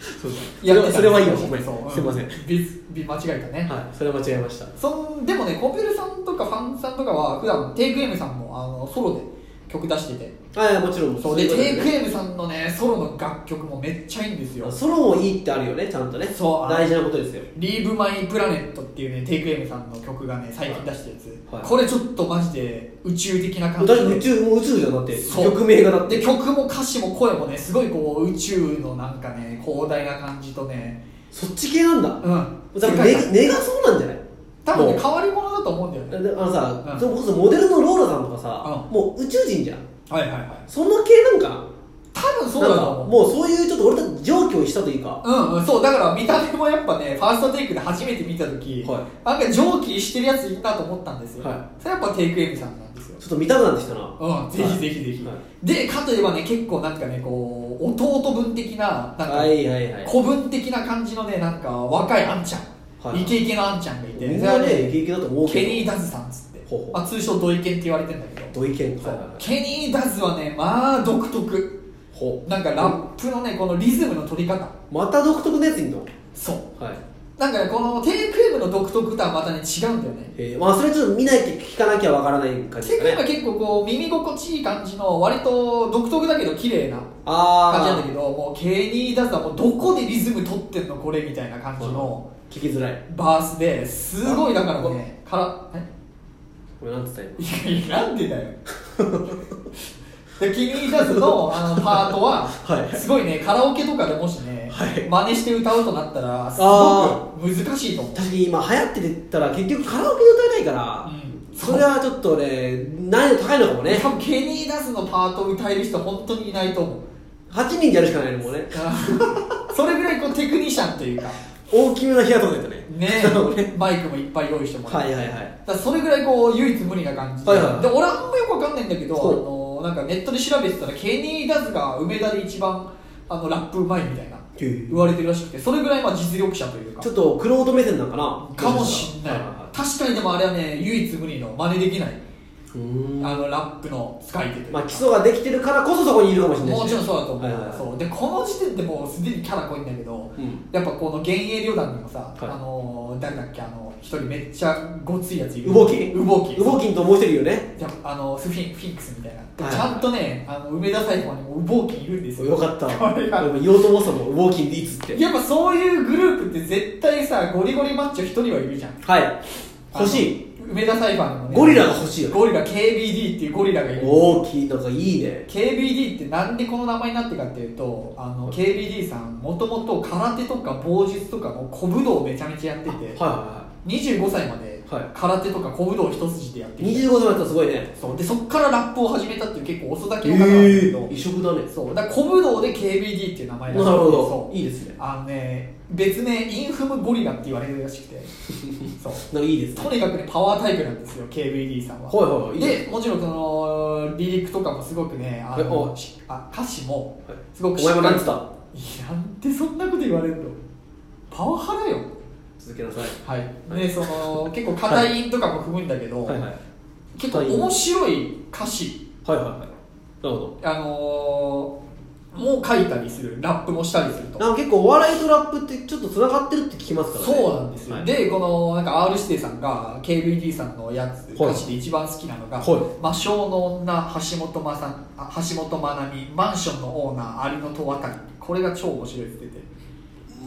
Speaker 1: それは
Speaker 3: ってた
Speaker 1: それはいいよ
Speaker 3: そう
Speaker 1: ごめん
Speaker 3: そう
Speaker 1: すいません
Speaker 3: ビスビ間違えたね、
Speaker 1: はいそれは間違えました
Speaker 3: そんでもねコペルさんとかファンさんとかは普段テイクエムさんもあのソロで曲出してて
Speaker 1: あいやもちろん
Speaker 3: そう
Speaker 1: い
Speaker 3: で
Speaker 1: ことだよ
Speaker 3: JQM さんのねソロの楽曲もめっちゃいいんですよ
Speaker 1: ソロもいいってあるよねちゃんとね
Speaker 3: そう
Speaker 1: 大事なことですよ
Speaker 3: リーブマイプラネットっていうね、テイクエムさんの曲がね、最近出したやつ、
Speaker 1: はい
Speaker 3: これちょっとマジで宇宙的な
Speaker 1: だっ
Speaker 3: 感
Speaker 1: て
Speaker 3: じ
Speaker 1: 宇宙もう宇宙じゃんだって
Speaker 3: そう
Speaker 1: 曲名がだって
Speaker 3: で、曲も歌詞も声もね、すごいこう宇宙のなんかね、広大な感じとね、
Speaker 1: そっち系なんだ
Speaker 3: うん、
Speaker 1: 多
Speaker 3: 世
Speaker 1: 分
Speaker 3: 界
Speaker 1: 根が
Speaker 3: 観
Speaker 1: 根がそうなんじゃない
Speaker 3: 多分
Speaker 1: も
Speaker 3: ね、
Speaker 1: う
Speaker 3: 変わり者だと思うんだよね。
Speaker 1: であのさ、
Speaker 3: うん
Speaker 1: それこそモデルのローラさんとかさ、
Speaker 3: う
Speaker 1: もう宇宙人じゃん
Speaker 3: はいはいはい。
Speaker 1: その系なんかな
Speaker 3: 多分そうだと
Speaker 1: なんか
Speaker 3: 思
Speaker 1: も
Speaker 3: う。
Speaker 1: うそういうちょっと俺たち上記をしたというか
Speaker 3: うんうん、そうだから見た目もやっぱねファーストテイクで初めて見た時、
Speaker 1: はい
Speaker 3: なんか上記してるやついるなと思ったんですよ、
Speaker 1: は
Speaker 3: それやっぱテイクエムさんなんですよ
Speaker 1: ちょっと見たくなってきたな、
Speaker 3: うん、ぜひぜひぜひ、
Speaker 1: は
Speaker 3: でかといえばね結構なんかねこう弟分的ななんか、
Speaker 1: はいはいはい
Speaker 3: 子分的な感じのねなんか若いあんちゃん、
Speaker 1: はい
Speaker 3: イケイケのあんちゃんがいて
Speaker 1: みん
Speaker 3: それは
Speaker 1: な
Speaker 3: ね
Speaker 1: ねイケイケだと思うけど
Speaker 3: ケニー・ダズさんっつって
Speaker 1: ほうほう
Speaker 3: まあ、通称ドイケンって言われてんだけど、
Speaker 1: 土井健
Speaker 3: そう
Speaker 1: はいはいはい
Speaker 3: ケニー・ダズはねまあ独特
Speaker 1: ほ
Speaker 3: なんかラップのねこのリズムの取り方
Speaker 1: また独特のやついんの
Speaker 3: そう
Speaker 1: はい
Speaker 3: なんかねこのテイクエムの独特とはまたね違うんだよね
Speaker 1: えー、まあそれちょっと見ないと聞かなきゃわからない感じ
Speaker 3: テイ
Speaker 1: で
Speaker 3: ク
Speaker 1: す
Speaker 3: エム
Speaker 1: か
Speaker 3: は
Speaker 1: ね
Speaker 3: 結構こう耳心地いい感じの割と独特だけど綺麗な感じなん
Speaker 1: あ
Speaker 3: だけどもうケニー・ダズはもうどこでリズム取ってんのこれみたいな感じの
Speaker 1: あ聞きづらい
Speaker 3: バースですごいだからねから
Speaker 1: これなんて言った
Speaker 3: えいやなんでだよでケニー・ダズのあのパートは
Speaker 1: はい
Speaker 3: すごいねカラオケとかでもしね、
Speaker 1: はい
Speaker 3: 真似して歌うとなったらす
Speaker 1: あ
Speaker 3: ごく難しいと思う
Speaker 1: 今確かに今流行ってて言ったら結局カラオケで歌えないから、
Speaker 3: うん
Speaker 1: それはちょっとね難易度高いのかもね
Speaker 3: 多分ケニー・ダズのパートを歌える人本当にいない と思う
Speaker 1: 8人でやるしかないのもね
Speaker 3: それぐらいこうテクニシャンというか
Speaker 1: 大きめな部屋とかやったね
Speaker 3: ねマイクもいっぱい用意してもらっ
Speaker 1: は
Speaker 3: て
Speaker 1: いはいはい
Speaker 3: だからそれぐらいこう唯一無二な感じで,、
Speaker 1: はいはい
Speaker 3: で俺あんまよくわかんないんだけどあ
Speaker 1: そう
Speaker 3: のなんかネットで調べてたらケニー・ダズが梅田で一番あのラップうまいみたいな
Speaker 1: へえ
Speaker 3: 言われてるらしくてそれぐらいまあ実力者というか
Speaker 1: ちょっとクロード目線なんかな
Speaker 3: かもしんない
Speaker 1: はは
Speaker 3: 確かにでもあれはね唯一無二の真似できない、
Speaker 1: うーん
Speaker 3: あのラップの使い手というか
Speaker 1: まあ基礎ができてるからこそそこにいるかもしれないしね
Speaker 3: もちろんそうだと思う,、
Speaker 1: はいはいはい
Speaker 3: そうでこの時点でもうすでにキャラ濃いんだけど、
Speaker 1: うん
Speaker 3: やっぱこの幻影旅団にもさ、あのー誰だっけあの一人めっちゃごついやついる
Speaker 1: ウボキ
Speaker 3: ウボキ
Speaker 1: ウボキンともう一人いるよね
Speaker 3: やっぱあのスフィンフィンクスみたいな、
Speaker 1: はい
Speaker 3: ちゃんとねあの梅田裁判にもウボキいるんですよ
Speaker 1: よかった
Speaker 3: これが
Speaker 1: 俺も言おうと思ってたもんウボキンでいつって
Speaker 3: やっぱそういうグループって絶対さゴリゴリマッチョ一人はいるじゃん
Speaker 1: はい欲しい
Speaker 3: あの梅田裁判にもね
Speaker 1: ゴリラが欲しいよね
Speaker 3: ゴリラ KBD っていうゴリラがいる
Speaker 1: 大きいなんかいいね
Speaker 3: KBD ってなんでこの名前になってかっていうとあの KBD さんもともと空手とか棒術とかの小武道をめちゃめちゃやってて
Speaker 1: はいは
Speaker 3: 25歳まで
Speaker 1: はい
Speaker 3: 空手とか小武道一筋でやって
Speaker 1: いはい
Speaker 3: て、
Speaker 1: 25歳だったらすごいね
Speaker 3: そうでそっからラップを始めたっていう結構遅咲きの方なんです
Speaker 1: え
Speaker 3: け
Speaker 1: え
Speaker 3: ど、
Speaker 1: 異色だね
Speaker 3: そうだから小武道で KBD っていう名前
Speaker 1: なる
Speaker 3: らしく
Speaker 1: ほ
Speaker 3: て
Speaker 1: ど
Speaker 3: そう
Speaker 1: いいですね
Speaker 3: あのね別名インフムゴリラって言われるらしく てそう
Speaker 1: なんかいいですね
Speaker 3: とにかくねパワータイプなんですよ KBD さんは
Speaker 1: はいはいはいいい
Speaker 3: でもちろんそのリリックとかもすごくねあ
Speaker 1: え
Speaker 3: の
Speaker 1: お
Speaker 3: しあ歌詞も
Speaker 1: はい
Speaker 3: すごく
Speaker 1: お前もなんつっ
Speaker 3: い
Speaker 1: た
Speaker 3: やなんでそんなこと言われるのパワハラよ
Speaker 1: 続けなさい
Speaker 3: はい
Speaker 1: は
Speaker 3: でその結構硬い韻とかも踏むんだけど、
Speaker 1: はいはい
Speaker 3: 結構面白い歌詞
Speaker 1: はいはいはいなるほど
Speaker 3: あのー、も書いたりするラップもしたりすると
Speaker 1: なんか結構お笑いとラップってちょっとつながってるって聞きますからね
Speaker 3: そうなんですよ、
Speaker 1: はい
Speaker 3: でこのなんか R 指定さんが KBD さんのやつ
Speaker 1: はい
Speaker 3: 歌詞で一番好きなのが
Speaker 1: はい
Speaker 3: 魔性の女橋本まさんあ橋本まなみマンションのオーナー有野と渡りこれが超面白いって言ってて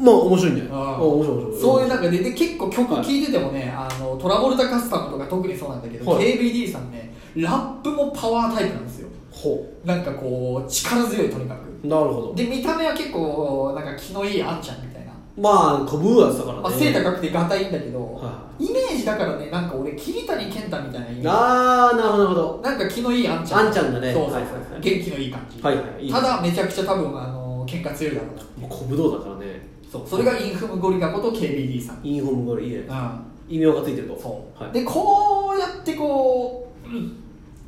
Speaker 1: まあ面白いんじゃない
Speaker 3: あー
Speaker 1: あ面白い面白い
Speaker 3: そういう
Speaker 1: な
Speaker 3: 中でで結構曲聴いててもね、あのトラボルタカスタムとか特にそうなんだけど、
Speaker 1: はい
Speaker 3: KBD さんねラップもパワータイプなんですよ
Speaker 1: ほ
Speaker 3: なんかこう力強いとにかく
Speaker 1: うなるほど
Speaker 3: で見た目は結構なんか気のいいあんちゃんみたいな、
Speaker 1: まあコブーアスだからね
Speaker 3: まあ、背高くてがたいんだけど、
Speaker 1: は
Speaker 3: イメージだからねなんか俺桐谷健太みたいなイメージ
Speaker 1: ああなるほどなるほど
Speaker 3: なんか気のいいあんちゃん
Speaker 1: あんちゃんだね
Speaker 3: そうそうそう、
Speaker 1: はいはいはい
Speaker 3: 元気のいい感じ、
Speaker 1: はいはいいい
Speaker 3: ただめちゃくちゃ多分あの喧嘩強いだろう
Speaker 1: も
Speaker 3: な
Speaker 1: う小武道だからね
Speaker 3: そうそれがインフムゴリラこと KBD さん、
Speaker 1: インフォームゴールいいね
Speaker 3: うん
Speaker 1: 異名がついてると
Speaker 3: そう、
Speaker 1: はい、
Speaker 3: でこうやってこう、うん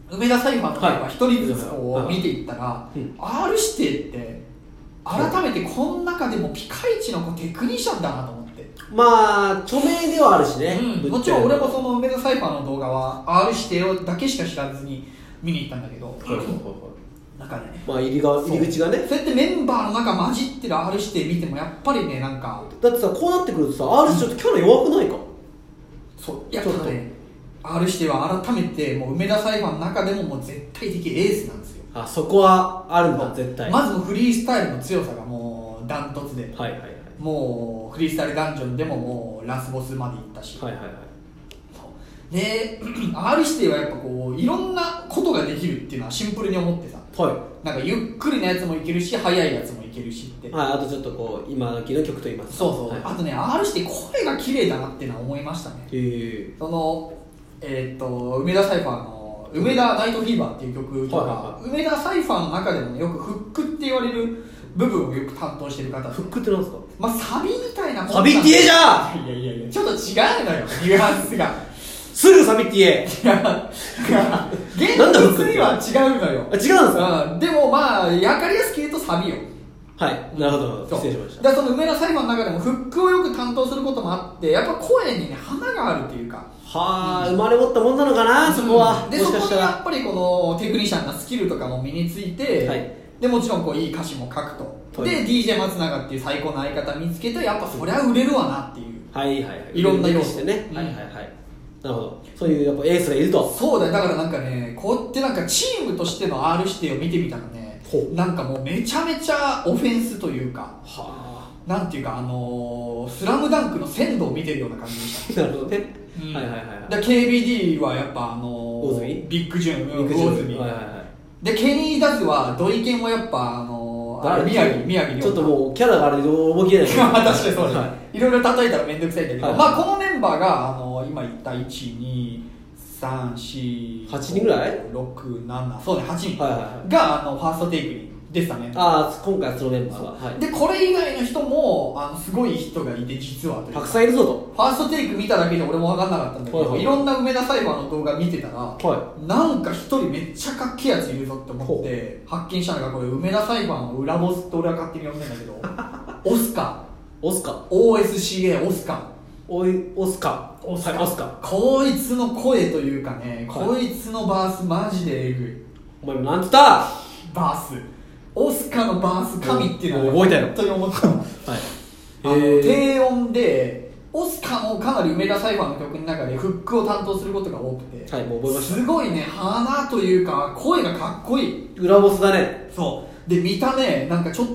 Speaker 3: 梅田サイファーのメンバー一人ずつ
Speaker 1: はい
Speaker 3: こ
Speaker 1: は
Speaker 3: う
Speaker 1: い
Speaker 3: 見ていったら、
Speaker 1: うん
Speaker 3: R 指定って改めてこの中でもピカイチのこうテクニシャンだなと思って、
Speaker 1: まあ著名ではあるしね、
Speaker 3: うん
Speaker 1: ぶっ
Speaker 3: もち
Speaker 1: ちゃ
Speaker 3: ろ
Speaker 1: け
Speaker 3: ん俺もその梅田サイファーの動画は R 指定をだけしか知らずに見に行ったんだけど、
Speaker 1: はいはいはいはい
Speaker 3: 中でね
Speaker 1: まあ入りが入り口がね
Speaker 3: そうやってメンバーの中混じってる R 指定見てもやっぱりねなんか
Speaker 1: だってさこうなってくるとさ R 氏ちょっとキャラ弱くないか、
Speaker 3: そういや
Speaker 1: ち
Speaker 3: た
Speaker 1: ょっと
Speaker 3: だね R 指定は改めてもう梅田サイファーの中でももう絶対的エースなんですよ
Speaker 1: あそこはあるんだ絶対
Speaker 3: まずフリースタイルの強さがもうダントツで、
Speaker 1: はいはいはい
Speaker 3: もうフリースタイルダンジョンでももうラスボスまで行ったし、
Speaker 1: はいはいはい
Speaker 3: で R 指定はやっぱこういろんなことができるっていうのはシンプルに思ってさ
Speaker 1: は
Speaker 3: なんかゆっくりなやつもいけるし速いやつもいけるしって、
Speaker 1: い、はい、あとちょっとこう今時の曲と言いますか
Speaker 3: そうそう、
Speaker 1: はい、
Speaker 3: あとね R 指定声が綺麗だなってのは思いましたね
Speaker 1: へえ
Speaker 3: そのえーっと梅田サイファーの「梅田ナイトフィーバー」っていう曲とか、
Speaker 1: はいは
Speaker 3: 梅田サイファーの中でもよくフックって言われる部分をよく担当してる方
Speaker 1: フックってなんですか
Speaker 3: まあサビみたいなもん
Speaker 1: サビティエじゃ
Speaker 3: んいやいやいやちょっと違うのよニュアンスが
Speaker 1: すぐサビティエ
Speaker 3: いや現実
Speaker 1: なんだフックって
Speaker 3: には違うのよ
Speaker 1: あ違うんですか
Speaker 3: うんでもまあ分かりやすく言うとサビよ
Speaker 1: はいなるほどなるほ
Speaker 3: そ
Speaker 1: ど
Speaker 3: う
Speaker 1: 失礼しました
Speaker 3: だからその梅田サイファーの中でもフックをよく担当することもあってやっぱ声にね花があるというか
Speaker 1: はあ生まれ持ったもんなのかなそこは
Speaker 3: で
Speaker 1: もしか
Speaker 3: そ
Speaker 1: し
Speaker 3: こ
Speaker 1: た
Speaker 3: にや
Speaker 1: ら
Speaker 3: っぱりこのテクニシャンなスキルとかも身について、
Speaker 1: はい
Speaker 3: でもちろんこういい歌詞も書くと、
Speaker 1: はい
Speaker 3: で DJ 松永っていう最高の相方見つけてやっぱそりゃ売れるわなっていう
Speaker 1: はいはいはい
Speaker 3: いろんな要素
Speaker 1: してね、
Speaker 3: うん
Speaker 1: はいはいはいなるほどそういうやっぱエースがいると
Speaker 3: そうだよだからなんかねこうやってなんかチームとしての R 指定を見てみたらね
Speaker 1: ほう
Speaker 3: なんかもうめちゃめちゃオフェンスというか
Speaker 1: は
Speaker 3: なんていうかあのースラムダンクの鮮度を見てるような感じでした
Speaker 1: あなるほどね、
Speaker 3: うん
Speaker 1: はいはいはいはい
Speaker 3: で KBD はやっぱあのー
Speaker 1: 大泉
Speaker 3: ビッグジュン
Speaker 1: ビッグジョ
Speaker 3: 大
Speaker 1: ブズ
Speaker 3: 泉
Speaker 1: はいはいはい
Speaker 3: でケニー・ダズは土井健はやっぱあのーあれ宮城宮城に
Speaker 1: ちょっともうキャラがあれで覚えきれない
Speaker 3: 確かにそうだ、、
Speaker 1: はい
Speaker 3: ろいろ叩いたら面倒くさいんだけど、
Speaker 1: はい
Speaker 3: まあこのメンバーがあのー今言った12348
Speaker 1: 八人ぐらい
Speaker 3: 67そうね8人、
Speaker 1: はいはいはい
Speaker 3: があのファーストテイクに出たね
Speaker 1: ああ今回はそのメンバーが、はい、
Speaker 3: でこれ以外の人もあのすごい人がいて実はとい
Speaker 1: た
Speaker 3: うか
Speaker 1: く
Speaker 3: フ
Speaker 1: さんいるぞ
Speaker 3: ァーストテイク見ただけで俺も分かんなかったんだけど、
Speaker 1: はい
Speaker 3: い
Speaker 1: はい
Speaker 3: ろんな梅田サイファーの動画見てたら、
Speaker 1: とは
Speaker 3: なんか一人めっちゃかっけえやついるぞって思って発見したのがこれ梅田裁判の裏ボスって俺は勝手に呼んでんだけ どオスカ
Speaker 1: いオスカ
Speaker 3: OSCA オスカ
Speaker 1: おいオスカ
Speaker 3: オスカ
Speaker 1: はいオスカ
Speaker 3: こいつの声というかね
Speaker 1: はい
Speaker 3: こいつのバースマジでえぐい
Speaker 1: お前もなんつったは
Speaker 3: バースオスカのバース神っていう
Speaker 1: お
Speaker 3: のを
Speaker 1: 覚えたよ
Speaker 3: 本当に思 ったの
Speaker 1: い
Speaker 3: あの
Speaker 1: え
Speaker 3: 低音でオスカもかなり梅田裁判の曲の中でフックを担当することが多くて、
Speaker 1: はいもう覚えました
Speaker 3: すごいね花というか声がかっこいい
Speaker 1: 裏ボスだね
Speaker 3: そうで見た目なんかちょっ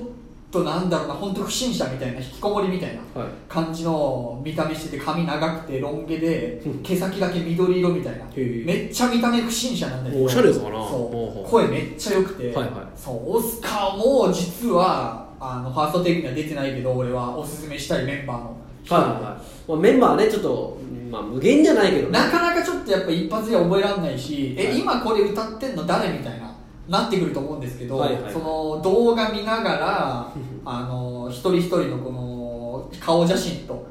Speaker 3: となんだろうな本当不審者みたいな引きこもりみたいな
Speaker 1: はい
Speaker 3: 感じの見た目してて髪長くてロン毛で毛先だけ緑色みたいな
Speaker 1: え
Speaker 3: めっちゃ見た目不審者なんだけど
Speaker 1: おしゃれですからなほう
Speaker 3: そ
Speaker 1: ほう
Speaker 3: う声めっちゃ良くて、
Speaker 1: はいはい
Speaker 3: そうオスカーも実はあのファーストテイクには出てないけど俺はおすすめしたいメンバーの一人
Speaker 1: はいはいはい、まあ、メンバーはねちょっと、まあ、無限じゃないけどね
Speaker 3: なかなかちょっとやっぱ一発では覚えられないし、
Speaker 1: は
Speaker 3: え
Speaker 1: い
Speaker 3: 今これ歌ってんの誰みたいななってくると思うんですけど、
Speaker 1: はいはい
Speaker 3: その動画見ながらあの一人一人のこの顔写真と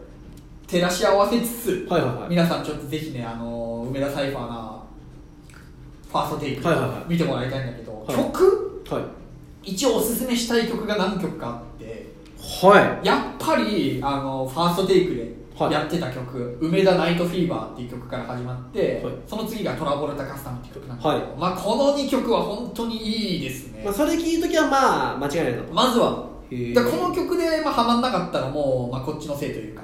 Speaker 3: 照らし合わせつつ、
Speaker 1: はいはいはい
Speaker 3: 皆さんちょっとぜひねあの梅田サイファーなファーストテイク
Speaker 1: はいはいはい
Speaker 3: 見てもらいたいんだけど、
Speaker 1: はい
Speaker 3: 曲
Speaker 1: はい
Speaker 3: 一応おすすめしたい曲が何曲かあって
Speaker 1: はい
Speaker 3: やっぱりあのファーストテイク
Speaker 1: はい
Speaker 3: でやってた曲「梅田ナイトフィーバー」っていう曲から始まって、
Speaker 1: はい
Speaker 3: その次が「トラボルタカスタム」っていう曲なんですけど、まあ、この2曲は本当にいいですね、
Speaker 1: まあ、それ聞いときはまあ間違いないなと
Speaker 3: まずは
Speaker 1: へー
Speaker 3: だからこの曲で、まあ、ハマんなかったらもう、まあ、こっちのせいというか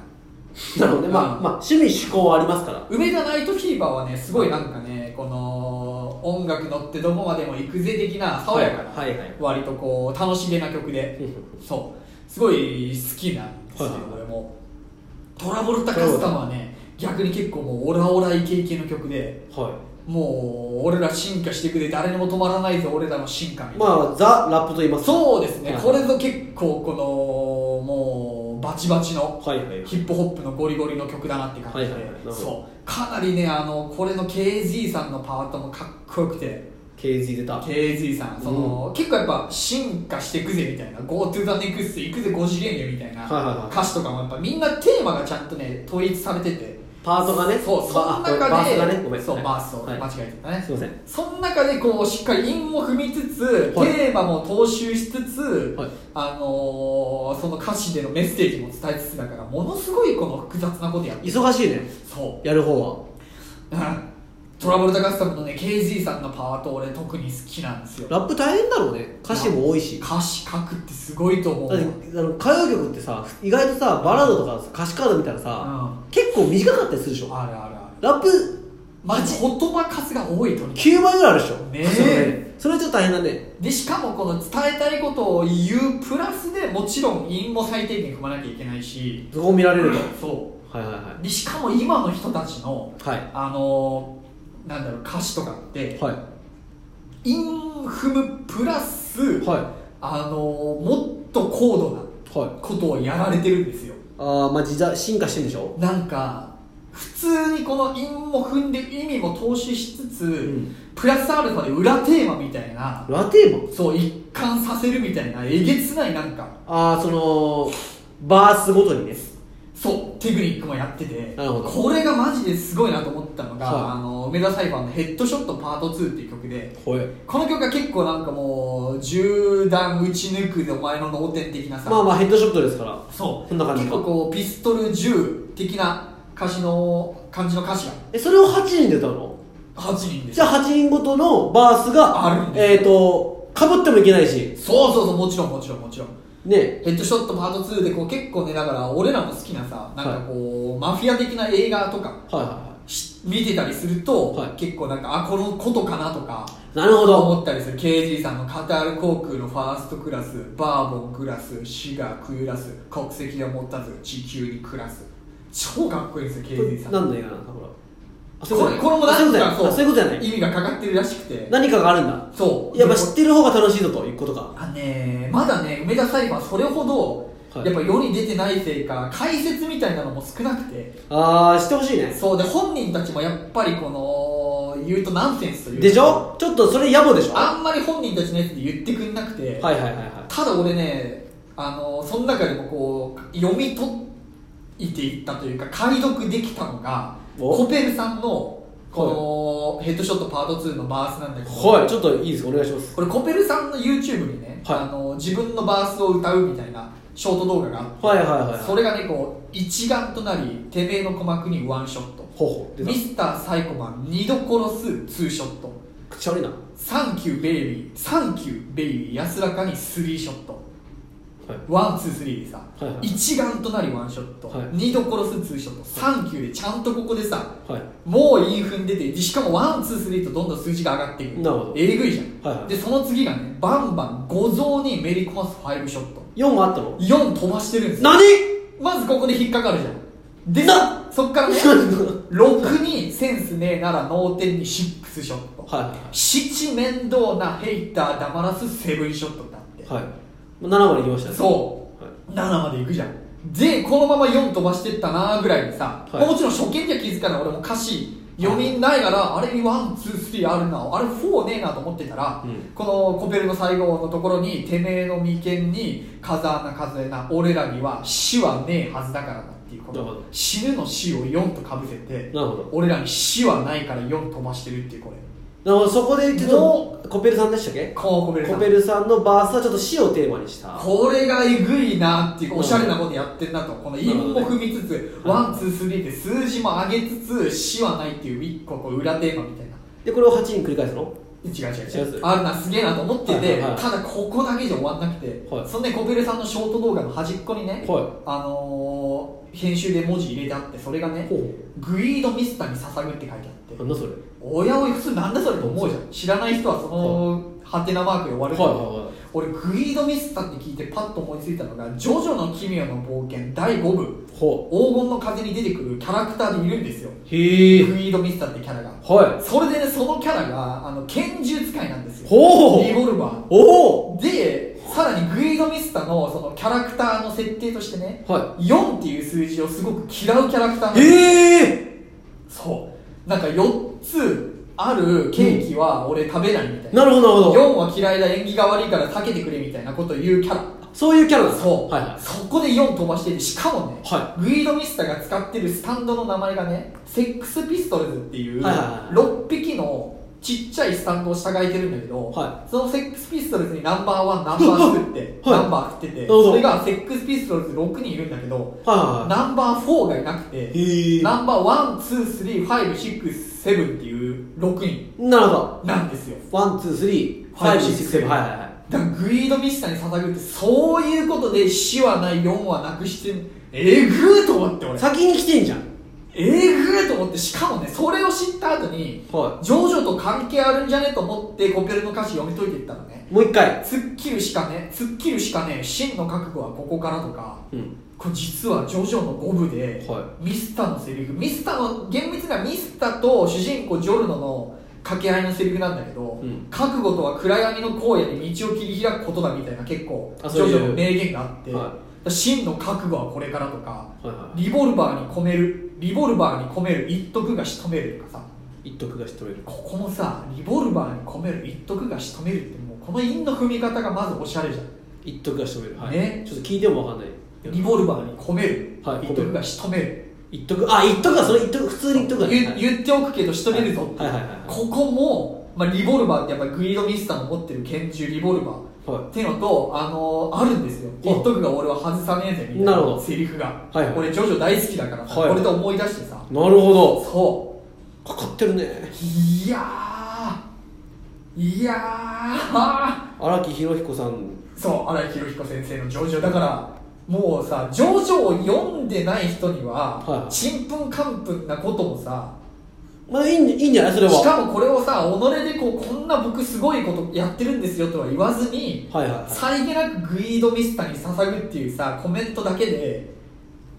Speaker 1: なるほどね、まあ
Speaker 3: うん
Speaker 1: まあ趣味嗜好はありますから
Speaker 3: 梅田ナイトフィーバーはねすごいなんかねこの音楽乗ってどこまでも行くぜ的な爽やかな、
Speaker 1: はいはいはい
Speaker 3: 割とこう楽しげな 曲でそうすごい好きなんですよ、
Speaker 1: はいはいはい
Speaker 3: 俺もトラボルタカスタムはね逆に結構もうオラオライケイケの曲で
Speaker 1: は
Speaker 3: もう俺ら進化していくで誰にも止まらないぞ俺らの進化みたい
Speaker 1: い
Speaker 3: な、
Speaker 1: まあザ・ラップと言いますか
Speaker 3: そうですね、
Speaker 1: はい
Speaker 3: これぞ結構このもうバチバチの
Speaker 1: はいはい
Speaker 3: ヒップホップのゴリゴリの曲だなって感じで、
Speaker 1: はいはいはいなるほど
Speaker 3: そうかなりねあのこれの KZ さんのパートもかっこよくて
Speaker 1: KZ 出た
Speaker 3: KZ さんその、結構やっぱ進化していくぜみたいな Go to the next 行くぜ5次元よみたい
Speaker 1: はいはいは
Speaker 3: ない歌詞とかもやっぱみんなテーマがちゃんとね統一されてて
Speaker 1: パートがね
Speaker 3: そうそ
Speaker 1: バ
Speaker 3: の
Speaker 1: あバ
Speaker 3: 中
Speaker 1: ース
Speaker 3: で
Speaker 1: がねごめん
Speaker 3: そう
Speaker 1: はい
Speaker 3: バースを、
Speaker 1: はい
Speaker 3: 間違えてたね
Speaker 1: すいません
Speaker 3: その中でこうしっかり韻も踏みつつ、
Speaker 1: はい
Speaker 3: テーマも踏襲しつつ、
Speaker 1: はい
Speaker 3: あのーその歌詞でのメッセージも伝えつつだからものすごいこの複雑なことやってる
Speaker 1: 忙しいね
Speaker 3: そ
Speaker 1: やる方は
Speaker 3: うだから トラボルタカスタムのね KZ さんのパート俺特に好きなんですよ
Speaker 1: ラップ大変だろうね歌詞も多いし
Speaker 3: 歌詞書くってすごいと思う
Speaker 1: だってあの歌謡曲ってさ意外とさバラードとか歌詞カード見たらさ、
Speaker 3: う
Speaker 1: 結構短かったりするでしょ
Speaker 3: あるあるある
Speaker 1: ラップ
Speaker 3: マジ言葉数が多いとにか
Speaker 1: 9倍ぐらいあるでしょ
Speaker 3: ねえ
Speaker 1: それねそれはちょっと大変だね
Speaker 3: くでしかもこの伝えたいことを言うプラスでもちろん韻も最低限踏まなきゃいけないし
Speaker 1: そこを見られると
Speaker 3: そ
Speaker 1: はいはいは
Speaker 3: うでしかも今の人たちの
Speaker 1: いは
Speaker 3: あのーなんだろう歌詞とかって
Speaker 1: いはい
Speaker 3: 韻踏むプラス、
Speaker 1: は
Speaker 3: あのーもっと高度ない
Speaker 1: はい
Speaker 3: ことをやられてるんですよ
Speaker 1: ああまあ時代進化してるんでしょ
Speaker 3: なんか普通にこの韻も踏んで意味も投資しつつ、
Speaker 1: ん
Speaker 3: プラスアルファで裏テーマみたいな
Speaker 1: ラテーマ
Speaker 3: そう一貫させるみたいなえげつないなんか
Speaker 1: ああそのバースごとにね
Speaker 3: そうテクニックもやってて
Speaker 1: なるほど
Speaker 3: これがマジですごいなと思ったのが、
Speaker 1: はい
Speaker 3: あの梅田サイファーの「ヘッドショットパート2」っていう曲で
Speaker 1: はい
Speaker 3: この曲が結構なんかもう銃弾打ち抜くでお前の脳天的なさ
Speaker 1: まあまあヘッドショットですから
Speaker 3: そう
Speaker 1: そんな感じ
Speaker 3: 結
Speaker 1: か
Speaker 3: 構こうピストル銃的な歌詞の感じの歌詞が
Speaker 1: えそれを8人で歌うの
Speaker 3: 8人で
Speaker 1: じゃあ8人ごとのバースが
Speaker 3: あるんですよ
Speaker 1: えっ、ー、とかぶってもいけないし
Speaker 3: そうそうそうもちろんもちろんもちろん
Speaker 1: ね
Speaker 3: ヘッドショットパート2でこう結構ねだから俺らの好きなさなんかこう、マフィア的な映画とか
Speaker 1: はいはいは
Speaker 3: し見てたりすると、
Speaker 1: はい
Speaker 3: 結構なんかあこのことかなとか
Speaker 1: いなるほど
Speaker 3: 思ったりする KG さんのカタール航空のファーストクラスバーボンクラスシガークユラス国籍を持たず地球に暮らす超かっこいいんですよ KG さん
Speaker 1: 何の映画なんだこれあそういう
Speaker 3: こ
Speaker 1: と
Speaker 3: れ
Speaker 1: ね
Speaker 3: これも
Speaker 1: あそううこ
Speaker 3: ないん
Speaker 1: とや
Speaker 3: か
Speaker 1: あそういうことやね
Speaker 3: 意味がかかってるらしくて
Speaker 1: 何かがあるんだ
Speaker 3: そう
Speaker 1: やっぱ知ってる方が楽しいぞということか
Speaker 3: あのねまだね梅田裁判それほど、
Speaker 1: はい
Speaker 3: やっぱ世に出てないせいか解説みたいなのも少なくて
Speaker 1: ああしてほしいね
Speaker 3: そうで本人たちもやっぱりこの言うとナンセンスというか
Speaker 1: でしょちょっとそれ野暮でしょは
Speaker 3: あんまり本人たちのやつで言ってくれなくて、
Speaker 1: いはいはいは
Speaker 3: ただ俺ねあのその中でもこう読み取っていったというか解読できたのが
Speaker 1: お
Speaker 3: コペルさんのこのヘッドショットパート2のバースなんだけど、
Speaker 1: いはいちょっといいですかお願いします
Speaker 3: これコペルさんの YouTube にね、
Speaker 1: はい
Speaker 3: あの自分のバースを歌うみたいなショート動画があって、
Speaker 1: はいはいはいはい
Speaker 3: それがねこう一眼となりてめえの鼓膜にワンショット
Speaker 1: ほうほう出た
Speaker 3: ミスターサイコマン二度殺すツーショット
Speaker 1: 口悪いなは
Speaker 3: サンキューベイビーサンキューベイビー安らかにスリーショット
Speaker 1: い
Speaker 3: ワンツースリーでさ、
Speaker 1: はいはい
Speaker 3: 一眼となりワンショット、
Speaker 1: はい
Speaker 3: 二度殺すツーショットサンキューでちゃんとここでさ
Speaker 1: はい
Speaker 3: もうインフン出てでしかもワンツースリーとどんどん数字が上がっていく
Speaker 1: なるほど
Speaker 3: えぐいじゃん
Speaker 1: はいはい
Speaker 3: でその次がねバンバン五蔵にめり込ますファイブショット
Speaker 1: 4もあったの
Speaker 3: 4飛ばしてるんですよ
Speaker 1: 何
Speaker 3: まずここで引っかかるじゃんで
Speaker 1: な
Speaker 3: そっか らね6にセンスねえなら脳天に6ショット、
Speaker 1: はいはい
Speaker 3: 7面倒なヘイター黙らす7ショットだって、
Speaker 1: はい7まで行きましたね、
Speaker 3: そう
Speaker 1: はい、
Speaker 3: 7までいくじゃんでこのまま4飛ばしてったなーぐらいにさ、
Speaker 1: はい
Speaker 3: もちろん初見じゃ気づかない俺も歌詞読みないからあれにワンツースリーあるなあれフォーねえなと思ってたら、
Speaker 1: うん
Speaker 3: このコペルの最後のところに「てめえの眉間に風穴数えな俺らには死はねえはずだからな」っていうこ
Speaker 1: なるほど
Speaker 3: と死ぬの死を4とかぶせて
Speaker 1: なるほど
Speaker 3: 俺らに死はないから4飛ばしてるっていうこれ
Speaker 1: なるほどそこでちょっ
Speaker 3: も
Speaker 1: とコペルさんでしたっけ
Speaker 3: こうコペルさん
Speaker 1: コペルさんのバースはちょっと死をテーマにした
Speaker 3: これがえぐいなっていうおしゃれなことやってんなとこの韻も踏みつつ
Speaker 1: なる
Speaker 3: ワンツースリーで数字も上げつつ死はないっていう一個こう裏テーマみたいな
Speaker 1: でこれを8人繰り返すの
Speaker 3: 違う違
Speaker 1: 違う
Speaker 3: う違
Speaker 1: や
Speaker 3: う
Speaker 1: つ
Speaker 3: あるなすげえなと思ってて、
Speaker 1: はいはいはい
Speaker 3: ただここだけじゃ終わんなくて、
Speaker 1: はい
Speaker 3: そんでコペルさんのショート動画の端っこにね、
Speaker 1: はい
Speaker 3: あのー編集で文字入れてあってそれがね
Speaker 1: ほう
Speaker 3: 「グイードミスタに捧ぐ」って書いてあって
Speaker 1: なんだそれはい
Speaker 3: おやおい普通なんだそれと思うじゃん知らない人はそのハテナマークで終わるから、
Speaker 1: は
Speaker 3: 俺グイードミスタって聞いてパッと思いついたのが「ジョジョの奇妙な冒険」第5部
Speaker 1: いほ
Speaker 3: 黄金の風に出てくるキャラクターでいるんですよ
Speaker 1: うへ
Speaker 3: グイ
Speaker 1: え
Speaker 3: ードミスタってキャラが
Speaker 1: は
Speaker 3: それでねそのキャラがあの拳銃使いなんです
Speaker 1: い
Speaker 3: よ
Speaker 1: ほ
Speaker 3: リ
Speaker 1: う
Speaker 3: ボルバ
Speaker 1: おお
Speaker 3: ーでさらにグイードミスタのそのキャラクターの設定としてね
Speaker 1: は
Speaker 3: 4っていう数字をすごく嫌うキャラクターなん
Speaker 1: い
Speaker 3: です
Speaker 1: へえ
Speaker 3: そうなんか4つあるケーキは俺食べないみたいな、
Speaker 1: なるほどなるほ
Speaker 3: 4
Speaker 1: ど
Speaker 3: は嫌いだ縁起が悪いから避けてくれみたいなことを言うキャラ
Speaker 1: そういうキャラなんだ
Speaker 3: そう、
Speaker 1: はいはい
Speaker 3: そこで4飛ばしててしかもね、
Speaker 1: は
Speaker 3: グイードミスタが使ってるスタンドの名前がねセックスピストルズっていう
Speaker 1: はいはいはい
Speaker 3: 6匹のちっちゃいスタンドを従えてるんだけど、
Speaker 1: は
Speaker 3: そのセックスピストルズにナンバーワンナンバーツーって、
Speaker 1: はい
Speaker 3: ナンバー振ってて
Speaker 1: るほど
Speaker 3: それがセックスピストルズ6人いるんだけど
Speaker 1: はいは
Speaker 3: ナンバー4がいなくて、
Speaker 1: いへえ
Speaker 3: ナンバーワンツースリーファイブシックスセブンっていう6人
Speaker 1: なるほど
Speaker 3: なんですよ
Speaker 1: ワンツースリーフ
Speaker 3: は
Speaker 1: ァ
Speaker 3: い
Speaker 1: イブシックスセブンはいはいはい
Speaker 3: だからグイードミスターに捧ぐってそういうことで死はない4はなくしてえぐーと思って俺
Speaker 1: 先に来てんじゃん
Speaker 3: ええぐれと思ってしかもねそれを知った後に、
Speaker 1: は
Speaker 3: ジョジョと関係あるんじゃねと思ってコピペルの歌詞読み解いていったのね
Speaker 1: もう一回
Speaker 3: 突っ切るしかね突っ切るしかね真の覚悟はここからとか
Speaker 1: うん
Speaker 3: これ実はジョジョの五部で、
Speaker 1: は
Speaker 3: ミスターのセリフミスターの厳密にはミスターと主人公ジョルノの掛け合いのセリフなんだけど、
Speaker 1: ん
Speaker 3: 覚悟とは暗闇の荒野に道を切り開くことだみたいな結構ジ
Speaker 1: あ
Speaker 3: ョ
Speaker 1: そうい
Speaker 3: ジ
Speaker 1: う
Speaker 3: ョの名言があって、
Speaker 1: はい
Speaker 3: 真の覚悟はこれからとか
Speaker 1: はいは
Speaker 3: リボルバーに込めるリボルバーに込める一徳が仕留めるとかさ
Speaker 1: い一徳が仕留める
Speaker 3: ここのさリボルバーに込める一徳が仕留めるってもうこの韻の踏み方がまずおしゃれじゃん
Speaker 1: 一徳が仕留めるはい、
Speaker 3: ね
Speaker 1: ちょっと聞いてもわかんないけど
Speaker 3: リボルバーに込める、
Speaker 1: はい
Speaker 3: 一徳が仕留める
Speaker 1: 一徳あ一徳がそれ一徳普通に一徳が
Speaker 3: 言言っておくけど仕留めるぞって
Speaker 1: はいはいはいはい
Speaker 3: ここも、まあ、リボルバーってやっぱりグリードミスターの持ってる拳銃リボルバー
Speaker 1: は
Speaker 3: っていうのと、あのーあるんですよ、
Speaker 1: はい
Speaker 3: 言っとくが俺は外さねえぜみたい
Speaker 1: なるほ
Speaker 3: な
Speaker 1: ど
Speaker 3: セリフが、
Speaker 1: はいはい
Speaker 3: 俺、ジョジョ大好きだからさ、
Speaker 1: はい
Speaker 3: これと思い出してさ、
Speaker 1: いなるほど
Speaker 3: そ
Speaker 1: かかってるね
Speaker 3: う、いやー、いやー、
Speaker 1: 荒木博彦さん
Speaker 3: そう、荒井博彦先生のジョジョ、だから、もうさ、ジョジョを読んでない人に
Speaker 1: はい
Speaker 3: は
Speaker 1: は、い
Speaker 3: ちんぷんかんぷんなこともさ、
Speaker 1: まあいいんいいんじゃないそれは
Speaker 3: しかもこれをさ、己でこうこんな僕、すごいことやってるんですよとは言わずに、
Speaker 1: はいはいはい
Speaker 3: さりげなくグイードミスターに捧ぐっていうさコメントだけで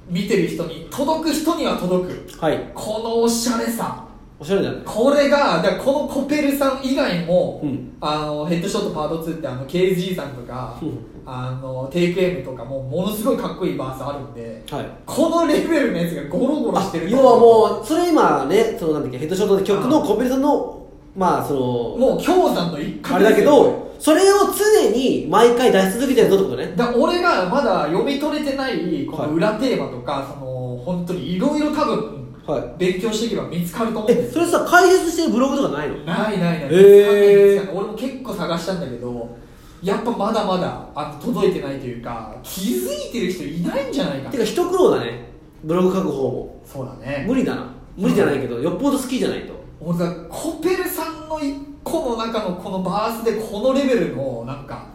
Speaker 3: 見てる人に届く人には届く
Speaker 1: はい
Speaker 3: このおしゃれさ
Speaker 1: おしゃれじゃない
Speaker 3: これがだからこのコペルさん以外も、
Speaker 1: うん
Speaker 3: あのヘッドショットパート2ってあの KG さんとか、
Speaker 1: うん
Speaker 3: あのテイク M とかもものすごいかっこいいバースあるんで
Speaker 1: はい
Speaker 3: このレベルのやつがゴロゴロ
Speaker 1: あ
Speaker 3: してる
Speaker 1: 要はもうそれ今ねそのなんだっけヘッドショットで曲の
Speaker 3: うん
Speaker 1: コペルさんのまあその
Speaker 3: もう京さんの一
Speaker 1: あ
Speaker 3: 角
Speaker 1: れ
Speaker 3: ですよ
Speaker 1: だけどそれを常に毎回出し続けてるぞってことね
Speaker 3: だ俺がまだ読み取れてないこの裏テーマとか、その本当にいろいろ多分
Speaker 1: は
Speaker 3: 勉強していけば見つかると思うんで
Speaker 1: え
Speaker 3: す
Speaker 1: それさ解説してるブログとかないの
Speaker 3: ないないない、
Speaker 1: へー
Speaker 3: 見つかんない見つかんない俺も結構探したんだけどやっぱまだまだあの届いてないというか気づいてる人いないんじゃないか
Speaker 1: て
Speaker 3: な
Speaker 1: か一苦労だねブログ書く方も
Speaker 3: そうだね
Speaker 1: 無理だな無理じゃないけどよっぽど好きじゃないと
Speaker 3: 俺だコペルさんの一個の中のこのバースでこのレベルのなんか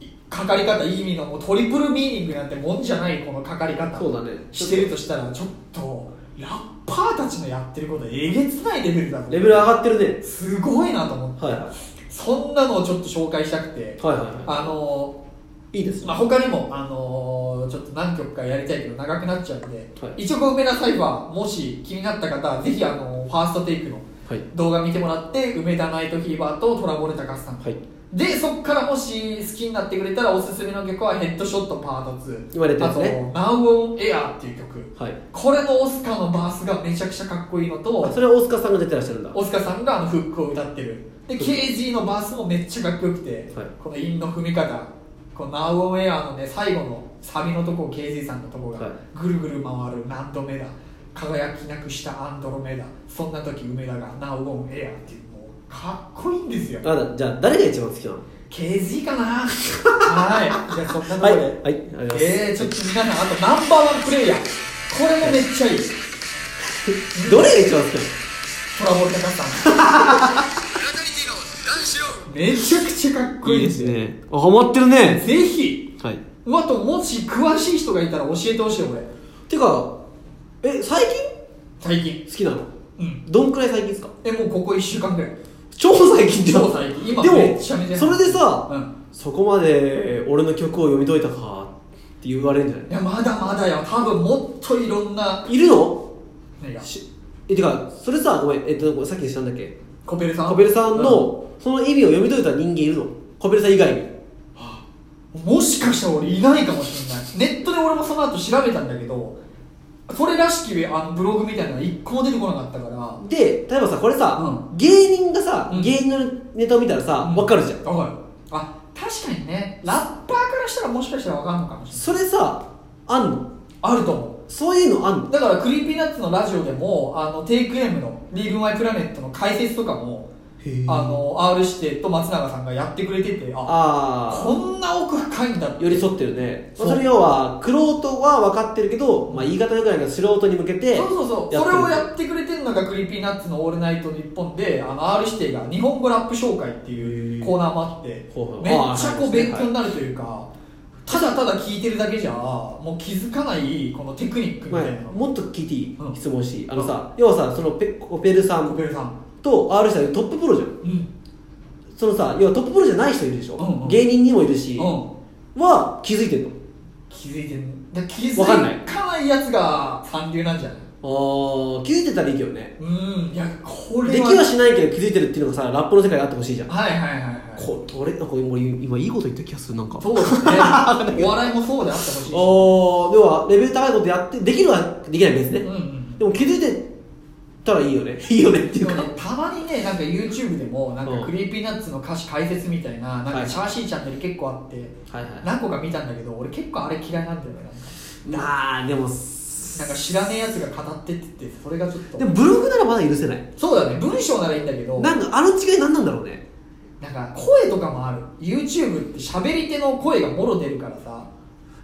Speaker 3: いかかり方いい意味のもうトリプルミーニングなんてもんじゃないこのかかり方
Speaker 1: そうだね
Speaker 3: してるとしたらちょっとラッパーたちのやってることえげつないレベルだぞ
Speaker 1: レベル上がってるね
Speaker 3: すごいなと思って
Speaker 1: はいはい
Speaker 3: そんなのをちょっと紹介したくて
Speaker 1: はいはいは
Speaker 3: あの
Speaker 1: いいいです
Speaker 3: まあ、他にも、あのちょっと何曲かやりたいけど長くなっちゃうんで、
Speaker 1: はい
Speaker 3: 一応この梅田サイファーもし気になった方はぜひ、あのファーストテイクの
Speaker 1: はい
Speaker 3: 動画見てもらって梅田ナイトフィーバーとトラボルタカスさん、
Speaker 1: はい
Speaker 3: でそこからもし好きになってくれたらおすすめの曲は「ヘッドショットパート2」
Speaker 1: 言われてる
Speaker 3: あ
Speaker 1: やつ
Speaker 3: と
Speaker 1: ね
Speaker 3: 「Now on Air」っていう曲
Speaker 1: はい
Speaker 3: これのオスカーのバースがめちゃくちゃかっこいいのと
Speaker 1: あそれは大塚さんが出てらっしゃるんだ
Speaker 3: オスカーさんがあのフックを歌ってるで KG のバースもめっちゃかっこよくて、
Speaker 1: はい
Speaker 3: この韻の踏み方このナウオンエアのね最後のサビのとこ KG さんのとこが
Speaker 1: はい
Speaker 3: ぐるぐる回る何度目だ輝きなくしたアンドロメダそんな時梅田がナウオンエアっていうもうかっこいいんですよ
Speaker 1: あだじゃあ誰が一番好きなの
Speaker 3: KG かな はいじゃあそんなとこ
Speaker 1: はいは
Speaker 3: ろで、
Speaker 1: いありがとうございます
Speaker 3: えー、ちょっと皆さんあとナンバーワンプレイヤーこれもめっちゃいい
Speaker 1: どれが一番好きなの
Speaker 3: トラボルタカスさ
Speaker 2: フ
Speaker 3: ん
Speaker 2: ラタニティの男子を
Speaker 3: めちゃくちゃかっこいいんよ
Speaker 1: ねあハマってるね
Speaker 3: ぜひ
Speaker 1: はい
Speaker 3: あともし詳しい人がいたら教えてほしい俺
Speaker 1: てかえ最近
Speaker 3: 最近
Speaker 1: 好きなの
Speaker 3: うん
Speaker 1: どんくらい最近ですか
Speaker 3: えもうここ1週間ぐらい
Speaker 1: 超最近じゃん
Speaker 3: 超最近今
Speaker 1: でも
Speaker 3: めっちゃめちゃ
Speaker 1: それでさ、
Speaker 3: うん
Speaker 1: そこまで俺の曲を読み解いたかって言われるんじゃない
Speaker 3: いやまだまだよ多分もっといろんない
Speaker 1: るの
Speaker 3: 何が
Speaker 1: しえてかそれさごめん、えっと、さっきしたんだっけ
Speaker 3: コペルさん
Speaker 1: コベルさんの、その意味を読み解いた人間いるのコベルさん以外に
Speaker 3: もしかしたら俺いないかもしれないネットで俺もその後調べたんだけどそれらしきあのブログみたいなのが一個も出てこなかったから
Speaker 1: で例えばさこれさ、
Speaker 3: う
Speaker 1: 芸人がさ、
Speaker 3: うん
Speaker 1: 芸人のネタを見たらさ、わかるじゃん
Speaker 3: わかるあ確かにねラッパーからしたらもしかしたらわかんのかもしれない
Speaker 1: それさあんの
Speaker 3: あると思う
Speaker 1: そういうのあんの
Speaker 3: だからクリーピーナッツのラジオでもあのテイク M の「リーグ・マイ・プラネット」の解説とかもあの R 指定と松永さんがやってくれててあこ
Speaker 1: あ
Speaker 3: んな奥深いんだっ
Speaker 1: あ
Speaker 3: て
Speaker 1: 寄り添ってるね
Speaker 3: そ
Speaker 1: そうれ要は玄人は分かってるけど、まあ、言い方ぐらいの素人に向けて
Speaker 3: そうそうそう
Speaker 1: やっ
Speaker 3: そ
Speaker 1: て
Speaker 3: れ
Speaker 1: る
Speaker 3: をやってくれてるのがクリーピーナッツの「オールナイトニッポン」であの R 指定が日本語ラップ紹介っていうコーナーもあって
Speaker 1: ほうほう
Speaker 3: めっちゃこ
Speaker 1: あ
Speaker 3: う
Speaker 1: ーはい
Speaker 3: 勉強になるというかただただ聞いてるだけじゃもう気づかないこのテクニックみ
Speaker 1: まあ
Speaker 3: たいなの、
Speaker 1: もっと聞いていい、
Speaker 3: うん
Speaker 1: 質問していいあのさ要はさそのペオペルさ
Speaker 3: コ
Speaker 1: ん
Speaker 3: ペルさん
Speaker 1: と R 社でトッププロじゃん
Speaker 3: うん
Speaker 1: そのさ要はトッププロじゃない人いるでしょ、
Speaker 3: うんうん
Speaker 1: 芸人にもいるし、
Speaker 3: うん
Speaker 1: は気づいてんの
Speaker 3: 気づいてんだ気づ
Speaker 1: わかんない
Speaker 3: かないやつが三流なんじゃない
Speaker 1: ああ気づいてたらいいけどね
Speaker 3: うんいやこれ
Speaker 1: できはしないけど気づいてるっていうのがさラップの世界であってほしいじゃん
Speaker 3: はいはいはいはい
Speaker 1: これなんか今今いいこと言った気がするなんか
Speaker 3: そ うですねお笑いもそうであってほしいし
Speaker 1: おではレベル高いことやってできるはできないですね、
Speaker 3: うんうん
Speaker 1: でも気づいてたらいいよねいいよねっていう
Speaker 3: で
Speaker 1: か
Speaker 3: もね、たまにね、なんか YouTube でも、なん
Speaker 1: う
Speaker 3: か
Speaker 1: ん
Speaker 3: クリーピーナッツの歌詞解説みたいな、なん
Speaker 1: は
Speaker 3: か
Speaker 1: い
Speaker 3: チャーシーチャンネル結構あって、
Speaker 1: はいはい
Speaker 3: 何個か見たんだけど、俺結構あれ嫌いなんだよね、なんか
Speaker 1: なあでも
Speaker 3: なんか知らねえやつが語ってって言って、それがちょっと。
Speaker 1: でもブログならまだ許せない
Speaker 3: そうだね、文章ならいいんだけど、
Speaker 1: なんかあの違い何なんだろうね
Speaker 3: なんか声とかもある。YouTube って喋り手の声がもろ出るからさ、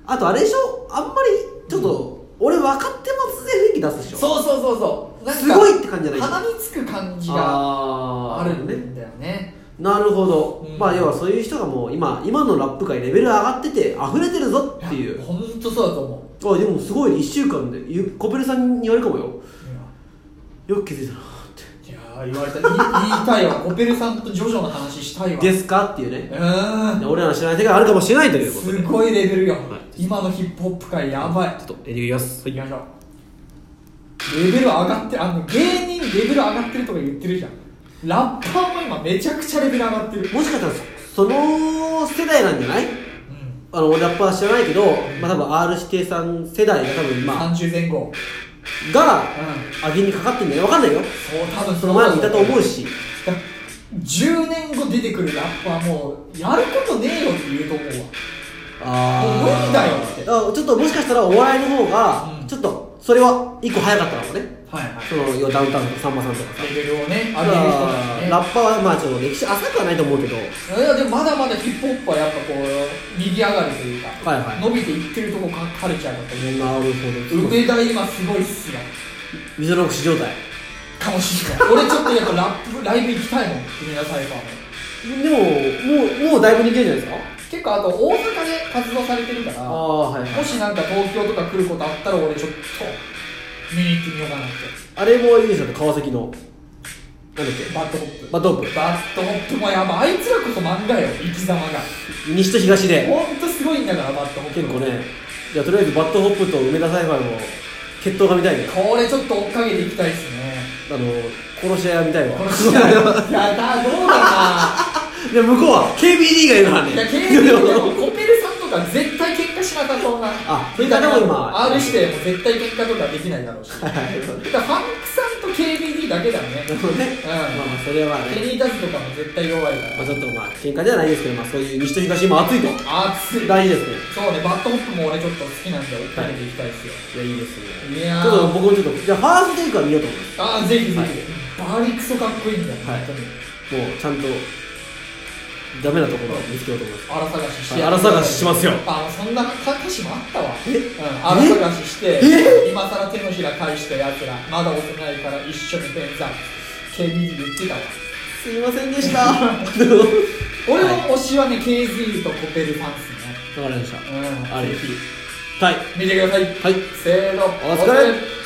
Speaker 1: あとあれでしょあんまりちょっと、俺分かってますぜ雰囲気出すでしょ
Speaker 3: そうそうそうそうなんか
Speaker 1: すごいって感じじゃない
Speaker 3: 鼻につく感じが
Speaker 1: あ
Speaker 3: あ
Speaker 1: ー
Speaker 3: るんだよね
Speaker 1: なるほど、
Speaker 3: うん
Speaker 1: まあ要はそういう人がもう今今のラップ界レベル上がってて溢れてるぞっていう
Speaker 3: 本当そうだと思
Speaker 1: あでもすごい1週間でゆコペルさんに言われるかもよ
Speaker 3: う
Speaker 1: よく気づいたなっ
Speaker 3: いやー言われたい言いたいわコペルさんとジョジョの話したいわ
Speaker 1: て
Speaker 3: う
Speaker 1: ですかっていうね
Speaker 3: ーん
Speaker 1: で俺らの知らない世界があるかもしれないということです
Speaker 3: ごいレベルよ今のヒップホップ界やばい
Speaker 1: ちょっとエンディングいきます
Speaker 3: 行きましょうレベル上がってるあの芸人レベル上がってるとか言ってるじゃんラッパーも今めちゃくちゃレベル上がってる
Speaker 1: もしかしたらそその世代なんじゃない
Speaker 3: うん
Speaker 1: あの俺ラッパーは知らないけど、まあ、多分 R 指定さん世代が多分今
Speaker 3: 30前後
Speaker 1: が
Speaker 3: う
Speaker 1: 上げにかかってんじゃないわかんないよ
Speaker 3: そう多分
Speaker 1: その前もいたと思
Speaker 3: う
Speaker 1: うし
Speaker 3: だ10年後出てくるラッパーもうやることねえよって言うと思うわ
Speaker 1: あ
Speaker 3: もう無理だよって
Speaker 1: あちょっともしかしたらお笑いの方
Speaker 3: う
Speaker 1: が
Speaker 3: ん
Speaker 1: ちょっとそれは一個早かったかもね
Speaker 3: はいは
Speaker 1: その要はダウンタウンとかさんまさんとかさ
Speaker 3: レベルをね
Speaker 1: だか
Speaker 3: 上げ
Speaker 1: ら
Speaker 3: る人だよね
Speaker 1: ラッパーはまあちょっと歴史浅くはないと思うけど
Speaker 3: いやでもまだまだヒップホップはやっぱこう右上がりというか、
Speaker 1: はいはい
Speaker 3: 伸びていってるとこかカルチャーだと思
Speaker 1: なる
Speaker 3: う
Speaker 1: ほど
Speaker 3: 梅田今すごいっすよ
Speaker 1: 水の口状態
Speaker 3: かもしれない俺ちょっとやっぱラップライブ行きたいもん梅田サイファーも
Speaker 1: でももうもうだいぶ似てるんじゃないですか
Speaker 3: 結構あと大阪で活動されてるからも
Speaker 1: あはい
Speaker 3: しなんか東京とか来ることあったら俺ちょっと見に行ってみようかなって
Speaker 1: あれもいいでしょ川崎のなんだっけ
Speaker 3: バッドホップ
Speaker 1: バッドホッ
Speaker 3: バッドホップもやばいあいつらこそ漫画よ生き様が
Speaker 1: プ西と東で
Speaker 3: ほんとすごいんだからバッドホップ
Speaker 1: 結構ねじゃあとりあえずバッドホップと梅田サイファーの決闘が見たいね
Speaker 3: これちょっと追っかけていきたいっすね
Speaker 1: あの殺し合いが見たいわ
Speaker 3: この試合やだどうだ
Speaker 1: で向こうは KBD がいるわね
Speaker 3: ないや経営でもコペルさんとか絶対喧嘩しなさそうな
Speaker 1: あ喧嘩でも今
Speaker 3: R 指定も絶対喧嘩とかできないだろうしだからファンクさんと KBD だけだね
Speaker 1: なるほどね、
Speaker 3: うん
Speaker 1: まあまあそれはまあ
Speaker 3: ケ
Speaker 1: ね、
Speaker 3: ニータズとかも絶対弱いか
Speaker 1: まあ、ちょっとまあ喧嘩ではないですけど、まあ、そういう西と東今熱いと
Speaker 3: ら熱い
Speaker 1: 大事ですね
Speaker 3: そうねバットホップも俺ちょっと好きなんで追っかけていきたいっすよ
Speaker 1: いやいいですねちょ
Speaker 3: い
Speaker 1: っ
Speaker 3: や
Speaker 1: と
Speaker 3: ー
Speaker 1: 僕もちょっとじゃあファーストテイクは見ようと思いま
Speaker 3: あーぜひぜひバリクソかっこいいんだよ
Speaker 1: はい
Speaker 3: 本
Speaker 1: すもうちゃん
Speaker 3: 当に
Speaker 1: とダメなところを見つけようと思いま
Speaker 3: あら探しし
Speaker 1: はい
Speaker 3: て
Speaker 1: あら探ししますよ
Speaker 3: あそんな歌詞もあったわ
Speaker 1: え
Speaker 3: うん、あら探しして
Speaker 1: え
Speaker 3: 今更手のひら返したやつらまだ幼いから一緒に天才 KBD 言ってたわ
Speaker 1: すすいませんでした わ
Speaker 3: 俺の推しはね KZ とコペルファンっす
Speaker 1: かりました
Speaker 3: ねうん
Speaker 1: ありはい
Speaker 3: 見てください
Speaker 1: はい
Speaker 3: せーの
Speaker 1: お疲れ